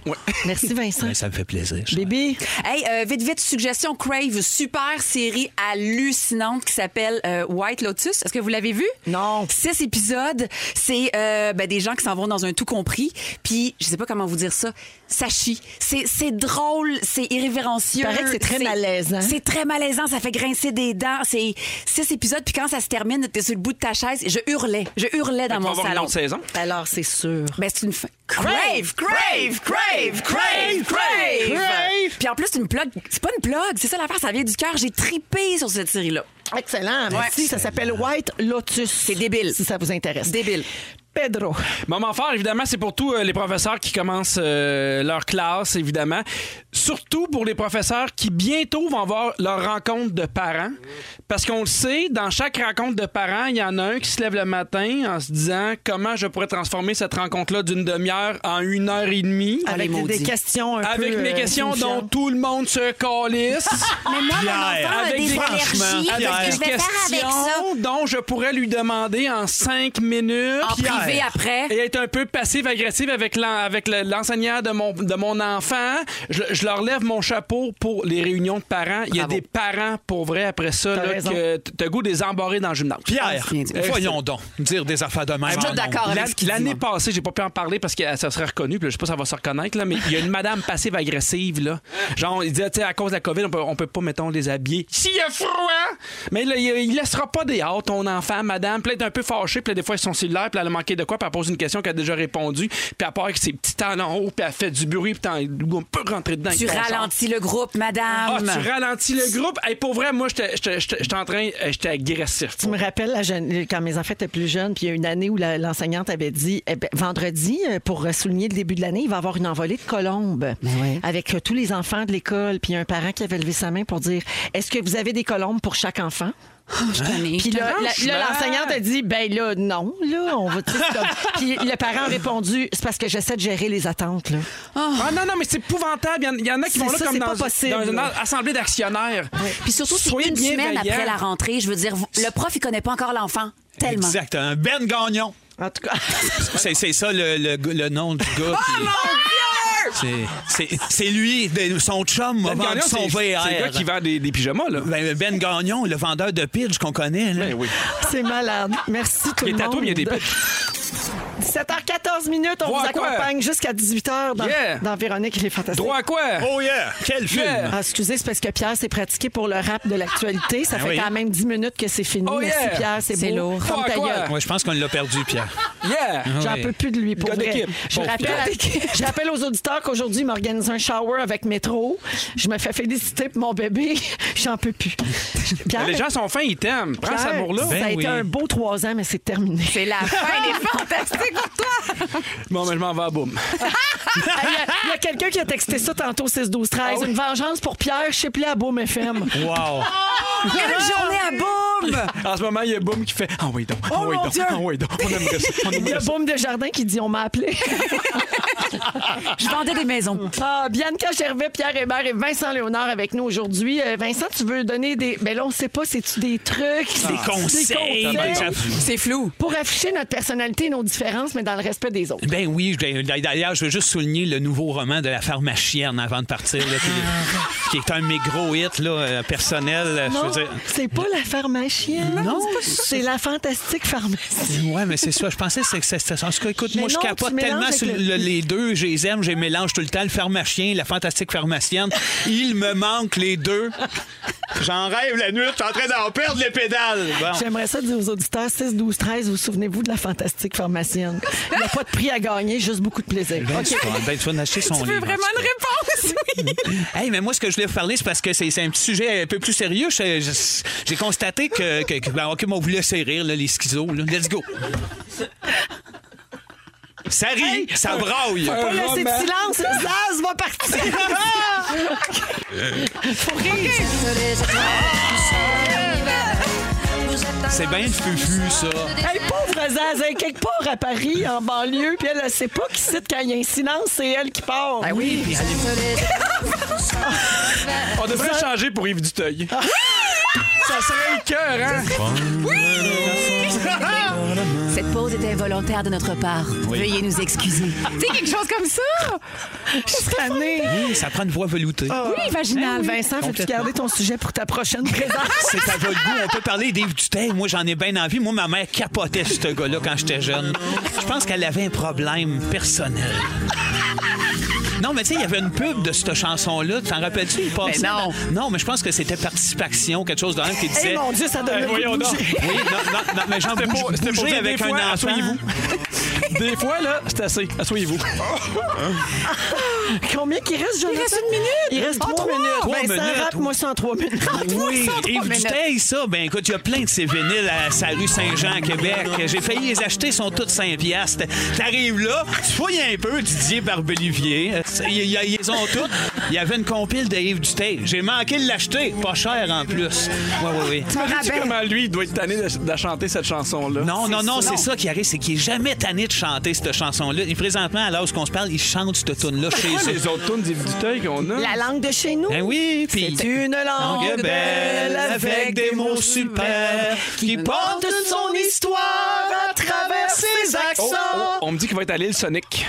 [SPEAKER 3] Merci, <laughs> Vincent.
[SPEAKER 6] Ben, ça me fait plaisir. je-
[SPEAKER 3] Bébé,
[SPEAKER 4] Hey, euh, vite, vite, suggestion Crave, super série hallucinante qui s'appelle euh, White Lotus. Est-ce que vous l'avez vu?
[SPEAKER 3] Non.
[SPEAKER 4] Six épisodes. C'est euh, ben, des gens qui s'en vont dans un tout compris. Puis, je sais pas comment vous dire ça, ça chie. C'est c'est drôle, c'est irrévérencieux.
[SPEAKER 3] Il paraît que c'est très malaisant.
[SPEAKER 4] C'est très malaisant, ça fait grincer des dents. C'est six épisodes, puis quand ça se termine, t'es sur le bout de ta chaise. Je hurlais, je hurlais dans
[SPEAKER 2] On va
[SPEAKER 4] mon
[SPEAKER 2] avoir une
[SPEAKER 4] salon.
[SPEAKER 2] autre saison.
[SPEAKER 3] alors c'est sûr.
[SPEAKER 4] Ben, c'est une fin. Crave, crave, crave, crave, crave. Puis en plus, c'est une plug. C'est pas une plug, c'est ça l'affaire, ça vient du cœur. J'ai tripé sur cette série-là.
[SPEAKER 3] Excellent. Merci. Ça s'appelle White Lotus. C'est
[SPEAKER 4] débile.
[SPEAKER 3] Si ça vous intéresse.
[SPEAKER 4] Débile.
[SPEAKER 3] Pedro.
[SPEAKER 2] Moment fort, évidemment, c'est pour tous euh, les professeurs qui commencent euh, leur classe, évidemment. Surtout pour les professeurs qui bientôt vont avoir leur rencontre de parents. Parce qu'on le sait, dans chaque rencontre de parents, il y en a un qui se lève le matin en se disant comment je pourrais transformer cette rencontre-là d'une demi-heure en une heure et demie.
[SPEAKER 3] Avec des- des questions un
[SPEAKER 2] Avec
[SPEAKER 3] peu,
[SPEAKER 2] mes
[SPEAKER 3] euh,
[SPEAKER 2] questions dont
[SPEAKER 3] signifiantes.
[SPEAKER 2] tout le monde se calisse.
[SPEAKER 5] <laughs> Mais moi, mon enfant a des allergies. Qu'est-ce
[SPEAKER 2] Avec
[SPEAKER 5] que
[SPEAKER 2] des
[SPEAKER 5] je vais faire avec
[SPEAKER 2] questions dont je pourrais lui demander en cinq minutes.
[SPEAKER 5] En privé après.
[SPEAKER 2] Et être un peu passive-agressive avec l'en- avec le- l'enseignant de mon, de mon enfant. Je, je leur lève mon chapeau pour les réunions de parents. Il y a des parents, pour vrai, après ça,
[SPEAKER 6] T'as
[SPEAKER 2] là,
[SPEAKER 6] raison.
[SPEAKER 2] que t- t'as goût des embarrer dans le gymnase.
[SPEAKER 4] Ah,
[SPEAKER 6] Pierre,
[SPEAKER 2] Euh,
[SPEAKER 6] voyons donc, dire des affaires de même.
[SPEAKER 2] Ah,
[SPEAKER 6] en
[SPEAKER 2] non,
[SPEAKER 6] ondes.
[SPEAKER 2] non. L'an- L'année passée, j'ai pas pu en parler parce que euh, ça serait reconnu, puis là, je sais pas si ça va se reconnaître, là, mais il y a une madame passive-agressive, là. Genre, il disait, tu sais, à cause de la COVID, on peut, on peut pas, mettons, les habiller. S'il y a froid! Mais là, il, il laissera pas dehors ton enfant, madame. Puis là, elle est un peu fâchée, puis là, des fois, ils sont cellulaire, puis là, elle a manqué de quoi, puis elle pose une question qu'elle a déjà répondu, puis elle part avec ses petits talons en haut, puis elle fait du bruit, puis t'en- on peut rentrer dedans.
[SPEAKER 4] Tu
[SPEAKER 2] avec ton sort.
[SPEAKER 4] ralentis le groupe, madame.
[SPEAKER 2] Ah, tu ralentis le groupe. Hey, pour vrai, moi, j'étais j'étais- j'étais- j'étais en train, euh, j'étais agressif.
[SPEAKER 3] Tu me rappelles la jeune- quand mes enfants étaient plus jeunes, puis il y a une année où la- l'enseignante avait dit eh ben, vendredi, euh, pour euh, souligner le début de l'année, il va y avoir une envolée de colombes avec euh, tous les enfants de l'école, puis un parent qui avait levé sa main pour dire Est-ce que vous avez des colombes pour chaque enfant Puis là, la- là, l'enseignante a dit ben là non là on va tu sais, c'est comme- puis le parent a répondu c'est parce que j'essaie de gérer les attentes là.
[SPEAKER 2] Ah non, non, mais c'est épouvantable. Il y en- Il y, en a qui
[SPEAKER 3] C'est
[SPEAKER 2] vont là
[SPEAKER 3] ça,
[SPEAKER 2] comme
[SPEAKER 3] c'est
[SPEAKER 2] dans,
[SPEAKER 3] pas possible,
[SPEAKER 2] dans une
[SPEAKER 3] là.
[SPEAKER 2] assemblée d'actionnaires.
[SPEAKER 4] Puis surtout, c'est
[SPEAKER 2] Soyez
[SPEAKER 4] une semaine
[SPEAKER 2] bienveillants.
[SPEAKER 4] après la rentrée. Je veux dire, vous- le prof, il connaît pas encore l'enfant. Tellement.
[SPEAKER 6] Exactement. Ben Gagnon.
[SPEAKER 3] En
[SPEAKER 2] <laughs>
[SPEAKER 3] tout cas.
[SPEAKER 6] C'est c'est ça le, le g- le nom du
[SPEAKER 4] Oh,
[SPEAKER 6] gars. qui- C'est- c'est- C'est lui, ben, son chum m'a
[SPEAKER 2] Ben
[SPEAKER 6] vendu
[SPEAKER 2] Gagnon,
[SPEAKER 6] son
[SPEAKER 2] c'est-
[SPEAKER 6] VR.
[SPEAKER 2] c'est le gars qui vend des, des pyjamas, là.
[SPEAKER 6] Ben, Ben Gagnon, le vendeur de pitch qu'on connaît.
[SPEAKER 2] Ben
[SPEAKER 6] Là.
[SPEAKER 3] C'est malade. Merci tout
[SPEAKER 6] Les
[SPEAKER 3] le monde.
[SPEAKER 6] tatous, il y a des
[SPEAKER 3] <laughs>
[SPEAKER 6] pitchs.
[SPEAKER 3] 17h14 minutes, on
[SPEAKER 6] Droit
[SPEAKER 3] vous
[SPEAKER 6] à quoi?
[SPEAKER 3] accompagne jusqu'à 18h dans,
[SPEAKER 6] Yeah.
[SPEAKER 3] dans Véronique il est fantastique.
[SPEAKER 6] Droit à quoi? Oh yeah! Quel film! Yeah.
[SPEAKER 3] Ah, excusez, c'est parce que Pierre s'est pratiqué pour le rap de l'actualité. Ça
[SPEAKER 6] Ben
[SPEAKER 3] fait
[SPEAKER 6] oui.
[SPEAKER 3] quand même 10 minutes que c'est fini.
[SPEAKER 6] Oh
[SPEAKER 3] Merci
[SPEAKER 6] yeah.
[SPEAKER 3] Pierre, c'est beau. Ferme ta gueule.
[SPEAKER 6] Ouais, je pense qu'on l'a perdu, Pierre.
[SPEAKER 3] Oh.
[SPEAKER 2] Yeah!
[SPEAKER 3] J'en
[SPEAKER 6] Ouais.
[SPEAKER 3] peux plus de lui, pour
[SPEAKER 6] Ah Gars
[SPEAKER 3] vrai.
[SPEAKER 6] d'équipe.
[SPEAKER 3] Je
[SPEAKER 6] Bon,
[SPEAKER 3] rappelle,
[SPEAKER 6] gars d'équipe.
[SPEAKER 3] <laughs> je rappelle aux auditeurs qu'aujourd'hui, il m'organise un shower avec Métro. Je me fais féliciter pour mon bébé. <laughs> J'en
[SPEAKER 6] <laughs>
[SPEAKER 3] peux plus. Pierre,
[SPEAKER 2] Les gens sont fins, ils t'aiment. Prends cet
[SPEAKER 3] Pierre,
[SPEAKER 2] amour-là.
[SPEAKER 3] Ça a été un beau trois ans, mais c'est terminé. C'est
[SPEAKER 4] Ben
[SPEAKER 3] <laughs>
[SPEAKER 4] la fin des fantastiques pour toi.
[SPEAKER 2] Bon, mais je m'en vais à boum.
[SPEAKER 3] Ah, Il y a, il y a quelqu'un qui a texté ça tantôt, 6 12 13
[SPEAKER 6] Ah
[SPEAKER 3] Une vengeance pour Pierre, je sais plus à Boom FM.
[SPEAKER 2] Wow!
[SPEAKER 3] Quelle journée à Boom!
[SPEAKER 2] <laughs> En ce moment, il y a Boum qui fait Ah oui, donc, ah oui,
[SPEAKER 3] mon
[SPEAKER 2] donc,
[SPEAKER 3] Dieu!
[SPEAKER 2] ah oui, donc, on aimerait ça. On
[SPEAKER 3] Il y
[SPEAKER 2] aimerait
[SPEAKER 3] a
[SPEAKER 2] ça.
[SPEAKER 3] Boom Desjardins qui dit On
[SPEAKER 6] <laughs>
[SPEAKER 3] m'a appelé.
[SPEAKER 4] Je vendais des maisons.
[SPEAKER 3] Ah, Bianca Gervais, Pierre Hébert et Vincent Léonard avec nous aujourd'hui. Euh, Vincent, tu veux donner des. Mais là, on sait pas, c'est-tu des trucs, c'est-tu
[SPEAKER 2] Ah.
[SPEAKER 6] conseils.
[SPEAKER 4] C'est flou.
[SPEAKER 3] Pour afficher notre personnalité et nos différences, mais dans le respect des autres.
[SPEAKER 6] Ben oui, ben, d'ailleurs, je veux juste souligner le nouveau roman de la pharmacienne avant de partir, là, qui, qui est un mes gros hits là, euh, personnel. euh, je
[SPEAKER 3] Ah. Non,
[SPEAKER 6] veux dire.
[SPEAKER 3] c'est pas la pharmacienne. Non, c'est la fantastique pharmacie.
[SPEAKER 6] Ouais, mais c'est ça. Je pensais que c'est- c'est c'est- En tout cas, écoute,
[SPEAKER 3] Mais
[SPEAKER 6] moi, je
[SPEAKER 3] non, tu
[SPEAKER 6] capote
[SPEAKER 3] mélanges
[SPEAKER 6] tellement
[SPEAKER 3] avec
[SPEAKER 6] sur
[SPEAKER 3] le-
[SPEAKER 6] le- les deux. Je les aime, je les mélange tout le temps. Le pharmacien, la fantastique pharmacienne. Il me manque les deux. J'en rêve la nuit. Je suis en train d'en perdre les pédales. Bon.
[SPEAKER 3] J'aimerais ça dire aux auditeurs 6, 12, 13, vous souvenez-vous de la fantastique pharmacienne? Il n'y a pas de prix à gagner, juste beaucoup de plaisir.
[SPEAKER 6] Ben,
[SPEAKER 3] OK.
[SPEAKER 6] tu vas- ben, tu vas en acheter son livre.
[SPEAKER 4] réponse?
[SPEAKER 6] Hey, mais moi, ce que je voulais vous parler, c'est parce que c'est c'est un petit sujet un peu plus sérieux. Je- je- J'ai constaté que, que- que- ben, OK, moi, on vous laissez rire, là, les schizos. là. Let's go. Ça rit, ça braille.
[SPEAKER 3] Faut pas laisser de silence, Zaz va partir. Faut rire.
[SPEAKER 6] C'est bien fufu, ça.
[SPEAKER 3] <laughs> Hey, pauvre Zaz, elle est quelque part à Paris, en banlieue, puis elle, elle sait pas qui cite quand il y a un silence, c'est elle qui part. Ah oui, puis
[SPEAKER 2] On devrait changer pour Yves Duteuil.
[SPEAKER 3] Ah.
[SPEAKER 2] <laughs> Ça serait le cœur,
[SPEAKER 3] <laughs>
[SPEAKER 2] hein?
[SPEAKER 4] Cette pause était involontaire de notre part. Veuillez nous excuser. tu sais, quelque chose comme ça?
[SPEAKER 3] je suis tannée. Hein,
[SPEAKER 6] Hum, Ça prend une voix veloutée.
[SPEAKER 4] Eh Oui, vaginal.
[SPEAKER 3] Vincent, faut-tu
[SPEAKER 6] Complètement.
[SPEAKER 3] garder ton sujet pour ta prochaine <laughs> présence?
[SPEAKER 6] C'est à votre goût. On peut parler d'Yves Duteil. Moi, j'en ai bien envie. Moi, ma mère capotait sur ce gars-là quand j'étais jeune. Je pense qu'elle avait un problème personnel. Non, mais tu sais, il y avait une pub de cette chanson-là. T'en rappelles-tu? Il passait
[SPEAKER 4] Mais non.
[SPEAKER 6] dans- Non, mais je pense que c'était Participation, quelque chose dans qui disait...
[SPEAKER 3] Hey, mon Dieu, ça donne le goût de
[SPEAKER 6] voyons donc.
[SPEAKER 3] bouger.
[SPEAKER 6] Oui, non, non, non, mais genre,
[SPEAKER 2] C'était
[SPEAKER 6] bouge-
[SPEAKER 2] pour- c'était pour
[SPEAKER 6] bouger
[SPEAKER 2] dire
[SPEAKER 6] avec
[SPEAKER 2] des
[SPEAKER 6] un
[SPEAKER 2] fois,
[SPEAKER 6] enfant.
[SPEAKER 2] asseyez-vous. Des fois, là, c'est assez. Asseyez-vous.
[SPEAKER 3] Combien qu'il reste, Jonathan?
[SPEAKER 4] reste une minute.
[SPEAKER 3] Il reste
[SPEAKER 4] Ah,
[SPEAKER 3] trois
[SPEAKER 4] trois.
[SPEAKER 3] minutes.
[SPEAKER 6] Trois
[SPEAKER 3] Ben, ça
[SPEAKER 6] minutes.
[SPEAKER 3] rappe, moi, sans Ah, trois minutes.
[SPEAKER 6] Oui, Yves
[SPEAKER 3] minutes.
[SPEAKER 6] Duteil, ça. Ben écoute, il y a plein de ces vinyles à sa rue Saint-Jean à Québec. J'ai failli les acheter, ils sont toutes 5 piastres. T'arrives là, tu fouilles un peu Didier Barbelivier. C'est- Ils ils- ils les ont toutes. Il y avait une compile de Yves Duteil. J'ai manqué de l'acheter. Pas cher en plus. Oui, oui, oui.
[SPEAKER 2] T'imagines-tu comment lui, il doit être tanné de, de chanter cette chanson-là?
[SPEAKER 6] Non, non, non, c'est ça qui arrive, c'est qu'il est jamais tanné de chanter cette chanson-là. Et présentement, à l'heure où on se parle, il chante cette tune-là
[SPEAKER 2] C'est
[SPEAKER 6] chez
[SPEAKER 2] quoi
[SPEAKER 6] eux.
[SPEAKER 2] les autres tunes d'Yves Duteuil qu'on a?
[SPEAKER 3] <laughs> La langue de chez nous.
[SPEAKER 6] Ben oui, puis...
[SPEAKER 3] C'est une langue belle avec des mots super qui porte son histoire à travers ses accents.
[SPEAKER 2] Oh, oh, on me dit qu'il va être à l'île Sonic.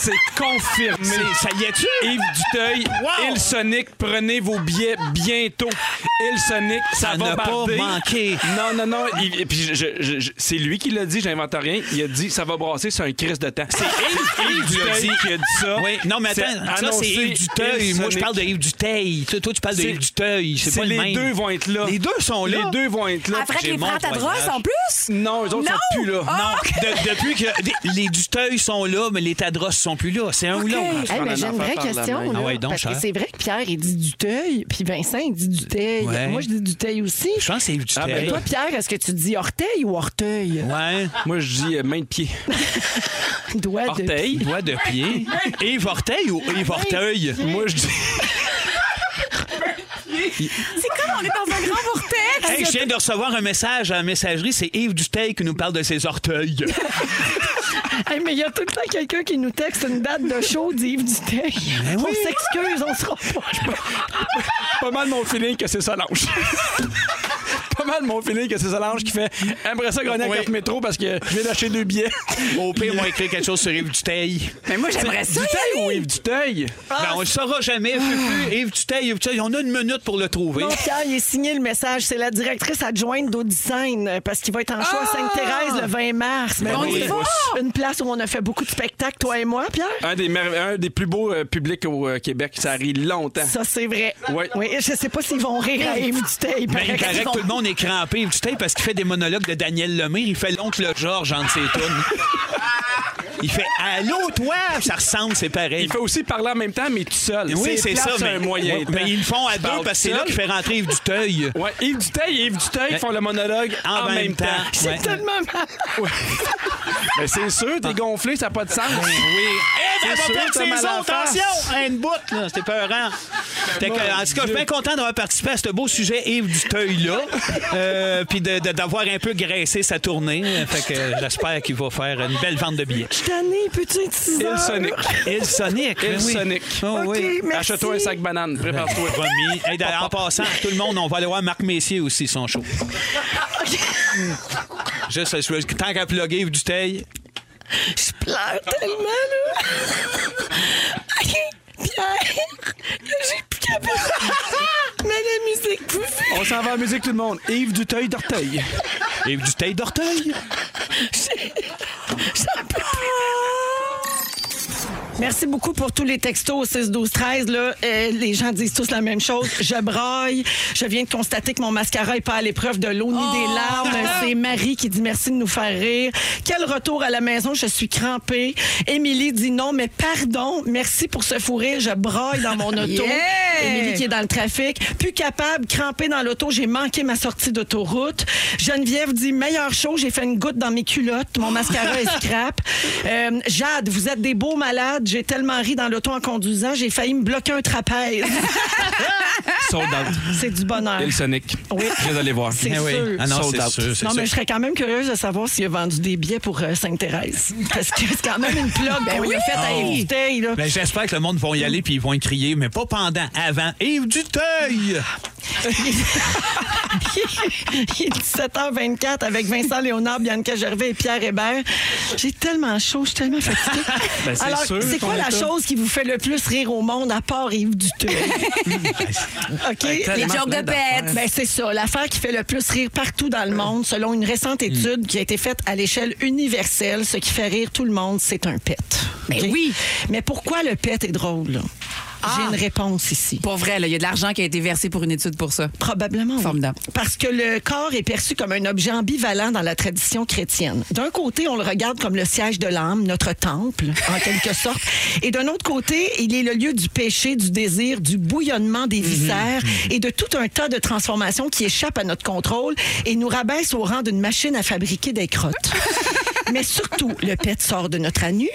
[SPEAKER 2] c'est confirmé.
[SPEAKER 6] C'est- Ça y est-tu?
[SPEAKER 2] Yves Duteuil,
[SPEAKER 6] Wow!
[SPEAKER 2] île Sonic, prenez vos billets bientôt. Île Sonic, ça,
[SPEAKER 6] Ça
[SPEAKER 2] va
[SPEAKER 6] n'a pas
[SPEAKER 2] barder.
[SPEAKER 6] manqué.
[SPEAKER 2] Non, non, non. il- et puis je- je- je- c'est lui qui l'a dit, j'invente rien. Il a dit, ça va brasser, c'est un crise de temps. C'est Yves, Yves
[SPEAKER 6] Yves
[SPEAKER 2] Duteuil
[SPEAKER 6] Duteuil.
[SPEAKER 2] qui a dit ça.
[SPEAKER 6] Oui, non, mais attends, ça, c'est
[SPEAKER 2] annoncé
[SPEAKER 6] Yves Duteuil.
[SPEAKER 2] Île
[SPEAKER 6] Moi, je
[SPEAKER 2] Sonic.
[SPEAKER 6] parle de Yves Duteuil. Toi, toi, tu parles de
[SPEAKER 2] C'est-
[SPEAKER 6] Yves Duteuil. C'est
[SPEAKER 2] C'est
[SPEAKER 6] pas le
[SPEAKER 2] les
[SPEAKER 6] même.
[SPEAKER 2] deux vont être là.
[SPEAKER 6] Les deux sont là.
[SPEAKER 2] Les deux vont être là.
[SPEAKER 4] Après que
[SPEAKER 6] j'ai
[SPEAKER 4] Ah, les
[SPEAKER 6] mon
[SPEAKER 4] prends ta
[SPEAKER 6] voyage.
[SPEAKER 4] brosse en plus?
[SPEAKER 2] Non, eux autres
[SPEAKER 4] Non!
[SPEAKER 2] sont plus là.
[SPEAKER 4] Ah!
[SPEAKER 6] Ah, Non, de- depuis que des- les Duteuil sont là, mais les Tadros sont plus là. C'est un ou l'autre.
[SPEAKER 11] Eh ben,
[SPEAKER 2] un
[SPEAKER 11] j'ai une
[SPEAKER 2] enfant
[SPEAKER 11] vraie
[SPEAKER 2] par la main.
[SPEAKER 11] question. là,
[SPEAKER 6] Ah ouais, donc,
[SPEAKER 11] parce que
[SPEAKER 6] cher.
[SPEAKER 11] c'est vrai que Pierre, il dit du teuil, puis Vincent, il dit du teuil.
[SPEAKER 6] Ouais.
[SPEAKER 11] Moi, je dis du teuil aussi.
[SPEAKER 6] Je pense que c'est Yves Duteuil.
[SPEAKER 2] Ah, ben,
[SPEAKER 11] Toi, Pierre, est-ce que tu dis orteil ou orteil?
[SPEAKER 6] Ouais.
[SPEAKER 2] Moi, je dis euh, main de pied.
[SPEAKER 3] Oh.
[SPEAKER 11] <laughs> Doigt de
[SPEAKER 2] Orteil.
[SPEAKER 6] Doigt de pied. Yves Orteil ou Yves Orteil?
[SPEAKER 2] Moi, je dis.
[SPEAKER 4] C'est comme on est dans un grand vortex.
[SPEAKER 6] Hey, je viens de recevoir un message à la messagerie. C'est Yves Duteuil qui nous parle de ses orteils.
[SPEAKER 11] Hey, mais il y a tout le temps quelqu'un qui nous texte une date de show d'Yves Duteil. On s'excuse, on sera pas.
[SPEAKER 2] pas mal mon feeling que
[SPEAKER 6] <laughs>
[SPEAKER 2] c'est Solange. pas mal mon feeling que c'est Solange qui fait Aimerais ça gagner à
[SPEAKER 6] Oui.
[SPEAKER 2] carte métro parce que je vais lâcher deux billets.
[SPEAKER 6] Au pire, moi, écrire quelque chose sur Yves Duteuil.
[SPEAKER 4] Mais moi, j'aimerais ça. y
[SPEAKER 2] Duteuil
[SPEAKER 4] aller.
[SPEAKER 2] ou Yves Duteuil?
[SPEAKER 6] Ben, on le saura jamais. Fufu, Yves Duteuil, Yves Duteuil, on a une minute pour le trouver. Ben,
[SPEAKER 3] Non, Pierre, il est signé le message. C'est la directrice adjointe d'Audiseine euh, parce qu'il va être en
[SPEAKER 6] Ah!
[SPEAKER 3] show à Sainte-Thérèse le 20 mars.
[SPEAKER 6] Ben
[SPEAKER 3] Mais
[SPEAKER 4] On y va!
[SPEAKER 3] Une place où on a fait beaucoup de spectacles, toi et moi, Pierre.
[SPEAKER 2] Un des, merve- un des plus beaux euh, publics au euh, Québec. Ça a ri
[SPEAKER 6] Ah!
[SPEAKER 2] longtemps.
[SPEAKER 3] Ça, c'est vrai.
[SPEAKER 2] Ouais.
[SPEAKER 3] Oui, je sais pas s'ils vont rire à Yves
[SPEAKER 6] Mais
[SPEAKER 3] Duteil.
[SPEAKER 6] Ben, il paraît que tout le monde est crampé, Yves Duteil, parce qu'il fait des monologues de Daniel Lemire. Il fait l'oncle Georges entre ses tunes. Il fait Allô, toi! Ça ressemble, c'est pareil.
[SPEAKER 2] Il fait aussi parler en même temps, mais tout seul.
[SPEAKER 6] Oui,
[SPEAKER 2] C'est
[SPEAKER 6] c'est
[SPEAKER 2] plate,
[SPEAKER 6] ça.
[SPEAKER 2] un moyen.
[SPEAKER 6] Ouais,
[SPEAKER 2] temps.
[SPEAKER 6] mais ils le font à
[SPEAKER 2] Tu
[SPEAKER 6] deux
[SPEAKER 2] parles
[SPEAKER 6] parce que c'est là
[SPEAKER 2] seul.
[SPEAKER 6] qu'il fait rentrer Yves Duteuil.
[SPEAKER 2] Ouais, Yves Duteuil et Yves Duteuil font le monologue en, même, temps.
[SPEAKER 6] Ouais. Ah.
[SPEAKER 3] tellement mal.
[SPEAKER 2] <laughs> Mais c'est sûr, t'es gonflé, ça n'a pas de sens.
[SPEAKER 6] Eh,
[SPEAKER 2] Oui.
[SPEAKER 6] ben,
[SPEAKER 2] C'est
[SPEAKER 6] elle va
[SPEAKER 2] sûr,
[SPEAKER 6] perdre
[SPEAKER 2] t'as
[SPEAKER 6] ses
[SPEAKER 2] mal à la
[SPEAKER 6] os, attention!
[SPEAKER 2] face.
[SPEAKER 6] Hein, Une bout, là, c'était peurant. Fait que, en tout cas, je suis bien content d'avoir participé à ce beau sujet Yves Duteuil-là, euh, puis de- de- d'avoir un peu graissé sa tournée. Fait que euh, j'espère qu'il va faire une belle vente de billets.
[SPEAKER 3] Tanné, peux-tu être six
[SPEAKER 2] Il
[SPEAKER 3] heures?
[SPEAKER 2] Sonic.
[SPEAKER 6] Il Sonic.
[SPEAKER 2] Il
[SPEAKER 6] ben oui.
[SPEAKER 2] Sonic.
[SPEAKER 6] Oh,
[SPEAKER 3] OK,
[SPEAKER 6] oui.
[SPEAKER 3] merci.
[SPEAKER 2] Achète-toi un sac banane. Prépare-toi.
[SPEAKER 6] Promis. Hey, d'ailleurs, en passant, tout le monde, on va aller voir Marc Messier aussi, son show. Juste, je veux- tant qu'à plugger Yves Duteil.
[SPEAKER 3] Je pleure tellement, là. <laughs> OK, Pierre, j'ai plus capable. Mais la musique pouvait.
[SPEAKER 2] On s'en va à la musique, tout le monde. Yves Duteuil d'Orteil.
[SPEAKER 6] Yves Duteil d'orteil.
[SPEAKER 3] Merci beaucoup pour tous les textos au 6 12 13 là, Euh, les gens disent tous la même chose. Je braille, je viens de constater que mon mascara est pas à l'épreuve de l'eau ni des larmes. C'est Marie qui dit merci de nous faire rire. Quel retour à la maison, je suis crampée. Émilie dit non mais pardon, merci pour ce fou rire, je braille dans mon auto. Émilie qui est dans le trafic, plus capable, crampée dans l'auto, j'ai manqué ma sortie d'autoroute. Geneviève dit meilleure chose, j'ai fait une goutte dans mes culottes, mon mascara est scrap. Euh, Jade, vous êtes des beaux malades, j'ai tellement ri dans l'auto en conduisant, j'ai failli me bloquer un trapèze.
[SPEAKER 2] Sold out.
[SPEAKER 3] C'est du bonheur.
[SPEAKER 2] Il Sonic.
[SPEAKER 3] Oui.
[SPEAKER 2] Je vais aller voir.
[SPEAKER 3] C'est
[SPEAKER 6] Eh oui.
[SPEAKER 3] sûr.
[SPEAKER 6] Ah non,
[SPEAKER 2] Sold
[SPEAKER 6] c'est
[SPEAKER 2] out.
[SPEAKER 6] sûr, c'est
[SPEAKER 3] non, mais
[SPEAKER 6] sûr.
[SPEAKER 3] je serais quand même curieuse de savoir s'il a vendu des billets pour euh, Sainte-Thérèse. Parce que c'est quand même une plug qu'on lui a faite à
[SPEAKER 6] Oh.
[SPEAKER 3] éviter. là.
[SPEAKER 6] Ben, j'espère que le monde va y aller puis ils vont y crier, mais pas pendant, avant. Yves Duteuil!
[SPEAKER 3] Il est 17h24 avec Vincent Léonard, Bianca Gervais et Pierre Hébert. J'ai tellement chaud, je suis tellement fatiguée.
[SPEAKER 2] <laughs> Ben, c'est
[SPEAKER 3] Alors,
[SPEAKER 2] sûr,
[SPEAKER 3] c'est
[SPEAKER 2] ton
[SPEAKER 3] quoi la
[SPEAKER 2] état.
[SPEAKER 3] chose qui vous fait le plus rire au monde à part
[SPEAKER 2] <laughs>
[SPEAKER 3] Yves Duteuil?
[SPEAKER 2] Ben,
[SPEAKER 3] OK?
[SPEAKER 4] Les jokes
[SPEAKER 6] Ah,
[SPEAKER 4] de bête.
[SPEAKER 3] Ben, c'est ça, l'affaire qui fait le plus rire partout dans le monde, selon une récente
[SPEAKER 2] Mm.
[SPEAKER 3] étude qui a été faite à l'échelle universelle, ce qui fait rire tout le monde, c'est un pet.
[SPEAKER 4] Mais
[SPEAKER 3] OK?
[SPEAKER 4] oui. Ah.
[SPEAKER 3] Mais pourquoi le pet est drôle? là? J'ai une réponse ici.
[SPEAKER 4] Pour vrai, là, il y a de l'argent qui a été versé pour une étude pour ça.
[SPEAKER 3] Probablement. oui.
[SPEAKER 4] Formidable.
[SPEAKER 3] Parce que le corps est perçu comme un objet ambivalent dans la tradition chrétienne. D'un côté, on le regarde comme le siège de l'âme, notre temple, en quelque sorte. Et d'un autre côté, il est le lieu du péché, du désir, du bouillonnement des viscères et de tout un tas de transformations qui échappent à notre contrôle et nous rabaissent au rang d'une machine à fabriquer des crottes. Mais surtout, le pet sort de notre anus,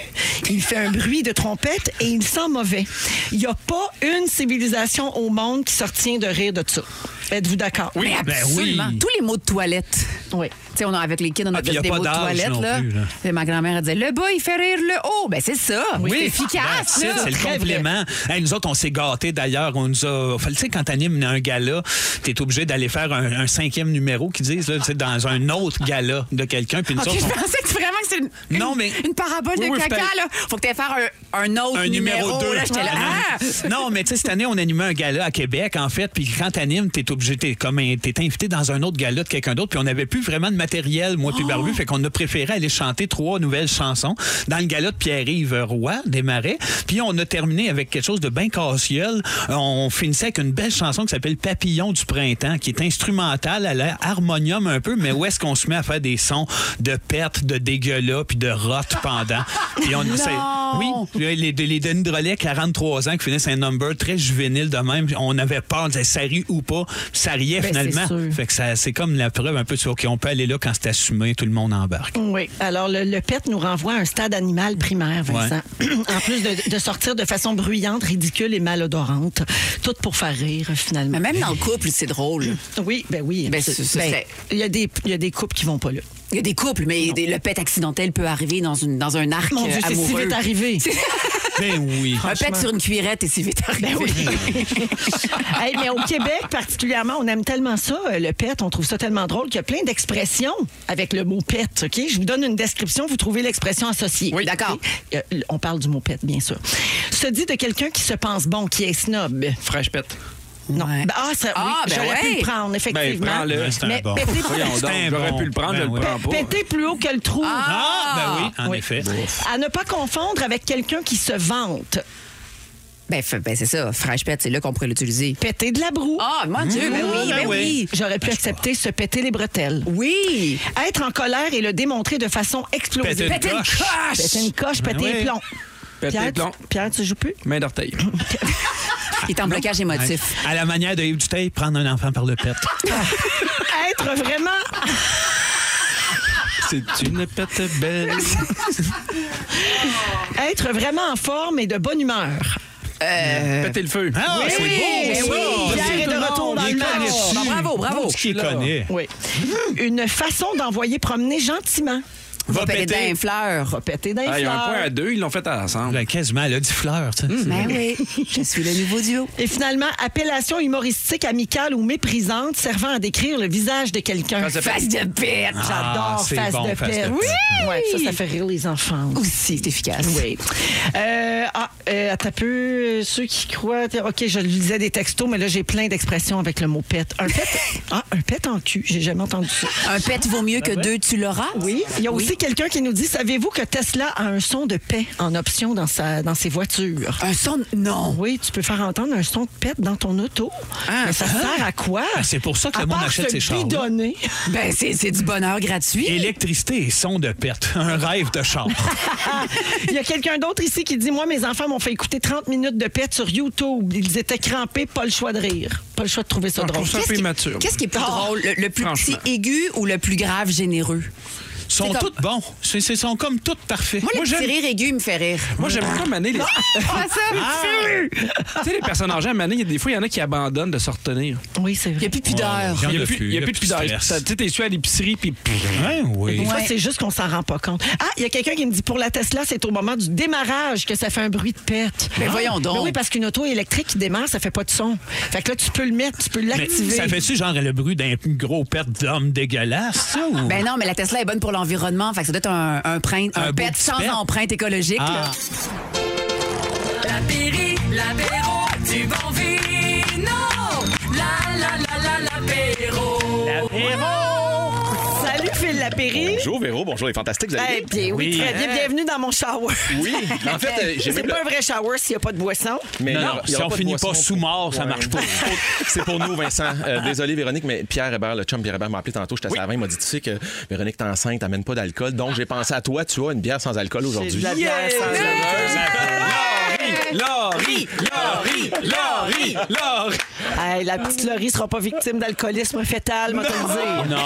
[SPEAKER 3] il fait un bruit de trompette et il sent mauvais. Il n'y a pas une civilisation au monde qui se retient de rire de ça. Êtes-vous d'accord?
[SPEAKER 4] Mais absolument. Tous les mots de toilette.
[SPEAKER 3] ben Oui.
[SPEAKER 4] Tu sais, on a, avec les kids, on a
[SPEAKER 3] Ah, puis
[SPEAKER 4] tous
[SPEAKER 3] y a
[SPEAKER 4] des
[SPEAKER 3] pas
[SPEAKER 4] mots de
[SPEAKER 3] d'âge
[SPEAKER 4] toilette.
[SPEAKER 3] non
[SPEAKER 4] Là.
[SPEAKER 3] plus, là.
[SPEAKER 4] Et Ma grand-mère, elle disait Le bas, il fait rire le haut. Ben, c'est ça.
[SPEAKER 3] Ah,
[SPEAKER 4] C'est efficace.
[SPEAKER 6] Ben,
[SPEAKER 4] là.
[SPEAKER 6] C'est c'est
[SPEAKER 4] Très
[SPEAKER 6] le complément. Hey, nous autres, on s'est gâtés d'ailleurs. On nous a. fait- Tu sais, quand t'animes un gala, t'es obligé d'aller faire un, un cinquième numéro qui disent là, tu sais, dans un autre gala de quelqu'un. Puis nous
[SPEAKER 4] OK,
[SPEAKER 6] autres,
[SPEAKER 4] je
[SPEAKER 6] on-
[SPEAKER 4] pensais que vraiment que c'est une, une-
[SPEAKER 6] Non, mais-
[SPEAKER 4] une parabole
[SPEAKER 6] Oui,
[SPEAKER 4] de
[SPEAKER 6] oui,
[SPEAKER 4] caca.
[SPEAKER 6] faut aller-
[SPEAKER 4] Là. Faut que tu faire un, un autre
[SPEAKER 6] un numéro 2.
[SPEAKER 4] là. J'étais là, ah!
[SPEAKER 6] Non, mais tu sais, cette année, on animait un gala à Québec, en fait. Puis quand t'animes, t'es obligé, t'es comme, un- t'es invité dans un autre gala de quelqu'un d'autre. Puis on n'avait plus vraiment de matériel, moi puis Barbu. Fait qu'on a préféré aller chanter trois nouvelles chansons dans le gala de Pierre-Yves Roy, des Marais. Puis on a terminé avec quelque chose de bien cassiole. On finissait avec une belle chanson qui s'appelle Papillon du printemps, qui est instrumentale, elle a harmonium un peu, mais où est-ce qu'on se met à faire des sons de perte, de dégueulas, puis de rotte pendant. Puis on,
[SPEAKER 4] Non!
[SPEAKER 6] c'est- oui, les, les, les Denis Drolet, 43 ans, qui finissent un number très juvénile de même. On avait peur, on disait ça rit ou pas. Ça riait
[SPEAKER 3] Ben,
[SPEAKER 6] finalement.
[SPEAKER 3] c'est sûr.
[SPEAKER 6] Fait que ça- c'est comme la preuve un peu sur qu'on peut aller là quand c'est assumé, tout le monde embarque.
[SPEAKER 3] Oui. Alors, le, le PET nous renvoie à un stade animal primaire, Vincent. <clears throat> en plus de, de sortir de façon bruyante, ridicule et malodorante. Tout pour faire rire, finalement.
[SPEAKER 4] Mais même dans le couple, c'est drôle.
[SPEAKER 3] Oui, ben oui.
[SPEAKER 4] Ben,
[SPEAKER 3] absolument.
[SPEAKER 4] c'est- c'est-
[SPEAKER 3] Ben,
[SPEAKER 4] c'est-
[SPEAKER 3] il y, a des- il y a des couples qui vont pas là.
[SPEAKER 4] Il y a des couples, mais des- le pet accidentel peut arriver dans, une, dans un arc
[SPEAKER 3] Mon Dieu,
[SPEAKER 4] euh,
[SPEAKER 3] c'est
[SPEAKER 4] amoureux.
[SPEAKER 3] si vite arrivé.
[SPEAKER 6] Ben oui.
[SPEAKER 4] Un pet
[SPEAKER 3] Franchement. Ben
[SPEAKER 4] sur une cuillerette est si vite arrivé.
[SPEAKER 3] <laughs>
[SPEAKER 4] <laughs>
[SPEAKER 3] Hey, mais au Québec, particulièrement, on aime tellement ça, euh, le pet. On trouve ça tellement drôle qu'il y a plein d'expressions avec le mot pet. OK? Je vous donne une description, vous trouvez l'expression associée. Oui, d'accord. on parle du mot pet, bien sûr. Se dit de quelqu'un qui se pense bon, qui est snob.
[SPEAKER 2] Fresh pète.
[SPEAKER 3] Non. Ben, ah, ça, oui,
[SPEAKER 4] Ah, ben
[SPEAKER 3] j'aurais pu
[SPEAKER 4] ouais.
[SPEAKER 3] le prendre, effectivement.
[SPEAKER 2] Ben, prends-le. C'est un
[SPEAKER 3] Mais
[SPEAKER 2] bon.
[SPEAKER 3] péter-
[SPEAKER 2] Voyons donc,
[SPEAKER 6] C'est un
[SPEAKER 2] j'aurais
[SPEAKER 6] bon.
[SPEAKER 2] pu le prendre,
[SPEAKER 6] Ben
[SPEAKER 2] je le
[SPEAKER 6] oui.
[SPEAKER 2] prends pas.
[SPEAKER 3] Péter plus haut que le trou.
[SPEAKER 6] Ah, ben oui, en effet.
[SPEAKER 3] À ne pas confondre avec quelqu'un qui se vante.
[SPEAKER 4] Ben, f- ben, c'est ça. Fresh pet, c'est là qu'on pourrait l'utiliser.
[SPEAKER 3] Péter de la broue.
[SPEAKER 4] Ah, mon Dieu,
[SPEAKER 3] Mmh.
[SPEAKER 4] ben oui, ben oui.
[SPEAKER 3] J'aurais pu accepter se péter les bretelles.
[SPEAKER 4] Oui.
[SPEAKER 3] Être en colère et le démontrer de façon explosive.
[SPEAKER 2] Péter une Péter une coche. coche.
[SPEAKER 3] Péter une coche,
[SPEAKER 2] Ben
[SPEAKER 3] péter les
[SPEAKER 2] oui.
[SPEAKER 3] plombs.
[SPEAKER 2] Péter
[SPEAKER 3] Pierre,
[SPEAKER 2] les plombs.
[SPEAKER 3] tu- Pierre, tu joues plus?
[SPEAKER 2] Main d'orteil.
[SPEAKER 4] Il est en blocage émotif.
[SPEAKER 6] À la manière de Yves Duteil, prendre un enfant par le pet.
[SPEAKER 3] Être vraiment...
[SPEAKER 2] C'est une pète belle.
[SPEAKER 3] Être vraiment en forme et de bonne humeur.
[SPEAKER 2] Péter le feu.
[SPEAKER 6] Ah,
[SPEAKER 3] Oui, Ben
[SPEAKER 6] c'est beau!
[SPEAKER 3] oui,
[SPEAKER 6] ça.
[SPEAKER 3] oui,
[SPEAKER 6] Ça,
[SPEAKER 3] Pierre
[SPEAKER 6] c'est
[SPEAKER 3] est
[SPEAKER 6] tout
[SPEAKER 3] de
[SPEAKER 6] le
[SPEAKER 3] retour
[SPEAKER 6] monde,
[SPEAKER 3] dans
[SPEAKER 6] il
[SPEAKER 3] le match.
[SPEAKER 6] connaît dessus.
[SPEAKER 4] Bon, Ah, bravo, bravo.
[SPEAKER 6] Tout ce qu'il connaît.
[SPEAKER 3] Oui. Une façon d'envoyer promener gentiment.
[SPEAKER 6] Va
[SPEAKER 4] Péter d'un
[SPEAKER 6] péter.
[SPEAKER 4] fleur.
[SPEAKER 3] Va péter d'un
[SPEAKER 2] Ah, il y a un point
[SPEAKER 3] fleur.
[SPEAKER 2] à deux, ils l'ont fait ensemble.
[SPEAKER 6] Ben, quasiment, elle a dit fleur, tu sais.
[SPEAKER 4] Ben oui, je suis le nouveau duo.
[SPEAKER 3] Et finalement, appellation humoristique, amicale ou méprisante servant à décrire le visage de quelqu'un.
[SPEAKER 2] Face de
[SPEAKER 4] Face de pète.
[SPEAKER 6] Ah,
[SPEAKER 3] J'adore
[SPEAKER 6] c'est
[SPEAKER 3] face,
[SPEAKER 6] bon,
[SPEAKER 3] de
[SPEAKER 6] face de
[SPEAKER 3] pète.
[SPEAKER 6] pète. Oui!
[SPEAKER 3] Ouais, ça, ça fait rire les enfants.
[SPEAKER 4] Aussi, c'est efficace.
[SPEAKER 3] Oui. Euh, ah, euh, attends un peu, euh, ceux qui croient. OK, je lisais des textos, mais là, j'ai plein d'expressions avec le mot pète. Un pète, ah, un pète en cul, j'ai jamais entendu ça.
[SPEAKER 4] Un pet vaut mieux que deux, tu l'auras.
[SPEAKER 3] Oui, il y a
[SPEAKER 4] Oui.
[SPEAKER 3] aussi quelqu'un qui nous dit Savez-vous que Tesla a un son de paix en option dans, sa, dans ses voitures
[SPEAKER 4] Un son. de- Non.
[SPEAKER 3] Oui, tu peux faire entendre un son de pète dans ton auto. mais ça sert à quoi
[SPEAKER 6] Ah, c'est pour ça que
[SPEAKER 3] À
[SPEAKER 6] le monde
[SPEAKER 3] part
[SPEAKER 6] achète
[SPEAKER 3] se
[SPEAKER 6] ces chars-là. <laughs>
[SPEAKER 3] bidonner.
[SPEAKER 4] Ben, c'est c'est du bonheur gratuit.
[SPEAKER 6] Électricité et son de perte. Un rêve de char.
[SPEAKER 3] Il y a quelqu'un d'autre ici qui dit Moi, mes enfants m'ont fait écouter 30 minutes de pète sur YouTube. Ils étaient crampés, pas le choix de rire. Pas le choix de trouver ça
[SPEAKER 2] Ah, je
[SPEAKER 3] drôle.
[SPEAKER 2] trouve ça un peu immature.
[SPEAKER 4] Qu'est-ce qui est plus drôle, le, le plus petit
[SPEAKER 2] Franchement.
[SPEAKER 4] aigu ou le plus grave généreux?
[SPEAKER 6] Ils sont
[SPEAKER 4] C'est comme-
[SPEAKER 6] tous bons. C'est- c'est- Ils sont comme tous parfaits.
[SPEAKER 4] Moi, le petit
[SPEAKER 6] j'aime-
[SPEAKER 4] rire aigu il me fait rire.
[SPEAKER 2] Moi, j'aime pas maner les.
[SPEAKER 4] Ah, ça?
[SPEAKER 2] tu sais, les personnes âgées à maner, il y a des fois, il y en a qui abandonnent de se retenir.
[SPEAKER 3] Oui,
[SPEAKER 4] Il
[SPEAKER 3] c'est
[SPEAKER 4] n'y
[SPEAKER 3] vrai.
[SPEAKER 4] a plus de pudeur.
[SPEAKER 6] Ouais,
[SPEAKER 2] Il n'y a
[SPEAKER 6] Le
[SPEAKER 2] plus, il y a
[SPEAKER 6] plus,
[SPEAKER 2] plus de
[SPEAKER 6] le
[SPEAKER 2] pudeur. Tu
[SPEAKER 6] stress.
[SPEAKER 2] sais, t'es su à l'épicerie, puis.
[SPEAKER 6] Ouais, oui.
[SPEAKER 3] Des fois,
[SPEAKER 4] Ouais.
[SPEAKER 3] c'est juste qu'on s'en rend pas compte. Ah, il y a quelqu'un qui me dit pour la Tesla, c'est au moment du démarrage que ça fait un bruit de pète.
[SPEAKER 4] Mais
[SPEAKER 3] Ah.
[SPEAKER 4] voyons donc.
[SPEAKER 3] Ben oui, parce qu'une auto électrique qui démarre, ça fait pas de son. Fait que là, tu peux le mettre, tu peux
[SPEAKER 6] Mais
[SPEAKER 3] l'activer.
[SPEAKER 6] ça fait-tu genre le bruit d'un gros perte d'homme dégueulasse, ça? Ou...
[SPEAKER 4] Ben non, mais la Tesla est bonne pour l'environnement. Fait que ça doit être un, un, print- un
[SPEAKER 6] Un beau
[SPEAKER 4] pet
[SPEAKER 6] petit
[SPEAKER 4] sans
[SPEAKER 6] pet.
[SPEAKER 4] empreinte écologique. là.
[SPEAKER 6] Ah.
[SPEAKER 5] L'apéri, l'apéro, du bon vino. La la la la l'apéro.
[SPEAKER 3] Salut Phil! Gilles Lapéry.
[SPEAKER 12] Bonjour Véro, bonjour les fantastiques. Vous allez
[SPEAKER 3] Eh bien, oui, très bien. Bienvenue dans mon shower.
[SPEAKER 12] Oui, en fait, euh,
[SPEAKER 3] <laughs>
[SPEAKER 12] j'ai
[SPEAKER 3] C'est
[SPEAKER 12] même
[SPEAKER 3] pas
[SPEAKER 12] le-
[SPEAKER 3] un vrai shower s'il n'y a pas de boisson.
[SPEAKER 12] Mais
[SPEAKER 6] Non,
[SPEAKER 12] il y
[SPEAKER 6] non,
[SPEAKER 12] aura- il y
[SPEAKER 6] si
[SPEAKER 12] aura
[SPEAKER 6] on
[SPEAKER 12] de
[SPEAKER 6] finit
[SPEAKER 12] boisson
[SPEAKER 6] pas sous
[SPEAKER 12] pour-
[SPEAKER 6] mort, ça
[SPEAKER 12] Ouais.
[SPEAKER 6] marche pas.
[SPEAKER 12] C'est pour- <laughs> C'est pour nous, Vincent. Euh, désolé, Véronique, mais Pierre Hébert, le chum Pierre Hébert, m'a appelé tantôt. J'étais à 20, il m'a dit Tu sais que Véronique, t'es enceinte, t'amènes pas d'alcool. Donc, j'ai pensé à toi. Tu as une bière sans alcool aujourd'hui.
[SPEAKER 3] Laurie, Laurie, Laurie, Laurie. Hey, la petite Laurie sera pas victime d'alcoolisme fétal, moi te le dire.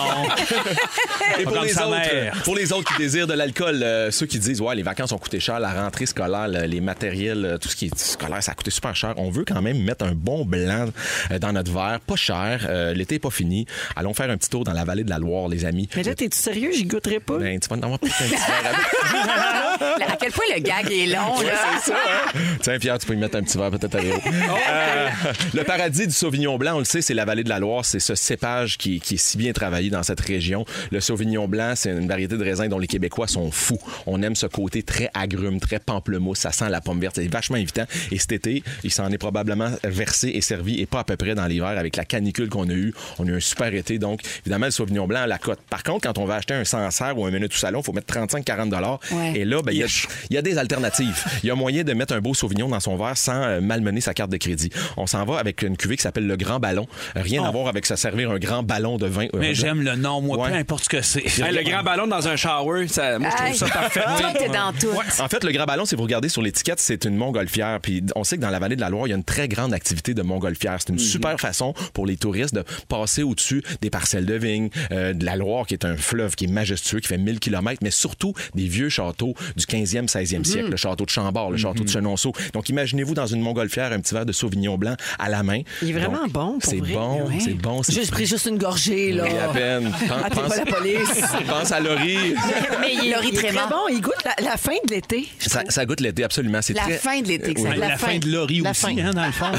[SPEAKER 12] Et pour
[SPEAKER 6] Comme
[SPEAKER 12] les,
[SPEAKER 6] sa
[SPEAKER 12] autres,
[SPEAKER 6] mère.
[SPEAKER 12] pour les autres qui désirent de l'alcool, euh, ceux qui disent ouais les vacances ont coûté cher, la rentrée scolaire, le- les matériels, euh, tout ce qui est scolaire, ça a coûté super cher. On veut quand même mettre un bon blanc euh, dans notre verre, pas cher. Euh, L'été est pas fini. Allons faire un petit tour dans la vallée de la Loire, les amis.
[SPEAKER 3] Mais là, t'es-tu sérieux? J'y goûterai pas.
[SPEAKER 12] Ben, tu vas en avoir <laughs> plus qu'un petit verre avec.
[SPEAKER 4] à quel point le gag est long,
[SPEAKER 12] Ouais,
[SPEAKER 4] là.
[SPEAKER 12] c'est ça, hein? Tiens, Pierre, tu peux y mettre un petit verre peut-être à Véro. Euh, le paradis du Sauvignon Blanc, on le sait, c'est la vallée de la Loire. C'est ce cépage qui, qui est si bien travaillé dans cette région. Le Sauvignon Blanc, c'est une variété de raisin dont les Québécois sont fous. On aime ce côté très agrume, très pamplemousse. Ça sent la pomme verte. C'est vachement évitant. Et cet été, il s'en est probablement versé et servi et pas à peu près dans l'hiver avec la canicule qu'on a eue. On a eu un super été. Donc, évidemment, le Sauvignon Blanc à la cote. Par contre, quand on va acheter un Sancerre ou un menu tout salon, il faut mettre 35-40 Et là, ben, il y a- il y, a des alternatives. Il y a moyen de mettre un beau Sauvignon dans son verre sans euh, malmener sa carte de crédit. On s'en va avec une cuvée qui s'appelle le Grand Ballon. Rien à voir avec se servir un grand ballon de vin.
[SPEAKER 6] Oh. Mais j'aime le nom, moi, peu importe ce que c'est.
[SPEAKER 12] Hey, le grand
[SPEAKER 2] ballon dans un shower, ça, moi, je trouve ça parfait.
[SPEAKER 4] Toi, t'es dans tout.
[SPEAKER 12] En fait, le Grand Ballon, si vous regardez sur l'étiquette, c'est une montgolfière. Puis on sait que dans la vallée de la Loire, il y a une très grande activité de montgolfière.
[SPEAKER 3] Mhm.
[SPEAKER 12] C'est une super façon pour les touristes de passer au-dessus des parcelles de vignes, euh, de la Loire, qui est un fleuve qui est majestueux, qui fait 1000 km, mais surtout des vieux châteaux du 15e, 16e siècle,
[SPEAKER 9] Mhm.
[SPEAKER 12] le château de Chambord, le
[SPEAKER 3] Mhm.
[SPEAKER 12] château de Chenonceau. Donc imaginez-vous dans une montgolfière un petit verre de sauvignon blanc à la main.
[SPEAKER 3] Il est vraiment
[SPEAKER 12] Donc,
[SPEAKER 3] bon, pour
[SPEAKER 12] C'est
[SPEAKER 3] vrai.
[SPEAKER 12] bon,
[SPEAKER 3] Ouais.
[SPEAKER 12] c'est bon. c'est-
[SPEAKER 3] Juste pris juste une gorgée, là.
[SPEAKER 12] Oui, à peine. Pense-
[SPEAKER 3] Ah, t'es
[SPEAKER 12] pense-
[SPEAKER 3] pas la police.
[SPEAKER 12] <laughs> pense à Laurie.
[SPEAKER 3] <laughs> Mais il,
[SPEAKER 4] Laurie
[SPEAKER 3] il est très
[SPEAKER 4] Trévent.
[SPEAKER 3] bon. Il goûte la, la fin de l'été.
[SPEAKER 12] Ça, ça goûte l'été, absolument. C'est
[SPEAKER 3] La
[SPEAKER 12] très-
[SPEAKER 3] fin de l'été, que ça
[SPEAKER 12] Oui.
[SPEAKER 3] goûte. La La fin fin. de Laurie La aussi, fin. hein,
[SPEAKER 6] dans le <laughs> fond.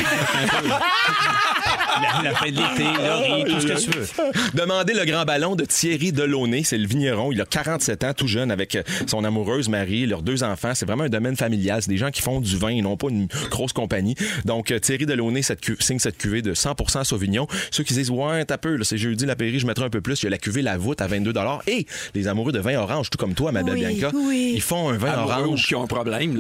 [SPEAKER 6] la, la fin de l'été,
[SPEAKER 4] Ah,
[SPEAKER 6] Laurie, tout ce que tu veux.
[SPEAKER 12] Demandez le grand ballon de Thierry Delaunay. C'est le vigneron. Il a 47 ans, tout jeune, avec euh, son amoureuse Marie, leurs deux enfants. C'est vraiment un domaine familial. C'est des gens qui font du vin et non pas une grosse compagnie. Donc, euh, Thierry Delaunay cette cu- signe cette cuvée de 100 Sauvignon. Ceux qui disent, ouais, t'as peu, là, c'est jeudi, la Péry, je mettrai un peu plus. Il y a la cuvée La Voûte à 22 Et les amoureux de vin orange, tout comme toi, Madame
[SPEAKER 4] Oui,
[SPEAKER 12] Bianca,
[SPEAKER 4] oui.
[SPEAKER 12] ils font un vin
[SPEAKER 2] Amoureux
[SPEAKER 12] orange. qui ont un problème,